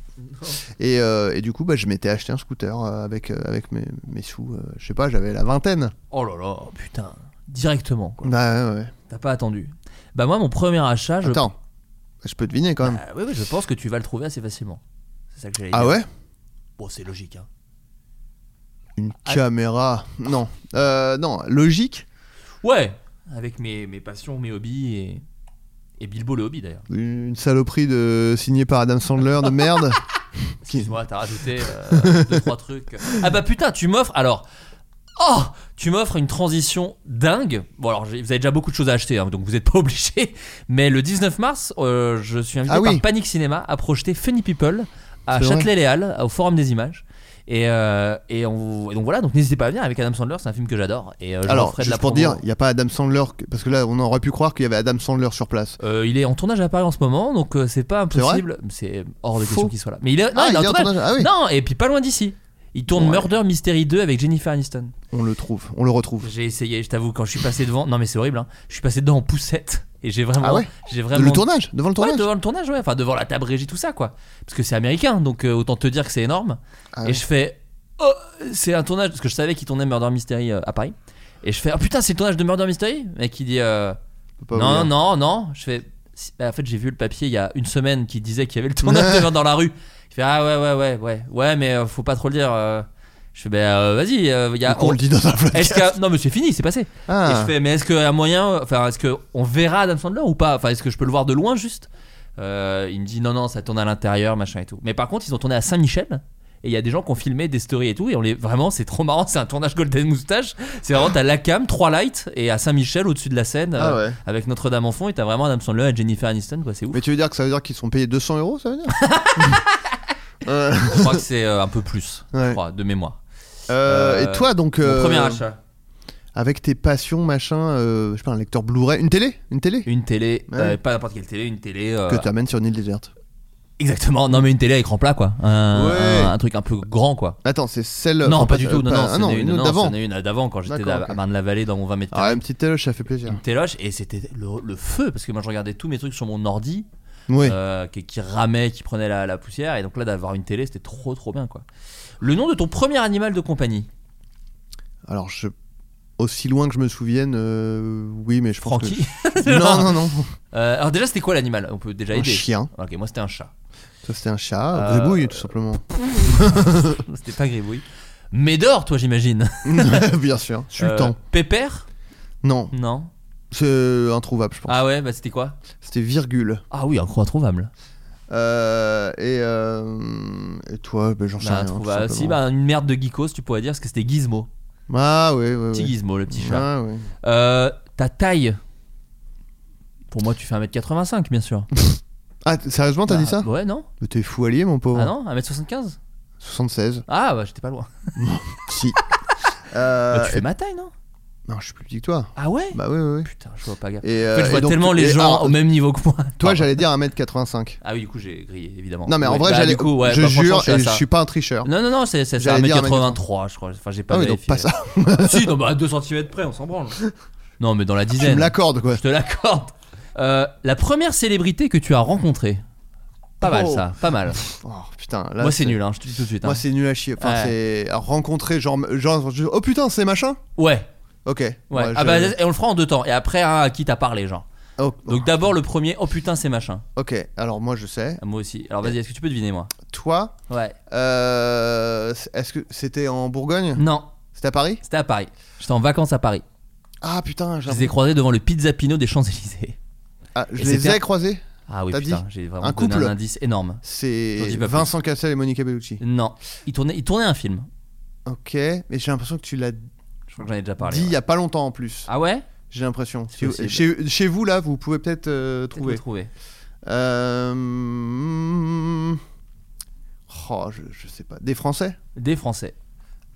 Speaker 7: Et, euh, et du coup, bah, je m'étais acheté un scooter euh, avec, euh, avec mes, mes sous. euh, je sais pas, j'avais la vingtaine.
Speaker 8: Oh là là, putain, directement. quoi.
Speaker 7: Bah, ouais, ouais.
Speaker 8: T'as pas attendu. Bah moi mon premier achat, je,
Speaker 7: Attends, je peux deviner quand même.
Speaker 8: Ah, oui, oui, je pense que tu vas le trouver assez facilement. C'est ça que j'allais
Speaker 7: ah
Speaker 8: dire.
Speaker 7: ouais
Speaker 8: Bon c'est logique. Hein.
Speaker 7: Une
Speaker 8: Ah.
Speaker 7: caméra. Non. Euh, non, logique.
Speaker 8: Ouais, avec mes, mes passions, mes hobbies et et Bilbo le hobby d'ailleurs.
Speaker 7: Une saloperie de signée par Adam Sandler de merde.
Speaker 8: Excuse-moi, t'as rajouté euh, deux trois trucs. Ah bah putain, tu m'offres alors. Oh, tu m'offres une transition dingue. Bon alors, j'ai- vous avez déjà beaucoup de choses à acheter, hein, donc vous n'êtes pas obligés. Mais le 19 mars, euh, je suis invité
Speaker 7: Ah oui.
Speaker 8: par Panic Cinéma à projeter Funny People à
Speaker 7: C'est vrai.
Speaker 8: Châtelet-Léal, au Forum des Images. Et, euh, et, on- et donc voilà, donc n'hésitez pas à venir avec Adam Sandler, c'est un film que j'adore. Et euh, je
Speaker 7: Alors,
Speaker 8: referai de
Speaker 7: juste
Speaker 8: la
Speaker 7: pour
Speaker 8: promo.
Speaker 7: dire, il n'y a pas Adam Sandler, que- parce que là, on aurait pu croire qu'il y avait Adam Sandler sur place.
Speaker 8: Euh, il est en tournage à Paris en ce moment, donc euh, c'est pas
Speaker 7: C'est vrai
Speaker 8: impossible. C'est hors de
Speaker 7: Faux.
Speaker 8: question qu'il soit là. Mais il est, non,
Speaker 7: Ah,
Speaker 8: il est en tournage.
Speaker 7: Ah oui,
Speaker 8: Non, et puis pas loin d'ici. Il tourne
Speaker 7: Ouais.
Speaker 8: Murder Mystery 2 avec Jennifer Aniston.
Speaker 7: on le trouve, on le retrouve.
Speaker 8: J'ai essayé, je t'avoue, quand je suis passé devant. Non, mais c'est horrible, hein. Je suis passé devant en poussette. Et j'ai vraiment.
Speaker 7: Ah ouais
Speaker 8: J'ai vraiment.
Speaker 7: Le tournage, devant le
Speaker 8: Ouais,
Speaker 7: tournage.
Speaker 8: devant le tournage, ouais. Enfin, devant la table régie, tout ça, quoi. Parce que c'est américain, donc euh, autant te dire que c'est énorme.
Speaker 7: Ah
Speaker 8: et
Speaker 7: ouais.
Speaker 8: je fais. Oh, c'est un tournage. Parce que je savais qu'il tournait Murder Mystery euh, à Paris. Et je fais. Ah putain, c'est le tournage de Murder Mystery Le Mec, il dit. euh,
Speaker 7: Je peux pas vous
Speaker 8: non,
Speaker 7: dire.
Speaker 8: non, non. Je fais. si- bah, en fait, j'ai vu le papier il y a une semaine qui disait qu'il y avait le tournage de Murder dans la rue. Il fait Ah ouais, ouais, ouais, ouais. Ouais, mais euh, faut pas trop le dire. euh. Je fais, ben euh, vas-y, euh, il y a.
Speaker 7: on le dit dans un
Speaker 8: Est-ce
Speaker 7: podcast.
Speaker 8: qu'il y a- Non, mais c'est fini, c'est passé.
Speaker 7: Ah.
Speaker 8: Et je fais, mais est-ce qu'il y a moyen. Enfin, est-ce qu'on verra Adam Sandler ou pas Enfin, est-ce que je peux le voir de loin juste Euh, Il me dit, non, non, ça tourne à l'intérieur, machin et tout. Mais par contre, ils ont tourné à Saint-Michel. Et il y a des gens qui ont filmé des stories et tout. Et on les. Vraiment, c'est trop marrant. C'est un tournage Golden Moustache. C'est vraiment, t'as la cam, trois lights. Et à Saint-Michel, au-dessus de la scène,
Speaker 7: Ah
Speaker 8: euh,
Speaker 7: ouais.
Speaker 8: avec Notre-Dame en fond. Et t'as vraiment Adam Sandler et Jennifer Aniston, quoi. C'est ouf.
Speaker 7: Mais tu veux dire que ça veut dire qu'ils sont payés 200 euros, ça veut dire Euh,
Speaker 8: Je crois que c'est euh, un peu plus, je
Speaker 7: Ouais.
Speaker 8: crois, de mémoire. Euh,
Speaker 7: euh, Et toi, donc.
Speaker 8: Mon
Speaker 7: euh,
Speaker 8: premier achat.
Speaker 7: Avec tes passions, machin, euh, je sais pas, un lecteur Blu-ray, une télé Une télé
Speaker 8: Une télé,
Speaker 7: Ouais.
Speaker 8: euh, pas n'importe quelle télé, une télé. euh,
Speaker 7: Que tu amènes sur une île déserte.
Speaker 8: Exactement, non mais une télé écran plat quoi. Un,
Speaker 7: Ouais.
Speaker 8: un- un truc un peu grand quoi.
Speaker 7: Attends, c'est celle.
Speaker 8: non,
Speaker 7: enfin,
Speaker 8: pas du tout, non, non,
Speaker 7: ah
Speaker 8: c'en est
Speaker 7: une
Speaker 8: une,
Speaker 7: autre
Speaker 8: non,
Speaker 7: d'avant.
Speaker 8: c'en est une d'avant quand j'étais
Speaker 7: D'accord,
Speaker 8: à,
Speaker 7: ok.
Speaker 8: marne la vallée dans mon 20 mètres
Speaker 7: Ah,
Speaker 8: carrés.
Speaker 7: une petite télé, ça fait plaisir.
Speaker 8: Une téloche et c'était le, le feu parce que moi je regardais tous mes trucs sur mon ordi
Speaker 7: Oui.
Speaker 8: euh, qui, qui ramait, qui prenait la, la poussière et donc là d'avoir une télé c'était trop trop bien quoi. Le nom de ton premier animal de compagnie
Speaker 7: Alors, je. Aussi loin que je me souvienne, euh, oui, mais je pense
Speaker 8: Francky
Speaker 7: que. Non, non, non.
Speaker 8: Euh, Alors déjà c'était quoi l'animal On peut déjà
Speaker 7: Un
Speaker 8: aider.
Speaker 7: chien.
Speaker 8: Ok, moi c'était un chat.
Speaker 7: Ça, c'était un chat.
Speaker 8: Euh,
Speaker 7: Gribouille, tout simplement.
Speaker 8: c'était pas gribouille. Médor toi j'imagine.
Speaker 7: Bien sûr.
Speaker 8: Euh,
Speaker 7: Sultan.
Speaker 8: Pépère
Speaker 7: Non,
Speaker 8: Non.
Speaker 7: c'est introuvable, je pense.
Speaker 8: Ah ouais, bah c'était quoi
Speaker 7: C'était virgule.
Speaker 8: Ah oui, incroyable, introuvable.
Speaker 7: Euh, et, euh, et toi, ben, j'en sais
Speaker 8: Bah,
Speaker 7: rien.
Speaker 8: trouve-
Speaker 7: tout
Speaker 8: bah,
Speaker 7: simplement.
Speaker 8: si, bah, une merde de geekos, tu pourrais dire, parce que c'était Gizmo.
Speaker 7: Ah, oui, oui.
Speaker 8: Petit
Speaker 7: oui.
Speaker 8: Gizmo, le petit chat.
Speaker 7: Ah, oui.
Speaker 8: Euh, ta taille Pour moi, tu fais 1m85, bien sûr.
Speaker 7: Ah, t- sérieusement, t'as
Speaker 8: Bah,
Speaker 7: dit ça Oh.
Speaker 8: Ouais, non
Speaker 7: Mais T'es fou allié, mon pauvre.
Speaker 8: Ah non 1m75
Speaker 7: 76.
Speaker 8: Ah, bah, j'étais pas loin.
Speaker 7: Si.
Speaker 8: Bah,
Speaker 7: Euh,
Speaker 8: tu fais
Speaker 7: et-
Speaker 8: ma taille, non
Speaker 7: Non, je suis plus petit que toi.
Speaker 8: Ah ouais
Speaker 7: Bah, oui, oui. oui.
Speaker 8: Putain, je vois pas gaffe.
Speaker 7: Et,
Speaker 8: En
Speaker 7: euh,
Speaker 8: fait, je
Speaker 7: et
Speaker 8: vois
Speaker 7: donc,
Speaker 8: tellement les
Speaker 7: et
Speaker 8: gens
Speaker 7: alors,
Speaker 8: au même niveau que moi.
Speaker 7: Toi,
Speaker 8: Pardon.
Speaker 7: j'allais dire 1m85.
Speaker 8: Ah oui, du coup, j'ai grillé, évidemment.
Speaker 7: Non, mais en
Speaker 8: Ouais,
Speaker 7: vrai,
Speaker 8: bah,
Speaker 7: j'allais.
Speaker 8: du coup, ouais,
Speaker 7: je
Speaker 8: bah, franchement,
Speaker 7: jure,
Speaker 8: à
Speaker 7: et je
Speaker 8: ça.
Speaker 7: suis pas un tricheur.
Speaker 8: Non, non, non, c'est c'est
Speaker 7: Hein. J'allais dire
Speaker 8: 1m83, je crois. Enfin, j'ai pas
Speaker 7: Ah oui, donc
Speaker 8: vérifié.
Speaker 7: pas ça. Ah,
Speaker 8: si, non, bah, à 2 cm près, on s'en branle. Non, mais dans la
Speaker 7: Tu
Speaker 8: dizaine.
Speaker 7: me l'accordes, quoi.
Speaker 8: Je te l'accorde. Euh, la première célébrité que tu as rencontrée. Pas mal
Speaker 7: Oh.
Speaker 8: ça, pas mal.
Speaker 7: Oh, putain, là.
Speaker 8: Moi c'est nul, hein, je te dis tout de suite. hein.
Speaker 7: Moi, c'est nul à chier. Enfin,
Speaker 8: Ouais.
Speaker 7: c'est. alors, Rencontrer, genre. genre je- Oh putain, c'est machin
Speaker 8: Ouais,
Speaker 7: Ok.
Speaker 8: ouais.
Speaker 7: Moi,
Speaker 8: Ah
Speaker 7: je-
Speaker 8: bah, et on le fera en deux temps. Et après, hein, à qui t'as parlé, genre.
Speaker 7: Oh,
Speaker 8: Donc d'abord le premier, oh putain, c'est machin.
Speaker 7: Ok, alors moi je sais.
Speaker 8: Ah, Moi aussi. Alors vas-y, est-ce que tu peux deviner, moi
Speaker 7: Toi,
Speaker 8: Ouais.
Speaker 7: euh, est-ce que c'était en Bourgogne
Speaker 8: Non,
Speaker 7: C'était à Paris
Speaker 8: c'était à Paris. J'étais en vacances à Paris.
Speaker 7: Ah putain, j'ai
Speaker 8: Je les ai croisés devant le Pizza Pino des Champs-Élysées.
Speaker 7: Ah, je
Speaker 8: Et
Speaker 7: les
Speaker 8: c'était-
Speaker 7: ai croisés.
Speaker 8: Ah oui,
Speaker 7: T'as
Speaker 8: putain,
Speaker 7: dit
Speaker 8: j'ai vraiment
Speaker 7: Un
Speaker 8: donné
Speaker 7: couple
Speaker 8: un indice énorme. J'en
Speaker 7: C'est
Speaker 8: dis pas plus.
Speaker 7: Vincent Cassel et Monica Bellucci.
Speaker 8: Non, ils tournaient, ils tournaient un film.
Speaker 7: Ok, mais j'ai l'impression que tu l'as dit
Speaker 8: Je crois que j'en ai déjà parlé.
Speaker 7: il
Speaker 8: ouais.
Speaker 7: y a pas longtemps en plus.
Speaker 8: Ah ouais
Speaker 7: J'ai l'impression.
Speaker 8: C'est
Speaker 7: Si vous-
Speaker 8: possible.
Speaker 7: Chez, chez vous là, vous pouvez peut-être euh,
Speaker 8: Peut-être me
Speaker 7: trouver.
Speaker 8: trouver.
Speaker 7: Euh, hmm, Oh, je, je sais pas. Des Français
Speaker 8: Des Français.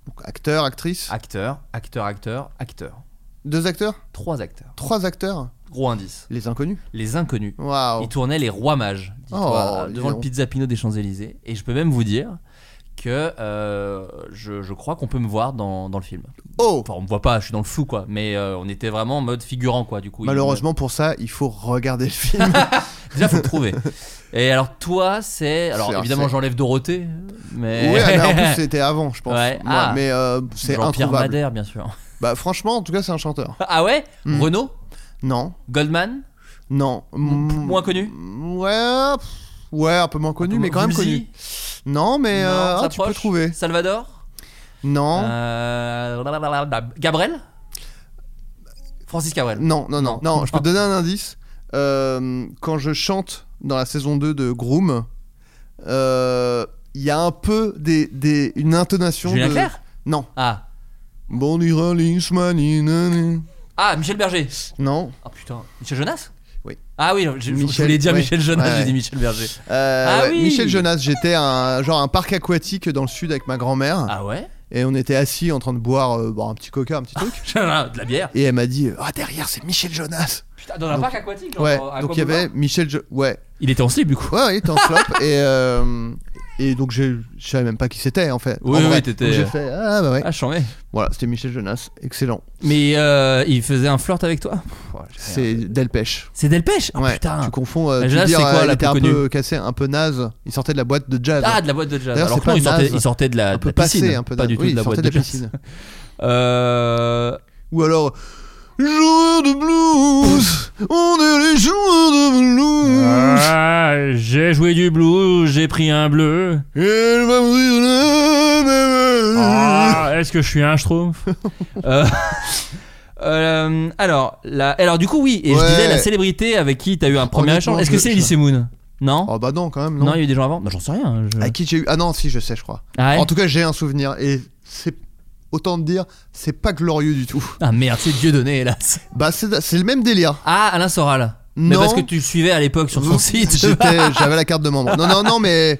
Speaker 7: Donc, Acteurs, actrices
Speaker 8: Acteurs, acteurs, acteurs, acteurs.
Speaker 7: Deux acteurs
Speaker 8: Trois acteurs.
Speaker 7: Trois acteurs
Speaker 8: Gros indice.
Speaker 7: Les inconnus
Speaker 8: Les inconnus.
Speaker 7: Waouh
Speaker 8: Ils tournaient les rois mages, dis-toi, devant
Speaker 7: Oh, dis
Speaker 8: le
Speaker 7: donc.
Speaker 8: Pizza Pino des Champs-Élysées. Et je peux même vous dire que euh, je, je crois qu'on peut me voir dans, dans le film.
Speaker 7: Oh
Speaker 8: Enfin, on me voit pas, je suis dans le flou, quoi. Mais euh, on était vraiment en mode figurant, quoi. Du coup, ils-
Speaker 7: Malheureusement pour ça, il faut regarder le film.
Speaker 8: déjà faut le trouver. Et alors toi, c'est alors
Speaker 7: C'est-
Speaker 8: évidemment
Speaker 7: c'est-
Speaker 8: j'enlève Dorothée, mais
Speaker 7: Ouais, mais en plus c'était avant, je pense.
Speaker 8: Ouais,
Speaker 7: Moi,
Speaker 8: ah.
Speaker 7: Mais euh, c'est
Speaker 8: Jean-Pierre
Speaker 7: introuvable.
Speaker 8: Madère, bien sûr.
Speaker 7: Bah franchement, en tout cas, c'est un chanteur.
Speaker 8: Ah ouais,
Speaker 7: Hmm.
Speaker 8: Renaud,
Speaker 7: Non,
Speaker 8: Goldman,
Speaker 7: non. Mm,
Speaker 8: moins connu
Speaker 7: Ouais, pff, ouais, un peu moins connu, mais quand même
Speaker 8: Woolsey
Speaker 7: connu. Non, mais
Speaker 8: Non,
Speaker 7: euh,
Speaker 8: on
Speaker 7: ah, tu peux
Speaker 8: s'approche.
Speaker 7: trouver.
Speaker 8: Salvador,
Speaker 7: Non,
Speaker 8: Euh, blablabla. Gabriel, Francis Cabrel.
Speaker 7: Euh, non, non, non,
Speaker 8: non. Ah.
Speaker 7: non. Je peux te donner un indice. Euh, quand je chante dans la saison 2 de Groom, euh, il y a un peu des, des- une intonation.
Speaker 8: Julien
Speaker 7: de...
Speaker 8: Clerc
Speaker 7: Non.
Speaker 8: Ah.
Speaker 7: Bon, du rolling, shmoney, nanani.
Speaker 8: Ah, Michel Berger.
Speaker 7: Non.
Speaker 8: Ah putain. Michel Jonas
Speaker 7: Oui.
Speaker 8: Ah oui, je- je,
Speaker 7: Michel,
Speaker 8: voulais dire
Speaker 7: ouais.
Speaker 8: Michel Jonas,
Speaker 7: Ouais,
Speaker 8: j'ai
Speaker 7: ouais.
Speaker 8: dit Michel Berger.
Speaker 7: Euh,
Speaker 8: Ah
Speaker 7: ouais,
Speaker 8: oui.
Speaker 7: Michel Jonas, j'étais à un genre un parc aquatique dans le sud avec ma grand-mère
Speaker 8: Ah ouais
Speaker 7: et on était assis en train de boire euh, bon, un petit coca, un petit truc
Speaker 8: Ah, De la bière.
Speaker 7: et elle m'a dit ah derrière c'est Michel Jonas.
Speaker 8: Putain, dans un parc aquatique genre,
Speaker 7: Ouais,
Speaker 8: à
Speaker 7: donc il y avait
Speaker 8: Aquaboulevard
Speaker 7: Michel Jo- ouais.
Speaker 8: Il était en slip du coup.
Speaker 7: Ouais, ouais, il était en slop et euh, et donc je je savais même pas qui c'était en fait.
Speaker 8: Oui,
Speaker 7: En
Speaker 8: oui,
Speaker 7: vrai.
Speaker 8: t'étais-
Speaker 7: Donc, J'ai fait ah bah ouais.
Speaker 8: Ah, je mets.
Speaker 7: Voilà, c'était Michel Jonas, excellent.
Speaker 8: Mais euh, il faisait un flirt avec toi Pff, ouais, j'ai rien.
Speaker 7: C'est Delpech.
Speaker 8: C'est Delpech Ah
Speaker 7: ouais,
Speaker 8: putain.
Speaker 7: tu confonds euh,
Speaker 8: Mais
Speaker 7: tu
Speaker 8: Jonas,
Speaker 7: veux dire
Speaker 8: c'est quoi,
Speaker 7: euh, il
Speaker 8: la
Speaker 7: était un
Speaker 8: plus connue
Speaker 7: peu cassé, un peu naze, il sortait de la boîte de jazz.
Speaker 8: Ah, de la boîte de jazz.
Speaker 7: D'ailleurs,
Speaker 8: Alors
Speaker 7: c'est
Speaker 8: que non,
Speaker 7: pas
Speaker 8: il sortait,
Speaker 7: naze.
Speaker 8: il sortait de la,
Speaker 7: un
Speaker 8: de la
Speaker 7: peu passé,
Speaker 8: piscine.
Speaker 7: un peu
Speaker 8: pas
Speaker 7: naze.
Speaker 8: du tout
Speaker 7: Oui,
Speaker 8: de la
Speaker 7: il sortait
Speaker 8: boîte de,
Speaker 7: de la
Speaker 8: jazz.
Speaker 7: piscine.
Speaker 8: Euh,
Speaker 7: Ou alors Joueur de blues, on est les joueurs de blues.
Speaker 8: Ah, j'ai joué du blues, j'ai pris un bleu.
Speaker 7: Elle va mourir là,
Speaker 8: Euh, Est-ce que je suis un schtroumpf Euh, euh, alors, la- alors, du coup, oui. Et je
Speaker 7: Ouais.
Speaker 8: disais, la célébrité avec qui t'as eu un premier
Speaker 7: Honnêtement,
Speaker 8: échange. Est-ce que
Speaker 7: je-
Speaker 8: c'est
Speaker 7: je-
Speaker 8: Elise Moon non,
Speaker 7: Oh bah non, quand même,
Speaker 8: non
Speaker 7: non.
Speaker 8: il y a eu des gens avant Bah, J'en sais rien. je-
Speaker 7: À qui j'ai eu Ah non, si, je sais, je crois.
Speaker 8: Ah, ouais
Speaker 7: En tout cas, j'ai un souvenir et c'est autant te dire, c'est pas glorieux du tout.
Speaker 8: Ah, merde, c'est Dieu donné, hélas.
Speaker 7: Bah c'est c'est le même délire.
Speaker 8: Ah, Alain Soral. Mais
Speaker 7: Non.
Speaker 8: parce que tu le suivais à l'époque sur son
Speaker 7: Vous-
Speaker 8: site.
Speaker 7: j'étais- J'avais la carte de membre. Non, non, non, mais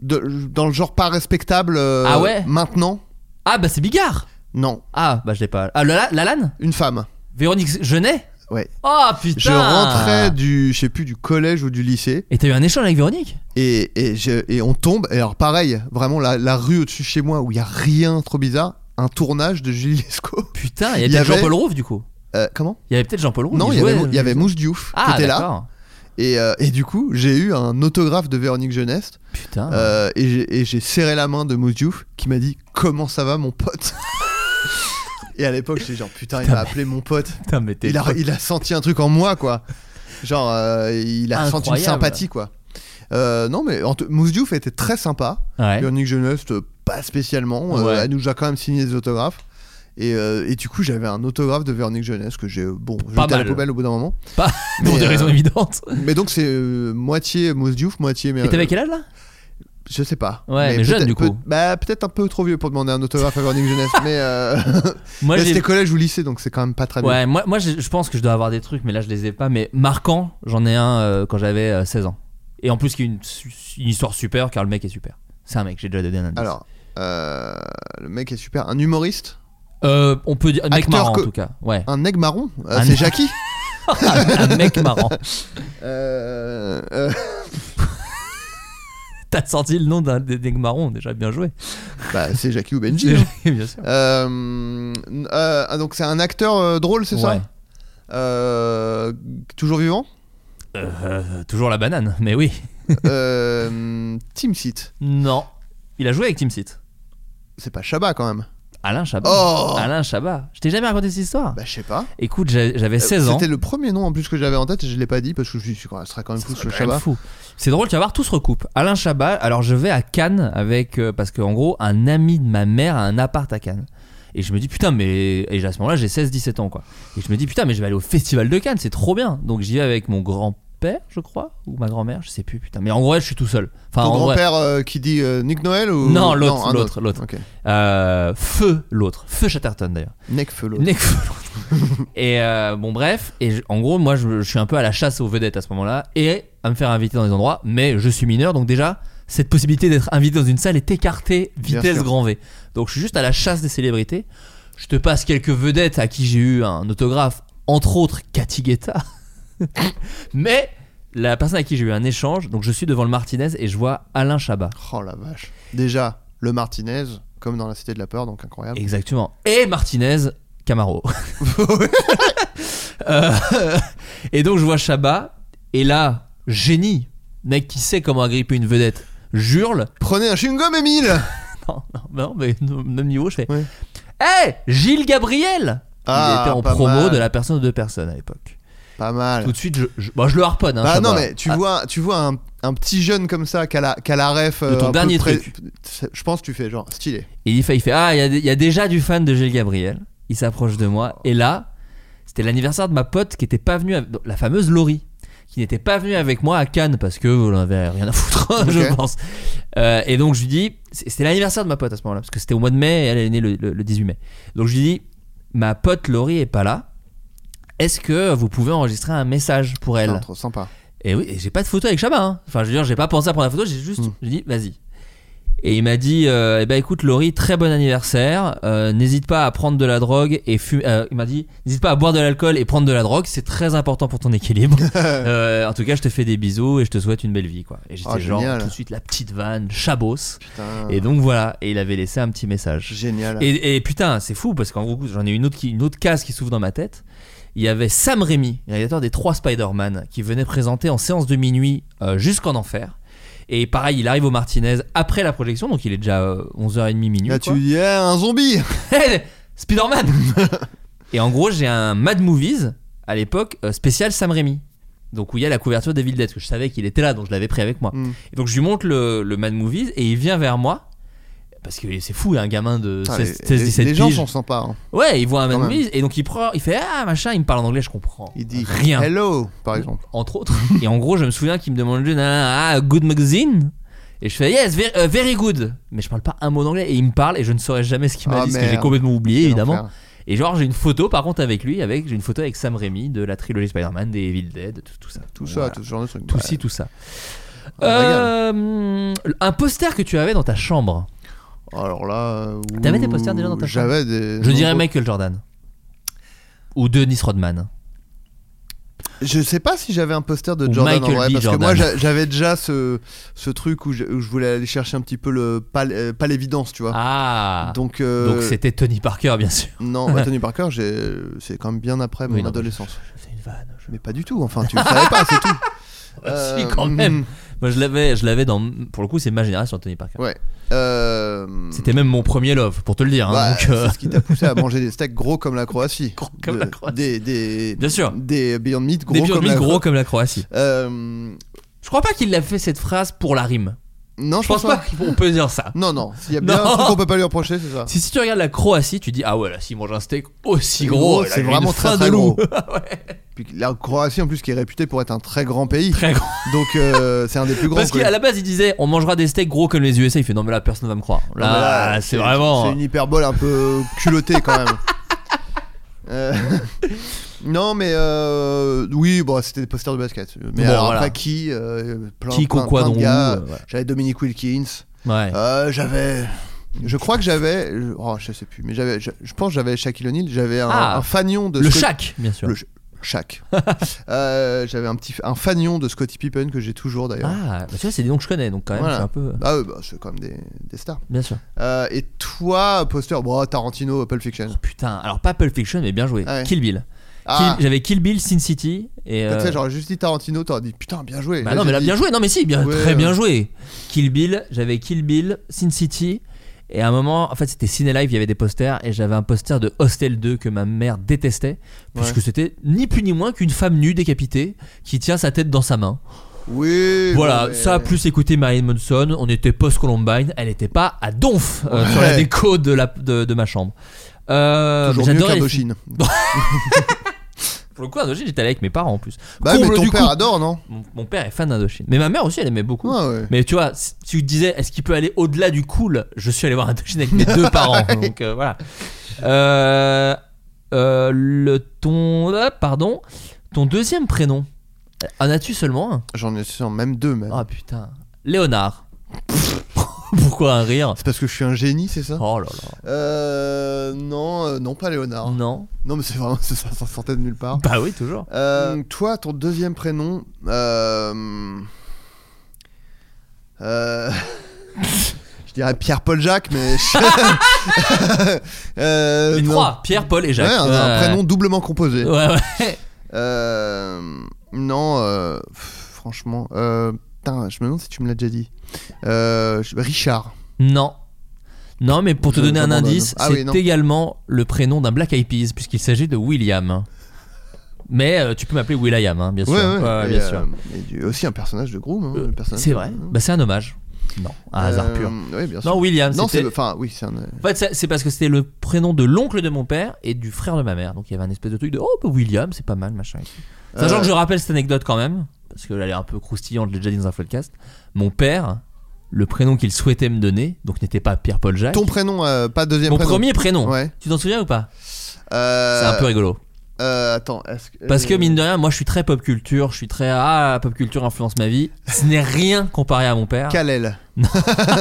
Speaker 7: de- dans le genre pas respectable. euh,
Speaker 8: Ah ouais
Speaker 7: Maintenant,
Speaker 8: Ah, bah c'est Bigard.
Speaker 7: non.
Speaker 8: Ah, bah je l'ai pas. Ah, la, la Lanne
Speaker 7: Une femme.
Speaker 8: Véronique Genet
Speaker 7: Ouais.
Speaker 8: Oh putain
Speaker 7: Je rentrais du, je sais plus, du collège ou du lycée
Speaker 8: Et t'as eu un échange avec Véronique
Speaker 7: et, et, je- et on tombe. Et alors pareil, vraiment la, la rue au-dessus de chez moi où il y a rien, trop bizarre. Un tournage de Julie Lescaut.
Speaker 8: Putain, il y avait
Speaker 7: Il y
Speaker 8: peut-être
Speaker 7: avait-
Speaker 8: Jean-Paul Rouve du coup.
Speaker 7: Euh, comment
Speaker 8: Oh, Il y avait peut-être Jean-Paul Rouve.
Speaker 7: Non, il y
Speaker 8: jouait-
Speaker 7: avait, il y avait Mouche Diouf
Speaker 8: Ah,
Speaker 7: qui était là.
Speaker 8: d'accord.
Speaker 7: Et, euh, et du coup, j'ai eu un autographe de Véronique Jeunesse.
Speaker 8: Putain.
Speaker 7: Euh, et j'ai- et j'ai serré la main de Mousse Diouf qui m'a dit Comment ça va, mon pote Et à l'époque, j'étais genre Putain, il m'a appelé mon pote.
Speaker 8: Putain, mais t'es.
Speaker 7: Il a, il a senti un truc en moi, quoi. Genre, euh, il a senti une
Speaker 8: Incroyable.
Speaker 7: sympathie, quoi. Euh, non, mais en tout- Mousse Diouf était très sympa.
Speaker 8: Ouais.
Speaker 7: Yannick Jeunesse, euh, pas spécialement. Euh,
Speaker 8: Ouais.
Speaker 7: Elle nous a quand même signé des autographes. Et, euh, et du coup, j'avais un autographe de Véronique Jeunesse que j'ai euh, bon, jeté à la
Speaker 8: mal.
Speaker 7: poubelle au bout d'un moment.
Speaker 8: Pas pour
Speaker 7: Mais,
Speaker 8: des
Speaker 7: euh,
Speaker 8: raisons évidentes.
Speaker 7: Mais donc, c'est euh, moitié Mousse Diouf, moitié. mais- euh,
Speaker 8: Et t'avais quel âge là
Speaker 7: je sais pas.
Speaker 8: Ouais, mais jeune,
Speaker 7: peut-être-
Speaker 8: du coup.
Speaker 7: peut- bah, peut-être un peu trop vieux pour demander un autographe à Véronique Jeunesse, mais euh,
Speaker 8: Moi
Speaker 7: mais
Speaker 8: j'ai.
Speaker 7: c'était collège ou lycée, donc c'est quand même pas très bien.
Speaker 8: Ouais, moi, moi j'ai- je pense que je dois avoir des trucs, mais là je les ai pas. Mais marquant, j'en ai un euh, quand j'avais euh, 16 ans. Et en plus, qui est une, su- une histoire super car le mec est super. C'est un mec, j'ai déjà donné un indice.
Speaker 7: Alors, euh, le mec est super. Un humoriste
Speaker 8: Euh, on peut dire. Un mec
Speaker 7: Acteur
Speaker 8: marrant
Speaker 7: que-
Speaker 8: en tout cas. Ouais.
Speaker 7: Un aigle marron Euh,
Speaker 8: Un-
Speaker 7: C'est Jackie Ah,
Speaker 8: un mec marrant.
Speaker 7: Euh, euh,
Speaker 8: T'as sorti le nom d'un des des marrons, déjà bien joué.
Speaker 7: Bah, c'est Jackie ou Benji. hein.
Speaker 8: bien sûr.
Speaker 7: Euh, n- euh, ah, donc, c'est un acteur euh, drôle, c'est
Speaker 8: Ouais.
Speaker 7: ça Euh, Toujours vivant
Speaker 8: Euh, toujours la banane, mais oui.
Speaker 7: euh, Team Seat.
Speaker 8: Non. Il a joué avec Team Seat.
Speaker 7: C'est pas Chabat quand même
Speaker 8: Alain Chabat.
Speaker 7: Oh
Speaker 8: Alain Chabat. Je t'ai jamais raconté cette histoire.
Speaker 7: Bah, je sais pas.
Speaker 8: Écoute, j'ai- j'avais 16 ans.
Speaker 7: Euh, C'était le premier nom en plus que j'avais en tête et je l'ai pas dit parce que je me suis dit, ce serait quand même fou
Speaker 8: C'est
Speaker 7: ce
Speaker 8: quand même
Speaker 7: Chabat.
Speaker 8: fou. C'est drôle, tu vas voir, tout se recoupe. Alain Chabat, alors je vais à Cannes avec. euh, parce qu'en gros, un ami de ma mère a un appart à Cannes. Et je me dis, putain, mais. Et à ce moment-là, j'ai 16-17 ans, quoi. Et je me dis, putain, mais je vais aller au festival de Cannes, c'est trop bien. Donc j'y vais avec mon grand-père, je crois, ou ma grand-mère, je sais plus, putain. Mais en vrai, je suis tout seul. Enfin, Ah,
Speaker 7: Ton
Speaker 8: en vrai-
Speaker 7: grand-père euh, qui dit euh, Nick Noël ou
Speaker 8: Non, l'autre,
Speaker 7: un
Speaker 8: l'autre,
Speaker 7: autre.
Speaker 8: l'autre.
Speaker 7: Ok.
Speaker 8: Euh, feu, l'autre. Feu Chatterton, d'ailleurs.
Speaker 7: Necfeu, l'autre.
Speaker 8: Nick Fuller. et euh, bon bref, et je- en gros moi je, je suis un peu à la chasse aux vedettes à ce moment-là et à me faire inviter dans des endroits, mais je suis mineur donc déjà cette possibilité d'être invité dans une salle est écartée
Speaker 7: Bien
Speaker 8: vitesse
Speaker 7: sûr.
Speaker 8: grand V. Donc je suis juste à la chasse des célébrités. Je te passe quelques vedettes à qui j'ai eu un autographe, entre autres Cathy Guetta. mais la personne à qui j'ai eu un échange, donc je suis devant le Martinez et je vois Alain Chabat.
Speaker 7: Oh la vache. Déjà, le Martinez, comme dans la Cité de la Peur, donc incroyable.
Speaker 8: Exactement. Et Martinez, Camaro. Euh, et donc je vois Chabat, et là, génie, mec qui sait comment agripper une vedette, jurle.
Speaker 7: Prenez un chewing-gum, Emile
Speaker 8: Non, non, non, mais au même niveau, je fais.
Speaker 7: Ouais.
Speaker 8: Hey, Gilles Gabriel
Speaker 7: Ah,
Speaker 8: Il était en
Speaker 7: pas
Speaker 8: promo
Speaker 7: mal.
Speaker 8: de la personne de deux personnes à l'époque.
Speaker 7: Pas mal.
Speaker 8: Tout de suite, je, je- bon, je le harponne. Hein,
Speaker 7: Bah,
Speaker 8: Chabat.
Speaker 7: non, mais tu
Speaker 8: Ah,
Speaker 7: vois, tu vois un, un petit jeune comme ça qu'à la, qu'à la ref. euh,
Speaker 8: De ton
Speaker 7: un peu
Speaker 8: dernier
Speaker 7: près-
Speaker 8: truc.
Speaker 7: c'est- Je pense que tu fais genre stylé.
Speaker 8: Et il fait, il fait Ah, il y a- il y, a déjà du fan de Gilles Gabriel. Il s'approche de moi. Et là, c'était l'anniversaire de ma pote qui était pas venue, avec- donc, la fameuse Laurie, qui n'était pas venue avec moi à Cannes parce que vous n'avez rien à foutre, hein, je
Speaker 7: Ok.
Speaker 8: pense. Euh, et donc je lui dis c'est- C'était l'anniversaire de ma pote à ce moment-là, parce que c'était au mois de mai et elle est née le, le- le 18 mai. Donc je lui dis Ma pote Laurie est pas là. Est-ce que vous pouvez enregistrer un message pour elle
Speaker 7: Non, trop sympa.
Speaker 8: et oui, et j'ai pas de photo avec Chabat. hein. Enfin, je veux dire, j'ai pas pensé à prendre la photo, j'ai juste j'ai dit, vas-y. Et il m'a dit, euh, eh ben écoute, Laurie, très bon anniversaire. Euh, n'hésite pas à prendre de la drogue et fumer. euh, il m'a dit, n'hésite pas à boire de l'alcool et prendre de la drogue, c'est très important pour ton équilibre. Euh, en tout cas, je te fais des bisous et je te souhaite une belle vie, quoi. Et j'étais
Speaker 7: Oh,
Speaker 8: genre
Speaker 7: génial. Ah.
Speaker 8: tout de suite la petite vanne, Chabos.
Speaker 7: Putain.
Speaker 8: Et donc voilà. Et il avait laissé un petit message.
Speaker 7: Génial.
Speaker 8: Et, et putain, c'est fou parce qu'en gros, j'en ai une autre, qui, une autre case qui s'ouvre dans ma tête. Il y avait Sam Raimi, réalisateur des trois Spider-Man, qui venait présenter en séance de minuit euh, jusqu'en enfer. Et pareil, il arrive au Martinez après la projection, donc il est déjà euh, 11h30 minuit.
Speaker 7: Là,
Speaker 8: quoi.
Speaker 7: tu dis, eh, un zombie
Speaker 8: Hey, Spider-Man Et en gros, j'ai un Mad Movies à l'époque euh, spécial Sam Raimi. Donc où il y a la couverture des Dead, parce que je savais qu'il était là, donc je l'avais pris avec moi.
Speaker 7: Mm.
Speaker 8: Et donc je lui montre le, le Mad Movies et il vient vers moi. Parce que c'est fou, un gamin de
Speaker 7: Ah,
Speaker 8: 16,
Speaker 7: les-
Speaker 8: 16,
Speaker 7: les,
Speaker 8: 17
Speaker 7: les gens
Speaker 8: piges.
Speaker 7: s'en sentent pas. hein.
Speaker 8: Ouais, il voit un
Speaker 7: Quand
Speaker 8: Man
Speaker 7: même.
Speaker 8: Movies et donc il prend, il fait ah machin, il me parle en anglais, je comprends.
Speaker 7: Il dit
Speaker 8: rien. Mm.
Speaker 7: Hello, par exemple.
Speaker 8: Entre autres. et en gros, je me souviens qu'il me demandait ah good magazine. Et je fais yes, very, euh, very good. Mais je parle pas un mot d'anglais et il me parle et je ne saurais jamais ce qu'il m'a
Speaker 7: Ah,
Speaker 8: dit, ce que j'ai
Speaker 7: merde.
Speaker 8: complètement oublié
Speaker 7: Quel
Speaker 8: évidemment.
Speaker 7: enfer.
Speaker 8: Et genre j'ai une photo par contre avec lui, avec j'ai une photo avec Sam Raimi de la trilogie Spider-Man, des Evil Dead, tout, tout ça.
Speaker 7: Tout ça,
Speaker 8: Voilà.
Speaker 7: tout ce genre de trucs.
Speaker 8: tout
Speaker 7: Ouais.
Speaker 8: ci, tout ça.
Speaker 7: Ah,
Speaker 8: Euh, un poster que tu avais dans ta chambre.
Speaker 7: Alors là. euh,
Speaker 8: T'avais des posters déjà dans ta
Speaker 7: J'avais des.
Speaker 8: Je dirais
Speaker 7: nombreux-
Speaker 8: Michael Jordan ou Dennis Rodman.
Speaker 7: Je sais pas si j'avais un poster de
Speaker 8: Ou
Speaker 7: Jordan
Speaker 8: Michael
Speaker 7: en vrai,
Speaker 8: B.
Speaker 7: parce
Speaker 8: Jordan.
Speaker 7: que moi j'a- j'avais déjà ce, ce truc où je, où je voulais aller chercher un petit peu le. pas, l- euh, pas l'évidence, tu vois.
Speaker 8: Ah.
Speaker 7: Donc, euh,
Speaker 8: Donc c'était Tony Parker bien sûr.
Speaker 7: non, bah, Tony Parker, j'ai- c'est quand même bien après mon
Speaker 8: Oui, non,
Speaker 7: adolescence.
Speaker 8: C'est une vanne. je-
Speaker 7: Mais pas du tout, enfin, tu le savais pas, c'est tout. Euh, hmm,
Speaker 8: si, quand même. Moi je l'avais, je l'avais dans. Pour le coup, c'est ma génération Tony Parker.
Speaker 7: Ouais. Euh,
Speaker 8: C'était même mon premier love, pour te le dire. hein,
Speaker 7: bah,
Speaker 8: donc, euh,
Speaker 7: C'est ce qui t'a poussé à manger des steaks gros comme la Croatie.
Speaker 8: Gros comme
Speaker 7: De-
Speaker 8: la Croatie.
Speaker 7: Des, des,
Speaker 8: Bien sûr.
Speaker 7: Des Beyond Meat gros
Speaker 8: des Beyond
Speaker 7: comme
Speaker 8: Meat
Speaker 7: la
Speaker 8: gros comme la Croatie.
Speaker 7: Euh,
Speaker 8: Je crois pas qu'il a fait cette phrase pour la rime.
Speaker 7: non,
Speaker 8: Je pense pas qu'on peut dire ça.
Speaker 7: Non, non. S'il y a bien
Speaker 8: Non.
Speaker 7: un truc qu'on peut pas lui reprocher, c'est ça.
Speaker 8: Si, si tu regardes la Croatie, tu dis ah ouais là s'il mange un steak aussi gros,
Speaker 7: Oh,
Speaker 8: il a
Speaker 7: c'est
Speaker 8: une
Speaker 7: vraiment
Speaker 8: faim
Speaker 7: très,
Speaker 8: de
Speaker 7: très
Speaker 8: loup.
Speaker 7: gros. Puis la Croatie, en plus, qui est réputée pour être un très grand pays.
Speaker 8: Très gros.
Speaker 7: Donc, euh, c'est un des plus grands.
Speaker 8: Parce
Speaker 7: quoi.
Speaker 8: qu'à la base il disait on mangera des steaks gros comme les USA. Il fait non mais là personne va me croire.
Speaker 7: Non, mais
Speaker 8: Là, c'est vraiment.
Speaker 7: Ah, C'est une hyperbole un peu culottée quand même. Euh, non, mais euh, oui, bon, c'était des posters de basket. Mais
Speaker 8: Bon,
Speaker 7: alors,
Speaker 8: voilà.
Speaker 7: après, qui euh, plein,
Speaker 8: Qui,
Speaker 7: plein,
Speaker 8: quoi,
Speaker 7: plein
Speaker 8: dont,
Speaker 7: de gars.
Speaker 8: où, euh, ouais.
Speaker 7: J'avais Dominique Wilkins.
Speaker 8: Ouais.
Speaker 7: Euh, j'avais. Je crois que j'avais. Oh, je sais plus, mais j'avais. Je, je pense que j'avais Shaquille O'Neal. J'avais un,
Speaker 8: Ah.
Speaker 7: un fanion de.
Speaker 8: le
Speaker 7: Scott-
Speaker 8: chac bien sûr.
Speaker 7: Le Ch- Shaq. Euh, j'avais un petit un fanion de Scottie Pippen que j'ai toujours d'ailleurs.
Speaker 8: Ah bah, tu vois c'est des noms que je connais donc quand même
Speaker 7: Voilà.
Speaker 8: c'est un peu.
Speaker 7: Ah, ouais, bah, c'est quand même des, des stars.
Speaker 8: Bien sûr.
Speaker 7: Euh, et toi, poster, bon, ah, Tarantino, Pulp Fiction.
Speaker 8: Oh, putain, alors pas Pulp Fiction, mais bien joué.
Speaker 7: Ah ouais.
Speaker 8: Kill Bill.
Speaker 7: Ah,
Speaker 8: Kill- J'avais Kill Bill, Sin City et.
Speaker 7: tu
Speaker 8: euh,
Speaker 7: sais, j'aurais juste dit Tarantino, t'aurais dit putain, bien joué.
Speaker 8: Bah non, mais
Speaker 7: j'ai
Speaker 8: là,
Speaker 7: dit-
Speaker 8: bien joué. Non, mais si, bien,
Speaker 7: Ouais,
Speaker 8: très
Speaker 7: ouais.
Speaker 8: bien joué. Kill Bill, j'avais Kill Bill, Sin City. Et à un moment, en fait, c'était Ciné Live, il y avait des posters, et j'avais un poster de Hostel 2 que ma mère détestait, puisque
Speaker 7: Ouais.
Speaker 8: c'était ni plus ni moins qu'une femme nue décapitée qui tient sa tête dans sa main.
Speaker 7: Oui.
Speaker 8: voilà,
Speaker 7: bon, mais-
Speaker 8: ça, plus écouter Marilyn Manson, on était post-Columbine, elle n'était pas à donf euh, sur la
Speaker 7: Ouais.
Speaker 8: déco de, la, de, de ma chambre. Euh,
Speaker 7: Toujours
Speaker 8: mais
Speaker 7: mieux Bah,
Speaker 8: j'adorais les
Speaker 7: qu'Indochine.
Speaker 8: Pour le coup, Indochine, j'étais allé avec mes parents en plus.
Speaker 7: Bah,
Speaker 8: Comble
Speaker 7: mais ton
Speaker 8: du
Speaker 7: père
Speaker 8: coup, Ah,
Speaker 7: adore, non
Speaker 8: mon, mon père est fan d'Indochine. Mais ma mère aussi, elle aimait beaucoup.
Speaker 7: Ouais, ouais.
Speaker 8: Mais tu vois, si tu te disais, est-ce qu'il peut aller au-delà du cool Je suis allé voir Indochine avec mes deux parents. Donc euh, voilà. Euh, euh, le ton. ah, Pardon. Ton deuxième prénom. En as-tu seulement un
Speaker 7: J'en ai sûrement même deux, même.
Speaker 8: Ah putain. Léonard. Pourquoi un rire
Speaker 7: C'est parce que je suis un génie, c'est ça
Speaker 8: Oh là là.
Speaker 7: Euh. Non, euh, non, pas Léonard.
Speaker 8: Non.
Speaker 7: Non, mais c'est vraiment. Ça, ça sortait de nulle part.
Speaker 8: Bah oui, toujours.
Speaker 7: Euh, toi, ton deuxième prénom. Euh... euh, Je dirais Pierre-Paul Jacques, mais. euh,
Speaker 8: Les
Speaker 7: non.
Speaker 8: trois Pierre, Paul et
Speaker 7: Ouais,
Speaker 8: Jacques.
Speaker 7: un, un prénom doublement composé.
Speaker 8: Ouais, ouais.
Speaker 7: Euh, Non, euh, pff, franchement. euh, Putain, je me demande si tu me l'as déjà dit. Euh, je- Richard.
Speaker 8: Non. Non, mais pour te
Speaker 7: Je-
Speaker 8: donner un
Speaker 7: j'abandonne.
Speaker 8: indice,
Speaker 7: Ah
Speaker 8: c'est
Speaker 7: oui, non.
Speaker 8: également le prénom d'un Black Eyed Peas, puisqu'il s'agit de William. Mais euh, tu peux m'appeler William, hein, bien sûr.
Speaker 7: Ouais, ouais,
Speaker 8: Ouais,
Speaker 7: et,
Speaker 8: bien
Speaker 7: euh,
Speaker 8: sûr.
Speaker 7: et du- aussi un personnage de Groom. hein,
Speaker 8: Euh,
Speaker 7: le personnage
Speaker 8: c'est
Speaker 7: de-
Speaker 8: vrai.
Speaker 7: hein.
Speaker 8: Bah, c'est un hommage. Non, un hasard
Speaker 7: Euh,
Speaker 8: pur.
Speaker 7: Oui, bien sûr.
Speaker 8: Non, William,
Speaker 7: Non,
Speaker 8: c'était-
Speaker 7: c'est. Enfin, oui, c'est un. euh,
Speaker 8: En fait, c'est- c'est parce que c'était le prénom de l'oncle de mon père et du frère de ma mère. Donc il y avait un espèce de truc de oh bah, William, c'est pas mal, machin. et tout. Sachant
Speaker 7: Euh.
Speaker 8: que je rappelle cette anecdote quand même, parce qu'elle est un peu croustillante, je l'ai déjà dit dans un podcast. Mon père, le prénom qu'il souhaitait me donner, donc n'était pas Pierre-Paul Jacques.
Speaker 7: Ton prénom, euh, pas deuxième
Speaker 8: Ah, Mon
Speaker 7: prénom.
Speaker 8: premier prénom.
Speaker 7: Ouais.
Speaker 8: Tu t'en souviens ou pas
Speaker 7: Euh,
Speaker 8: C'est un peu rigolo.
Speaker 7: euh, attends, est-ce que. euh,
Speaker 8: Parce que mine de rien, moi je suis très pop culture, je suis très ah pop culture influence ma vie. Ce n'est rien comparé à mon père,
Speaker 7: Kalel.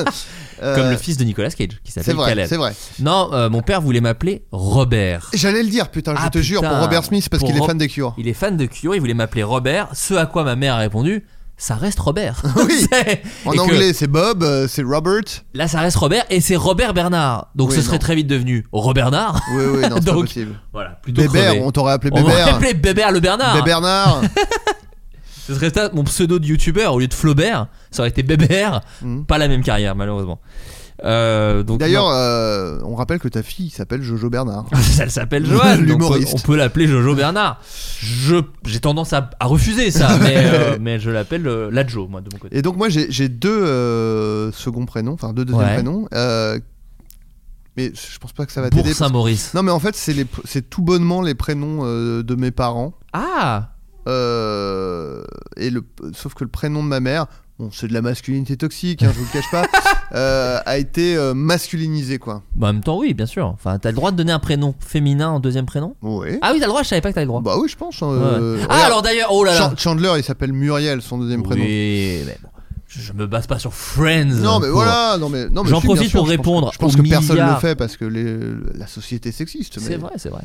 Speaker 7: Euh,
Speaker 8: comme le fils de Nicolas Cage qui
Speaker 7: C'est
Speaker 8: s'appelle
Speaker 7: vrai,
Speaker 8: Khaled.
Speaker 7: c'est vrai.
Speaker 8: Non, euh, mon père voulait m'appeler Robert.
Speaker 7: J'allais le dire, putain, je
Speaker 8: Ah,
Speaker 7: te jure,
Speaker 8: putain.
Speaker 7: pour Robert Smith, parce
Speaker 8: Pour
Speaker 7: qu'il est
Speaker 8: Rob-
Speaker 7: fan des Cures.
Speaker 8: Il est fan de Cure, il voulait m'appeler Robert. Ce à quoi ma mère a répondu, ça reste Robert.
Speaker 7: Oui.
Speaker 8: C'est-
Speaker 7: En
Speaker 8: et que
Speaker 7: anglais, c'est Bob, euh, c'est Robert.
Speaker 8: Là, ça reste Robert et c'est Robert Bernard. Donc
Speaker 7: Oui,
Speaker 8: ce serait
Speaker 7: non.
Speaker 8: très vite devenu Robert Bernard.
Speaker 7: Oui, oui, non, c'est pas
Speaker 8: Donc,
Speaker 7: possible.
Speaker 8: Voilà, plutôt crevé.
Speaker 7: Bébert, on t'aurait appelé
Speaker 8: On m'aurait
Speaker 7: Bébert.
Speaker 8: appelé Bébert le Bernard.
Speaker 7: Bébernard.
Speaker 8: Ce serait ça mon pseudo de youtubeur au lieu de Flaubert, ça aurait été Bébert.
Speaker 7: Mhm.
Speaker 8: Pas la même carrière malheureusement. Euh, donc,
Speaker 7: D'ailleurs, euh, on rappelle que ta fille s'appelle Jojo Bernard.
Speaker 8: non. ça s'appelle Joanne. donc on peut-
Speaker 7: L'humoriste.
Speaker 8: On peut l'appeler Jojo Bernard. Je, j'ai tendance à, à refuser ça, mais, euh, mais je l'appelle euh, la Jo, moi, de mon côté.
Speaker 7: Et donc moi j'ai j'ai deux euh, seconds prénoms, enfin deux deuxièmes
Speaker 8: Ouais.
Speaker 7: prénoms. euh, mais je pense pas que ça va
Speaker 8: Pour
Speaker 7: t'aider. parce-
Speaker 8: Saint-Maurice.
Speaker 7: Non mais en fait c'est les pr- c'est tout bonnement les prénoms euh, de mes parents.
Speaker 8: Ah
Speaker 7: Euh, et le, sauf que le prénom de ma mère, bon c'est de la masculinité toxique, hein, je vous le cache pas, euh, a été euh, masculinisé quoi.
Speaker 8: bah, En même temps, oui, bien sûr. Enfin, t'as le droit de donner un prénom féminin en deuxième prénom
Speaker 7: Ouais.
Speaker 8: Ah oui, t'as le droit, je savais pas que t'as le droit.
Speaker 7: Bah oui je pense. hein,
Speaker 8: Ouais.
Speaker 7: euh,
Speaker 8: ah,
Speaker 7: regarde,
Speaker 8: alors d'ailleurs, oh là là.
Speaker 7: Chan- Chandler il s'appelle Muriel son deuxième prénom.
Speaker 8: Oui, mais bon, je, je me base pas sur Friends.
Speaker 7: Non mais
Speaker 8: pour-
Speaker 7: voilà, non mais non mais
Speaker 8: J'en
Speaker 7: je suis,
Speaker 8: profite
Speaker 7: bien sûr,
Speaker 8: pour
Speaker 7: je pense que-
Speaker 8: répondre
Speaker 7: Je pense
Speaker 8: aux
Speaker 7: que personne
Speaker 8: milliards.
Speaker 7: le fait parce que les- la société est sexiste.
Speaker 8: C'est
Speaker 7: mais-
Speaker 8: vrai, c'est vrai.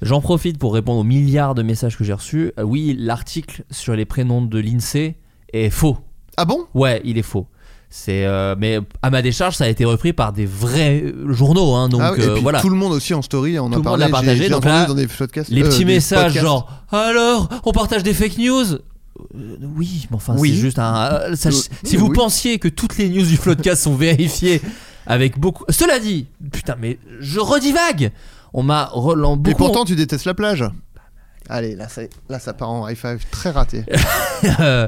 Speaker 8: J'en profite pour répondre aux milliards de messages que j'ai reçus. Euh, oui, l'article sur les prénoms de l'INSEE est faux.
Speaker 7: Ah bon
Speaker 8: Ouais, il est faux. C'est euh, mais à ma décharge, ça a été repris par des vrais euh, journaux, hein, donc
Speaker 7: Ah oui, et
Speaker 8: euh,
Speaker 7: puis
Speaker 8: voilà.
Speaker 7: tout le monde aussi en story on
Speaker 8: Tout le
Speaker 7: a
Speaker 8: monde
Speaker 7: parlé
Speaker 8: l'a
Speaker 7: j'ai-
Speaker 8: partagé,
Speaker 7: j'ai
Speaker 8: donc
Speaker 7: entendu
Speaker 8: là,
Speaker 7: dans des podcasts
Speaker 8: Les
Speaker 7: euh,
Speaker 8: petits
Speaker 7: des
Speaker 8: messages
Speaker 7: podcasts.
Speaker 8: genre alors on partage des fake news. Euh, oui, mais enfin
Speaker 7: Oui.
Speaker 8: c'est juste un. euh, ça-
Speaker 7: Euh,
Speaker 8: si
Speaker 7: oui,
Speaker 8: vous
Speaker 7: oui.
Speaker 8: pensiez que toutes les news du podcast sont vérifiées avec beaucoup. Cela dit, putain mais je redivague. On m'a relan
Speaker 7: et
Speaker 8: beaucoup.
Speaker 7: pourtant tu détestes la plage Allez, là, ça- là ça part en high five très raté.
Speaker 8: Euh,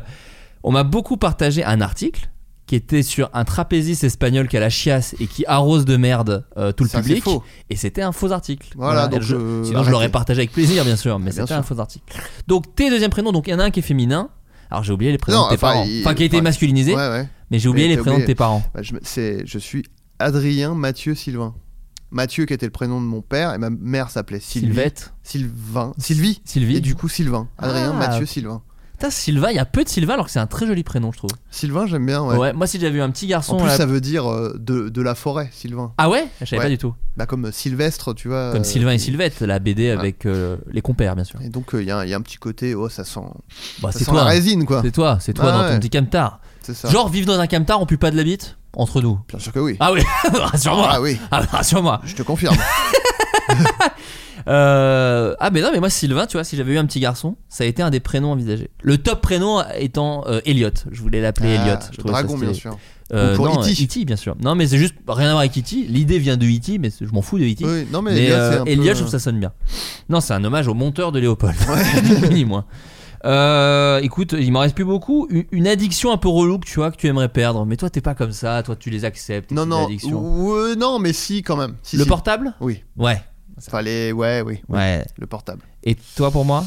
Speaker 8: on m'a beaucoup partagé un article qui était sur un trapéziste espagnol qui a la chiasse et qui arrose de merde euh, tout le
Speaker 7: Ça, c'est
Speaker 8: public.
Speaker 7: faux.
Speaker 8: Et c'était un faux article.
Speaker 7: Voilà,
Speaker 8: Et
Speaker 7: donc,
Speaker 8: je,
Speaker 7: euh,
Speaker 8: sinon je l'aurais
Speaker 7: arrêtez.
Speaker 8: partagé avec plaisir, bien sûr, mais
Speaker 7: Bien
Speaker 8: c'était
Speaker 7: sûr.
Speaker 8: un faux article. Donc tes deuxièmes prénoms, donc il y en a un qui est féminin. Alors j'ai oublié les prénoms
Speaker 7: Non,
Speaker 8: de tes
Speaker 7: enfin,
Speaker 8: parents.
Speaker 7: il-
Speaker 8: Enfin, qui a été
Speaker 7: ouais.
Speaker 8: masculinisé,
Speaker 7: Ouais, ouais.
Speaker 8: mais j'ai oublié
Speaker 7: Mais
Speaker 8: les
Speaker 7: t'as
Speaker 8: prénoms de
Speaker 7: oublié.
Speaker 8: tes parents.
Speaker 7: Bah, je, me- c'est, je suis Adrien Mathieu Sylvain. Mathieu qui était le prénom de mon père et ma mère s'appelait Sylvie.
Speaker 8: Sylvette,
Speaker 7: Sylvain. Sylvie.
Speaker 8: Sylvie.
Speaker 7: Et du coup Sylvain. Adrien
Speaker 8: Ah.
Speaker 7: Mathieu Sylvain.
Speaker 8: Putain, Sylvain, il y a peu de Sylvain alors que c'est un très joli prénom, je trouve.
Speaker 7: Sylvain j'aime bien ouais.
Speaker 8: Ouais, moi si j'avais eu un petit garçon.
Speaker 7: En plus
Speaker 8: là-
Speaker 7: ça veut dire euh, de, de la forêt Sylvain.
Speaker 8: Ah ouais Je savais
Speaker 7: Ouais.
Speaker 8: pas du tout.
Speaker 7: Bah comme euh, Sylvestre tu vois.
Speaker 8: Comme
Speaker 7: euh,
Speaker 8: Sylvain et Sylvette, la BD avec euh, les compères, bien sûr.
Speaker 7: Et donc euh, il y, a un- y a un petit côté oh ça sent
Speaker 8: Bah,
Speaker 7: ça
Speaker 8: c'est
Speaker 7: sent
Speaker 8: toi.
Speaker 7: la résine quoi.
Speaker 8: C'est toi, c'est toi
Speaker 7: Ah
Speaker 8: dans
Speaker 7: ouais.
Speaker 8: ton petit camtar.
Speaker 7: C'est ça.
Speaker 8: Genre vivre dans un camtar, on pue pas de la bite entre nous.
Speaker 7: Bien sûr que oui.
Speaker 8: Ah oui, rassure-moi.
Speaker 7: Ah oui,
Speaker 8: Ah, rassure-moi.
Speaker 7: je te confirme.
Speaker 8: Euh, ah mais non, mais moi Sylvain, tu vois, si j'avais eu un petit garçon, ça a été un des prénoms envisagés. Le top prénom étant euh, Elliot. Je voulais l'appeler
Speaker 7: Ah,
Speaker 8: Elliot. Je
Speaker 7: le
Speaker 8: trouvais ça
Speaker 7: dragon,
Speaker 8: stylé.
Speaker 7: bien sûr.
Speaker 8: Euh,
Speaker 7: Ou pour E
Speaker 8: non,
Speaker 7: E.T..
Speaker 8: euh, E.T., bien sûr. Non, mais c'est juste rien à voir avec E.T. L'idée vient de E.T., mais c'est- je m'en fous de E E.T.
Speaker 7: Oui, non, mais,
Speaker 8: Mais
Speaker 7: Elliot, c'est
Speaker 8: euh,
Speaker 7: un peu-
Speaker 8: Elliot, je trouve que ça sonne bien. Non, c'est un hommage au monteur de Léopold. Ni moins. Euh, écoute, il m'en reste plus beaucoup. U- Une addiction un peu relou que tu vois, que tu aimerais perdre. Mais toi, t'es pas comme ça. Toi, tu les acceptes.
Speaker 7: Non,
Speaker 8: tes
Speaker 7: non,
Speaker 8: addictions.
Speaker 7: ouais, non, mais si, quand même. Si,
Speaker 8: Le Ah,
Speaker 7: si.
Speaker 8: portable
Speaker 7: Oui.
Speaker 8: Ouais.
Speaker 7: Enfin, les- Ouais, oui. oui.
Speaker 8: Ouais.
Speaker 7: Le portable.
Speaker 8: Et toi pour moi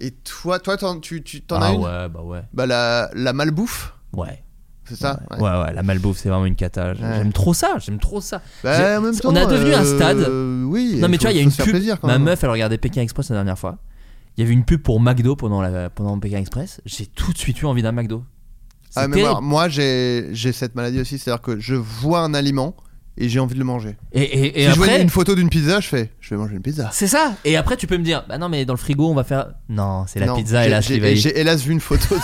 Speaker 7: Et toi, toi, t'en- tu, tu t'en
Speaker 8: Ah
Speaker 7: as une
Speaker 8: ouais, bah ouais.
Speaker 7: Bah, la, la malbouffe,
Speaker 8: Ouais.
Speaker 7: c'est ça
Speaker 8: ouais. ouais, ouais, la malbouffe, c'est vraiment une cata. J-
Speaker 7: Ouais.
Speaker 8: J'aime trop ça. J'aime trop ça. J'ai-
Speaker 7: Bah, en même
Speaker 8: on a
Speaker 7: temps,
Speaker 8: devenu un
Speaker 7: euh,
Speaker 8: stade.
Speaker 7: Oui.
Speaker 8: non, mais tu
Speaker 7: faut-
Speaker 8: vois, il y a
Speaker 7: faut
Speaker 8: une
Speaker 7: se faire
Speaker 8: pub.
Speaker 7: plaisir, quand
Speaker 8: Ma
Speaker 7: même.
Speaker 8: meuf, elle regardait Pékin Express la dernière fois. Il y avait une pub pour McDo pendant, la, pendant Pékin Express. J'ai tout de suite eu envie d'un McDo. C'est
Speaker 7: Ah, mais
Speaker 8: terrible.
Speaker 7: moi, moi, j'ai, j'ai cette maladie aussi, c'est-à-dire que je vois un aliment et j'ai envie de le manger.
Speaker 8: Et, et, et
Speaker 7: si je vois
Speaker 8: après,
Speaker 7: une photo d'une pizza, je fais, je vais manger une pizza.
Speaker 8: c'est ça. Et après, tu peux me dire, bah non, mais dans le frigo, on va faire. Non, c'est la
Speaker 7: Non,
Speaker 8: pizza,
Speaker 7: j'ai-
Speaker 8: hélas, qui
Speaker 7: j'ai,
Speaker 8: va y-
Speaker 7: j'ai hélas vu une photo. de-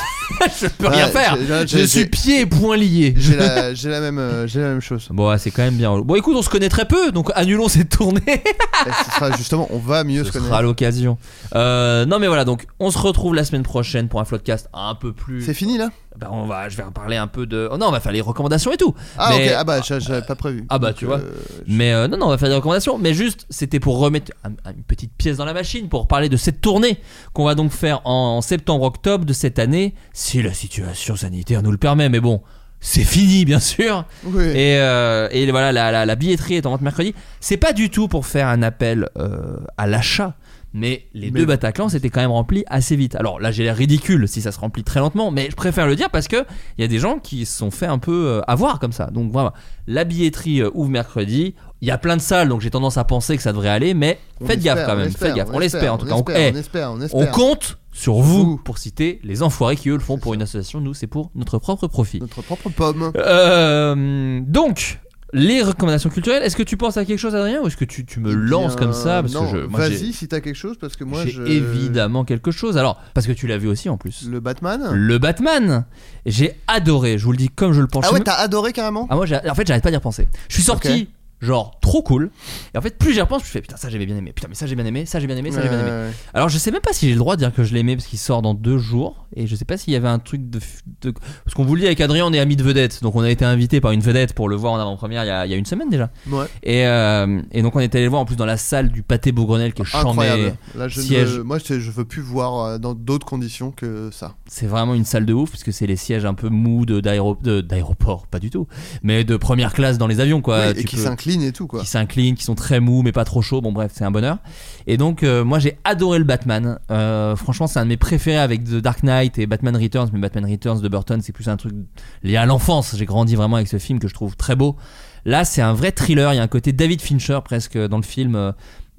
Speaker 8: Je peux rien
Speaker 7: Ouais,
Speaker 8: faire.
Speaker 7: j'ai- là,
Speaker 8: Je
Speaker 7: j'ai-
Speaker 8: suis
Speaker 7: j'ai-
Speaker 8: pieds et poings liés.
Speaker 7: j'ai, la, j'ai la même, euh, j'ai la même chose.
Speaker 8: Bon, ouais, c'est quand même bien. relou. Bon, écoute, on se connaît très peu, donc annulons cette tournée.
Speaker 7: Et ce sera justement, on va mieux
Speaker 8: Ce
Speaker 7: se
Speaker 8: sera
Speaker 7: connaître.
Speaker 8: l'occasion. Euh, non, mais voilà, donc on se retrouve la semaine prochaine pour un floodcast un peu plus.
Speaker 7: C'est fini là
Speaker 8: Bah, on va, je vais en parler un peu de. oh, non, on va faire les recommandations et tout.
Speaker 7: Ah
Speaker 8: mais...
Speaker 7: ok, ah bah j'a- j'avais pas prévu.
Speaker 8: Ah bah,
Speaker 7: Donc,
Speaker 8: tu vois.
Speaker 7: euh,
Speaker 8: Mais euh, non, non, on va faire des recommandations. Mais juste, c'était pour remettre un- un- une petite pièce dans la machine pour parler de cette tournée qu'on va donc faire en, en septembre-octobre de cette année, si la situation sanitaire nous le permet. Mais bon, c'est fini, bien sûr.
Speaker 7: oui.
Speaker 8: Et, euh, et voilà, la, la- la billetterie est en vente mercredi. C'est pas du tout pour faire un appel euh, à l'achat. Mais les
Speaker 7: Mais-
Speaker 8: deux Bataclan c'était quand même rempli assez vite. Alors là j'ai l'air ridicule si ça se remplit très lentement, mais je préfère le dire parce que il y a des gens qui se sont fait un peu euh, avoir comme ça. Donc voilà, la billetterie euh, ouvre mercredi. Il y a plein de salles donc j'ai tendance à penser que ça devrait aller, mais
Speaker 7: On
Speaker 8: faites
Speaker 7: espère,
Speaker 8: gaffe quand
Speaker 7: on
Speaker 8: même.
Speaker 7: espère,
Speaker 8: faites gaffe, on l'espère en tout cas.
Speaker 7: On
Speaker 8: On-
Speaker 7: espère,
Speaker 8: eh,
Speaker 7: on espère, on
Speaker 8: on
Speaker 7: espère.
Speaker 8: compte sur vous,
Speaker 7: Vous.
Speaker 8: pour citer les enfoirés qui eux le font
Speaker 7: C'est
Speaker 8: pour
Speaker 7: ça.
Speaker 8: une association. Nous c'est pour notre propre profit.
Speaker 7: Notre propre pomme.
Speaker 8: Euh, donc, les recommandations culturelles, est-ce que tu penses à quelque chose, Adrien, ou est-ce que tu, tu me
Speaker 7: Eh
Speaker 8: lances
Speaker 7: bien,
Speaker 8: comme ça parce
Speaker 7: non,
Speaker 8: que je, moi, j'ai-
Speaker 7: Vas-y si t'as quelque chose parce que moi
Speaker 8: j'ai
Speaker 7: je...
Speaker 8: évidemment quelque chose. Alors, parce que tu l'as vu aussi en plus.
Speaker 7: Le Batman
Speaker 8: Le Batman, j'ai adoré, je vous le dis comme je le pense.
Speaker 7: Ah
Speaker 8: chez
Speaker 7: ouais
Speaker 8: nous.
Speaker 7: t'as adoré carrément
Speaker 8: Ah, moi, j'ai- en fait, j'arrête pas d'y repenser. Je suis sorti
Speaker 7: Ok.
Speaker 8: genre trop cool. Et en fait, plus j'y repense, plus je fais putain, ça j'ai bien aimé, putain, mais ça j'ai bien aimé, ça j'ai bien aimé, ça j'ai bien aimé.
Speaker 7: Ouais.
Speaker 8: Alors je sais même pas si j'ai le droit de dire que je l'aimais parce qu'il sort dans deux jours et je sais pas s'il y avait un truc de, de- parce qu'on vous le dit avec Adrien on est amis de vedette donc on a été invité par une vedette pour le voir en avant-première il y a, il y a une semaine déjà
Speaker 7: Ouais.
Speaker 8: et, euh, et donc on est allé le voir en plus dans la salle du pâté Bourgrenelle qui est chambée
Speaker 7: Incroyable. Là, je ne-
Speaker 8: siège.
Speaker 7: moi, je, je veux plus voir euh, dans d'autres conditions que ça.
Speaker 8: c'est vraiment une salle de ouf parce que c'est les sièges un peu mous de, d'aéro- de- d'aéroport pas du tout mais de première classe dans les avions quoi
Speaker 7: Oui, et
Speaker 8: Bah, Tu
Speaker 7: qui
Speaker 8: peux-
Speaker 7: s'incline et tout, quoi.
Speaker 8: qui s'inclinent, qui sont très mous mais pas trop chauds. Bon bref, c'est un bonheur. Et donc euh, moi j'ai adoré le Batman. Euh, franchement c'est un de mes préférés avec The Dark Knight et Batman Returns. Mais Batman Returns de Burton c'est plus un truc lié à l'enfance. J'ai grandi vraiment avec ce film que je trouve très beau. Là c'est un vrai thriller. Il y a un côté David Fincher presque dans le film. euh,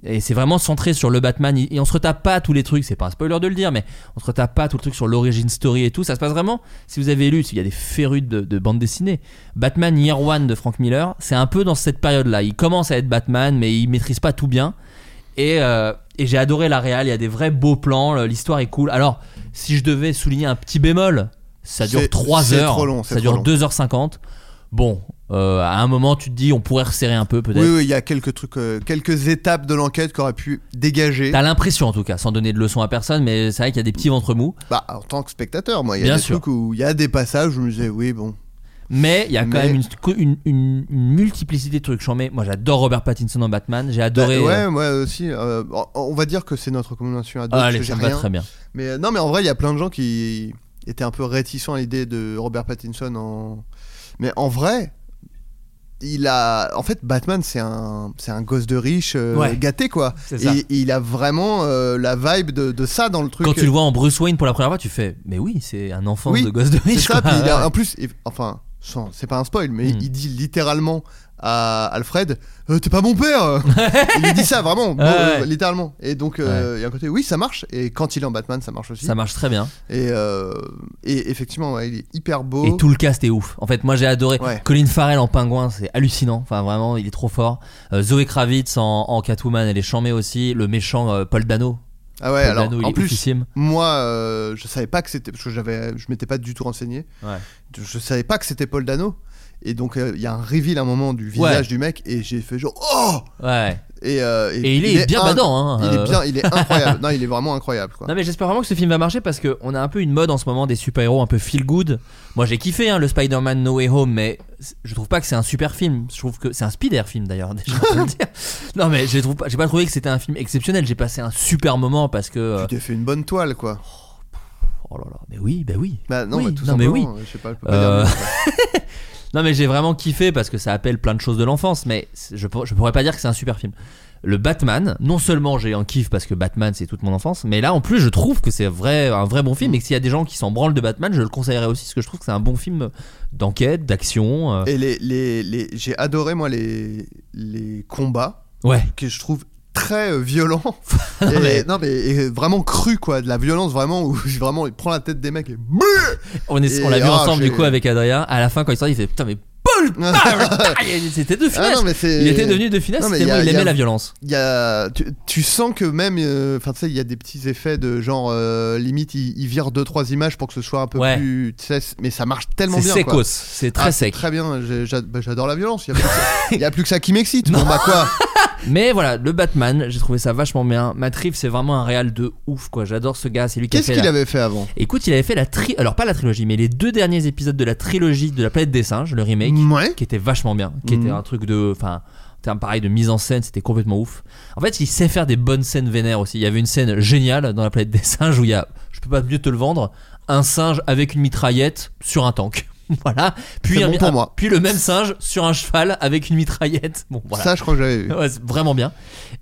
Speaker 8: et c'est vraiment centré sur le Batman. Et on se retape pas tous les trucs. C'est pas un spoiler de le dire, mais on se retape pas tout le truc sur l'origin story et tout. Ça se passe vraiment. Si vous avez lu, s'il y a des férus de, de bande dessinée, Batman Year One de Frank Miller, c'est un peu dans cette période-là. Il commence à être Batman, mais il maîtrise pas tout bien. Et, euh, et j'ai adoré la réal. Il y a des vrais beaux plans. le- L'histoire est cool. Alors, si je devais souligner un petit bémol, ça dure
Speaker 7: C'est-
Speaker 8: 3
Speaker 7: c'est
Speaker 8: heures.
Speaker 7: trop long, c'est
Speaker 8: ça
Speaker 7: trop
Speaker 8: dure
Speaker 7: long.
Speaker 8: 2h50. Bon, euh, à un moment, tu te dis, on pourrait resserrer un peu peut-être.
Speaker 7: Oui, oui, il y a quelques trucs, euh, quelques étapes de l'enquête qu'aurait pu dégager.
Speaker 8: T'as l'impression en tout cas, sans donner de leçon à personne, mais c'est vrai qu'il y a des petits ventres mous.
Speaker 7: Bah, en tant que spectateur, moi, il y a
Speaker 8: Bien
Speaker 7: des
Speaker 8: sûr.
Speaker 7: trucs où il y a des passages où je me disais, oui, bon.
Speaker 8: Mais il y a quand
Speaker 7: Mais-
Speaker 8: même une, une- une- une multiplicité de trucs chambés. Moi j'adore Robert Pattinson en Batman, j'ai adoré.
Speaker 7: Bah,
Speaker 8: euh,
Speaker 7: ouais, moi aussi. euh, on- on va dire que c'est notre recommandation à
Speaker 8: ah,
Speaker 7: deux. parce
Speaker 8: allez,
Speaker 7: que j'ai
Speaker 8: ça me va
Speaker 7: rien.
Speaker 8: très bien.
Speaker 7: Mais euh, non, mais en vrai, il y a plein de gens qui étaient un peu réticents à l'idée de Robert Pattinson en. Mais en vrai, il a. En fait, Batman, c'est un, c'est un gosse de riche euh,
Speaker 8: Ouais.
Speaker 7: gâté, quoi.
Speaker 8: C'est ça.
Speaker 7: Et il a vraiment euh, la vibe de, de ça dans le truc.
Speaker 8: Quand tu le vois en Bruce Wayne pour la première fois, tu fais Mais oui, c'est un enfant
Speaker 7: Oui,
Speaker 8: de gosse de
Speaker 7: C'est
Speaker 8: riche.
Speaker 7: ça,
Speaker 8: quoi.
Speaker 7: puis il a- en plus, il- enfin, sans- c'est pas un spoil, mais
Speaker 8: Hmm.
Speaker 7: il dit littéralement à Alfred Euh, T'es pas mon père Il lui dit ça vraiment, bon, euh,
Speaker 8: ouais.
Speaker 7: littéralement. Et donc, euh, il y a un côté, oui, ça marche. Et quand il est en Batman, ça marche aussi.
Speaker 8: Ça marche très bien.
Speaker 7: Et, euh, et effectivement, ouais, il est hyper beau.
Speaker 8: Et tout le cast est ouf. En fait, moi j'ai adoré.
Speaker 7: Oh. Ouais.
Speaker 8: Colin Farrell en pingouin, c'est hallucinant. Enfin, vraiment, il est trop fort. Euh, Zoé Kravitz en, en Catwoman, elle est chambée aussi. Le méchant euh, Paul Dano.
Speaker 7: Ah ouais,
Speaker 8: Paul
Speaker 7: alors
Speaker 8: Dano, il
Speaker 7: en
Speaker 8: est
Speaker 7: plus,
Speaker 8: oufissime.
Speaker 7: moi, euh, je savais pas que c'était parce que j'avais, je m'étais pas du tout renseigné.
Speaker 8: Ouais.
Speaker 7: Je savais pas que c'était Paul Dano. Et donc euh, il y a un reveal à un moment du visage du mec et j'ai fait genre oh
Speaker 8: Ouais.
Speaker 7: et, euh,
Speaker 8: Et il est bien
Speaker 7: inc-
Speaker 8: badant, hein,
Speaker 7: il
Speaker 8: euh.
Speaker 7: est bien il est incroyable non il est vraiment incroyable quoi
Speaker 8: Non mais j'espère vraiment que ce film va marcher parce que on a un peu une mode en ce moment des super-héros un peu feel good. Moi j'ai kiffé hein, le Spider-Man No Way Home mais c- je trouve pas que c'est un super film. Je trouve que c'est un spider film d'ailleurs déjà. on peut le dire. Non mais je trouve pas, j'ai pas trouvé que c'était un film exceptionnel. J'ai passé un super moment parce que euh,
Speaker 7: tu t'es fait une bonne toile quoi
Speaker 8: oh là là mais oui bah oui.
Speaker 7: bah non
Speaker 8: Oui,
Speaker 7: bah, tout
Speaker 8: non, mais
Speaker 7: simplement, je sais pas, je peux pas
Speaker 8: Euh,
Speaker 7: dire mieux.
Speaker 8: Non mais j'ai vraiment kiffé parce que ça appelle plein de choses de l'enfance mais c'est- je, pour- je pourrais pas dire que c'est un super film. Le Batman, non seulement j'ai un kiff parce que Batman c'est toute mon enfance, mais là en plus je trouve que c'est vrai, un vrai bon
Speaker 7: Mm.
Speaker 8: film et que s'il y a des gens qui s'en branlent de Batman, je le conseillerais aussi parce que je trouve que c'est un bon film d'enquête, d'action. euh,
Speaker 7: et les, les, les- j'ai adoré moi les les combats
Speaker 8: Ouais.
Speaker 7: que je trouve très euh, violent
Speaker 8: Non,
Speaker 7: Et-
Speaker 8: mais
Speaker 7: non mais et vraiment cru quoi de la violence vraiment où vraiment il prend la tête des mecs et
Speaker 8: on, est- on
Speaker 7: et-
Speaker 8: l'a vu
Speaker 7: ah,
Speaker 8: ensemble
Speaker 7: j'ai-
Speaker 8: du coup avec Adrien. À la fin quand il sort, il fait putain mais Paul Tarr- C'était de
Speaker 7: Ah
Speaker 8: finesse.
Speaker 7: non, mais c'est-
Speaker 8: il était devenu de finesse
Speaker 7: Non, mais
Speaker 8: tellement
Speaker 7: y a-
Speaker 8: il
Speaker 7: y a-
Speaker 8: aimait la violence.
Speaker 7: Il y a- tu, tu sens que même, euh, enfin tu sais, il y a des petits effets de genre euh, limite, il, il vire deux trois images pour que ce soit un peu
Speaker 8: Ouais.
Speaker 7: plus, tu sais, mais ça marche tellement
Speaker 8: C'est
Speaker 7: bien.
Speaker 8: secos,
Speaker 7: quoi.
Speaker 8: c'est
Speaker 7: Ah,
Speaker 8: très
Speaker 7: c'est
Speaker 8: sec.
Speaker 7: Très bien, j'ai- j'a- bah, j'adore la violence. Il y a plus que ça- il y a plus que ça qui m'excite. Bon bah quoi.
Speaker 8: Mais voilà, le Batman, j'ai trouvé ça vachement bien. Matt Reeves, c'est vraiment un réal de ouf, quoi. J'adore ce gars, c'est lui qui a
Speaker 7: Qu'est-ce
Speaker 8: fait.
Speaker 7: qu'il
Speaker 8: la-
Speaker 7: avait fait avant
Speaker 8: Écoute, il avait fait la tri, alors pas la trilogie, mais les deux derniers épisodes de la trilogie de la planète des singes, le remake,
Speaker 7: Ouais.
Speaker 8: qui était vachement bien, qui
Speaker 7: Mhm.
Speaker 8: était un truc de, enfin, en termes pareil de mise en scène, c'était complètement ouf. En fait, il sait faire des bonnes scènes vénères aussi. Il y avait une scène géniale dans la planète des singes où il y a, je peux pas mieux te le vendre, un singe avec une mitraillette sur un tank. Voilà. Puis
Speaker 7: C'est
Speaker 8: un-
Speaker 7: bon pour moi.
Speaker 8: puis le même singe sur un cheval avec une mitraillette. Bon, voilà.
Speaker 7: Ça, je crois que j'avais vu.
Speaker 8: Ouais, c'est vraiment bien.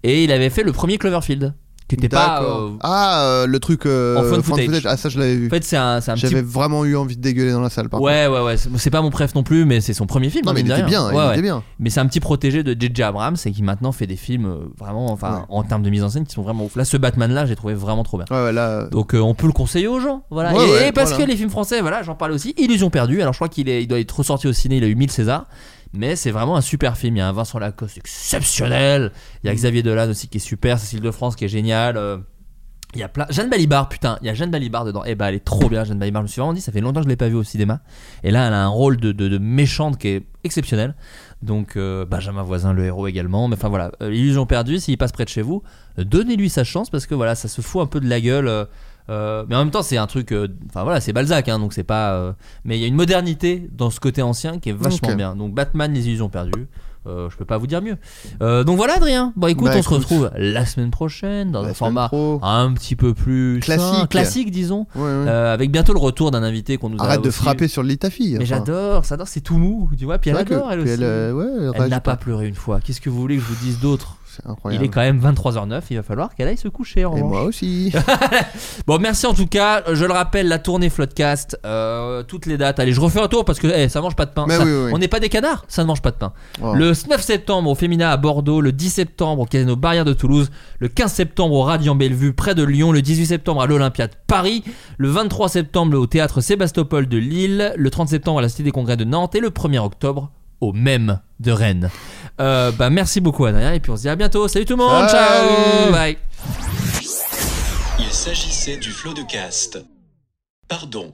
Speaker 8: Et il avait fait le premier Cloverfield, qui était pas.
Speaker 7: D'accord.
Speaker 8: euh,
Speaker 7: Ah, euh, le truc. euh,
Speaker 8: en found
Speaker 7: found
Speaker 8: footage.
Speaker 7: Ah, ça, je l'avais vu.
Speaker 8: En fait, c'est un, c'est un petit.
Speaker 7: J'avais vraiment eu envie de dégueuler dans la salle. Par contre.
Speaker 8: Ouais, ouais, ouais. C'est c'est pas mon préf non plus, mais c'est son premier film.
Speaker 7: Non,
Speaker 8: hein,
Speaker 7: mais il
Speaker 8: mine de
Speaker 7: était
Speaker 8: rien.
Speaker 7: bien.
Speaker 8: Ouais,
Speaker 7: Il
Speaker 8: ouais.
Speaker 7: était bien.
Speaker 8: Mais c'est un petit protégé de J.J. Abrams et qui maintenant fait des films euh, vraiment, enfin,
Speaker 7: Ouais.
Speaker 8: en termes de mise en scène, qui sont vraiment ouf. Là, ce Batman-là, j'ai trouvé vraiment trop bien.
Speaker 7: Ouais, ouais, là.
Speaker 8: Donc euh, on peut le conseiller aux gens, voilà.
Speaker 7: Ouais,
Speaker 8: et,
Speaker 7: ouais,
Speaker 8: et parce
Speaker 7: voilà.
Speaker 8: que les films français, voilà, j'en parlais aussi, Illusion perdue. Alors je crois qu'il est, il doit être ressorti au ciné, il a eu 1000 Césars, mais c'est vraiment un super film. Il y a un Vincent Lacoste exceptionnel, il y a
Speaker 7: Mm.
Speaker 8: Xavier Dolan aussi qui est super, Cécile de France qui est géniale. euh, il y a plein. Jeanne Balibar, putain, il y a Jeanne Balibar dedans. Eh ben, elle est trop bien, Jeanne Balibar. Je me suis vraiment dit, ça fait longtemps que je l'ai pas vue au cinéma. Et là, elle a un rôle de, de- de méchante qui est exceptionnel. Donc euh, Benjamin Voisin, le héros également. Mais enfin voilà, euh, ils ont perdu. S'il passe près de chez vous, euh, donnez-lui sa chance parce que voilà, ça se fout un peu de la gueule. euh, euh, mais en même temps, c'est un truc. euh, Enfin voilà, c'est Balzac, hein, donc c'est pas. euh, mais il y a une modernité dans ce côté ancien qui est vachement
Speaker 7: Ok.
Speaker 8: bien. Donc Batman, les illusions perdues. Euh, je peux pas vous dire mieux. Euh, donc voilà, Adrien. Bon, écoute,
Speaker 7: Bah,
Speaker 8: on se
Speaker 7: écoute.
Speaker 8: retrouve la semaine prochaine dans
Speaker 7: La
Speaker 8: un
Speaker 7: semaine
Speaker 8: format
Speaker 7: bah, pro.
Speaker 8: un petit peu plus sain,
Speaker 7: Classique.
Speaker 8: classique disons,
Speaker 7: Ouais, ouais.
Speaker 8: Euh, avec bientôt le retour d'un invité qu'on nous a
Speaker 7: Arrête de
Speaker 8: aussi-
Speaker 7: frapper sur le lit de ta fille.
Speaker 8: Mais
Speaker 7: enfin.
Speaker 8: j'adore, ça adore, c'est tout mou, tu vois. Puis
Speaker 7: C'est
Speaker 8: elle
Speaker 7: vrai que-
Speaker 8: adore, elle
Speaker 7: puis
Speaker 8: aussi.
Speaker 7: elle, euh, ouais, elle
Speaker 8: Elle
Speaker 7: réagit
Speaker 8: n'a pas pleuré une fois. Qu'est-ce que vous voulez que je vous dise d'autre
Speaker 7: C'est
Speaker 8: Il
Speaker 7: incroyable.
Speaker 8: est quand même 23h09, il va falloir qu'elle aille se coucher. En
Speaker 7: Et
Speaker 8: revanche.
Speaker 7: moi aussi.
Speaker 8: Bon, merci en tout cas. Euh, Je le rappelle, la tournée Floodcast, euh, toutes les dates. Allez, je refais un tour parce que eh, ça mange pas de pain.
Speaker 7: Mais
Speaker 8: Ça-
Speaker 7: oui, oui, oui.
Speaker 8: On n'est pas des canards, ça ne mange pas de pain.
Speaker 7: Oh.
Speaker 8: Le 9 septembre au Fémina à Bordeaux, le 10 septembre au Casino Barrière de Toulouse, le 15 septembre au Radiant Bellevue près de Lyon, le 18 septembre à l'Olympia de Paris, le 23 septembre au Théâtre Sébastopol de Lille, le 30 septembre à la Cité des Congrès de Nantes et le 1er octobre au même de Rennes. Euh, bah, merci beaucoup Adrien et puis on se dit à bientôt. Salut tout le monde, ciao,
Speaker 7: Salut.
Speaker 8: bye.
Speaker 2: Il s'agissait du flot de cast. Pardon.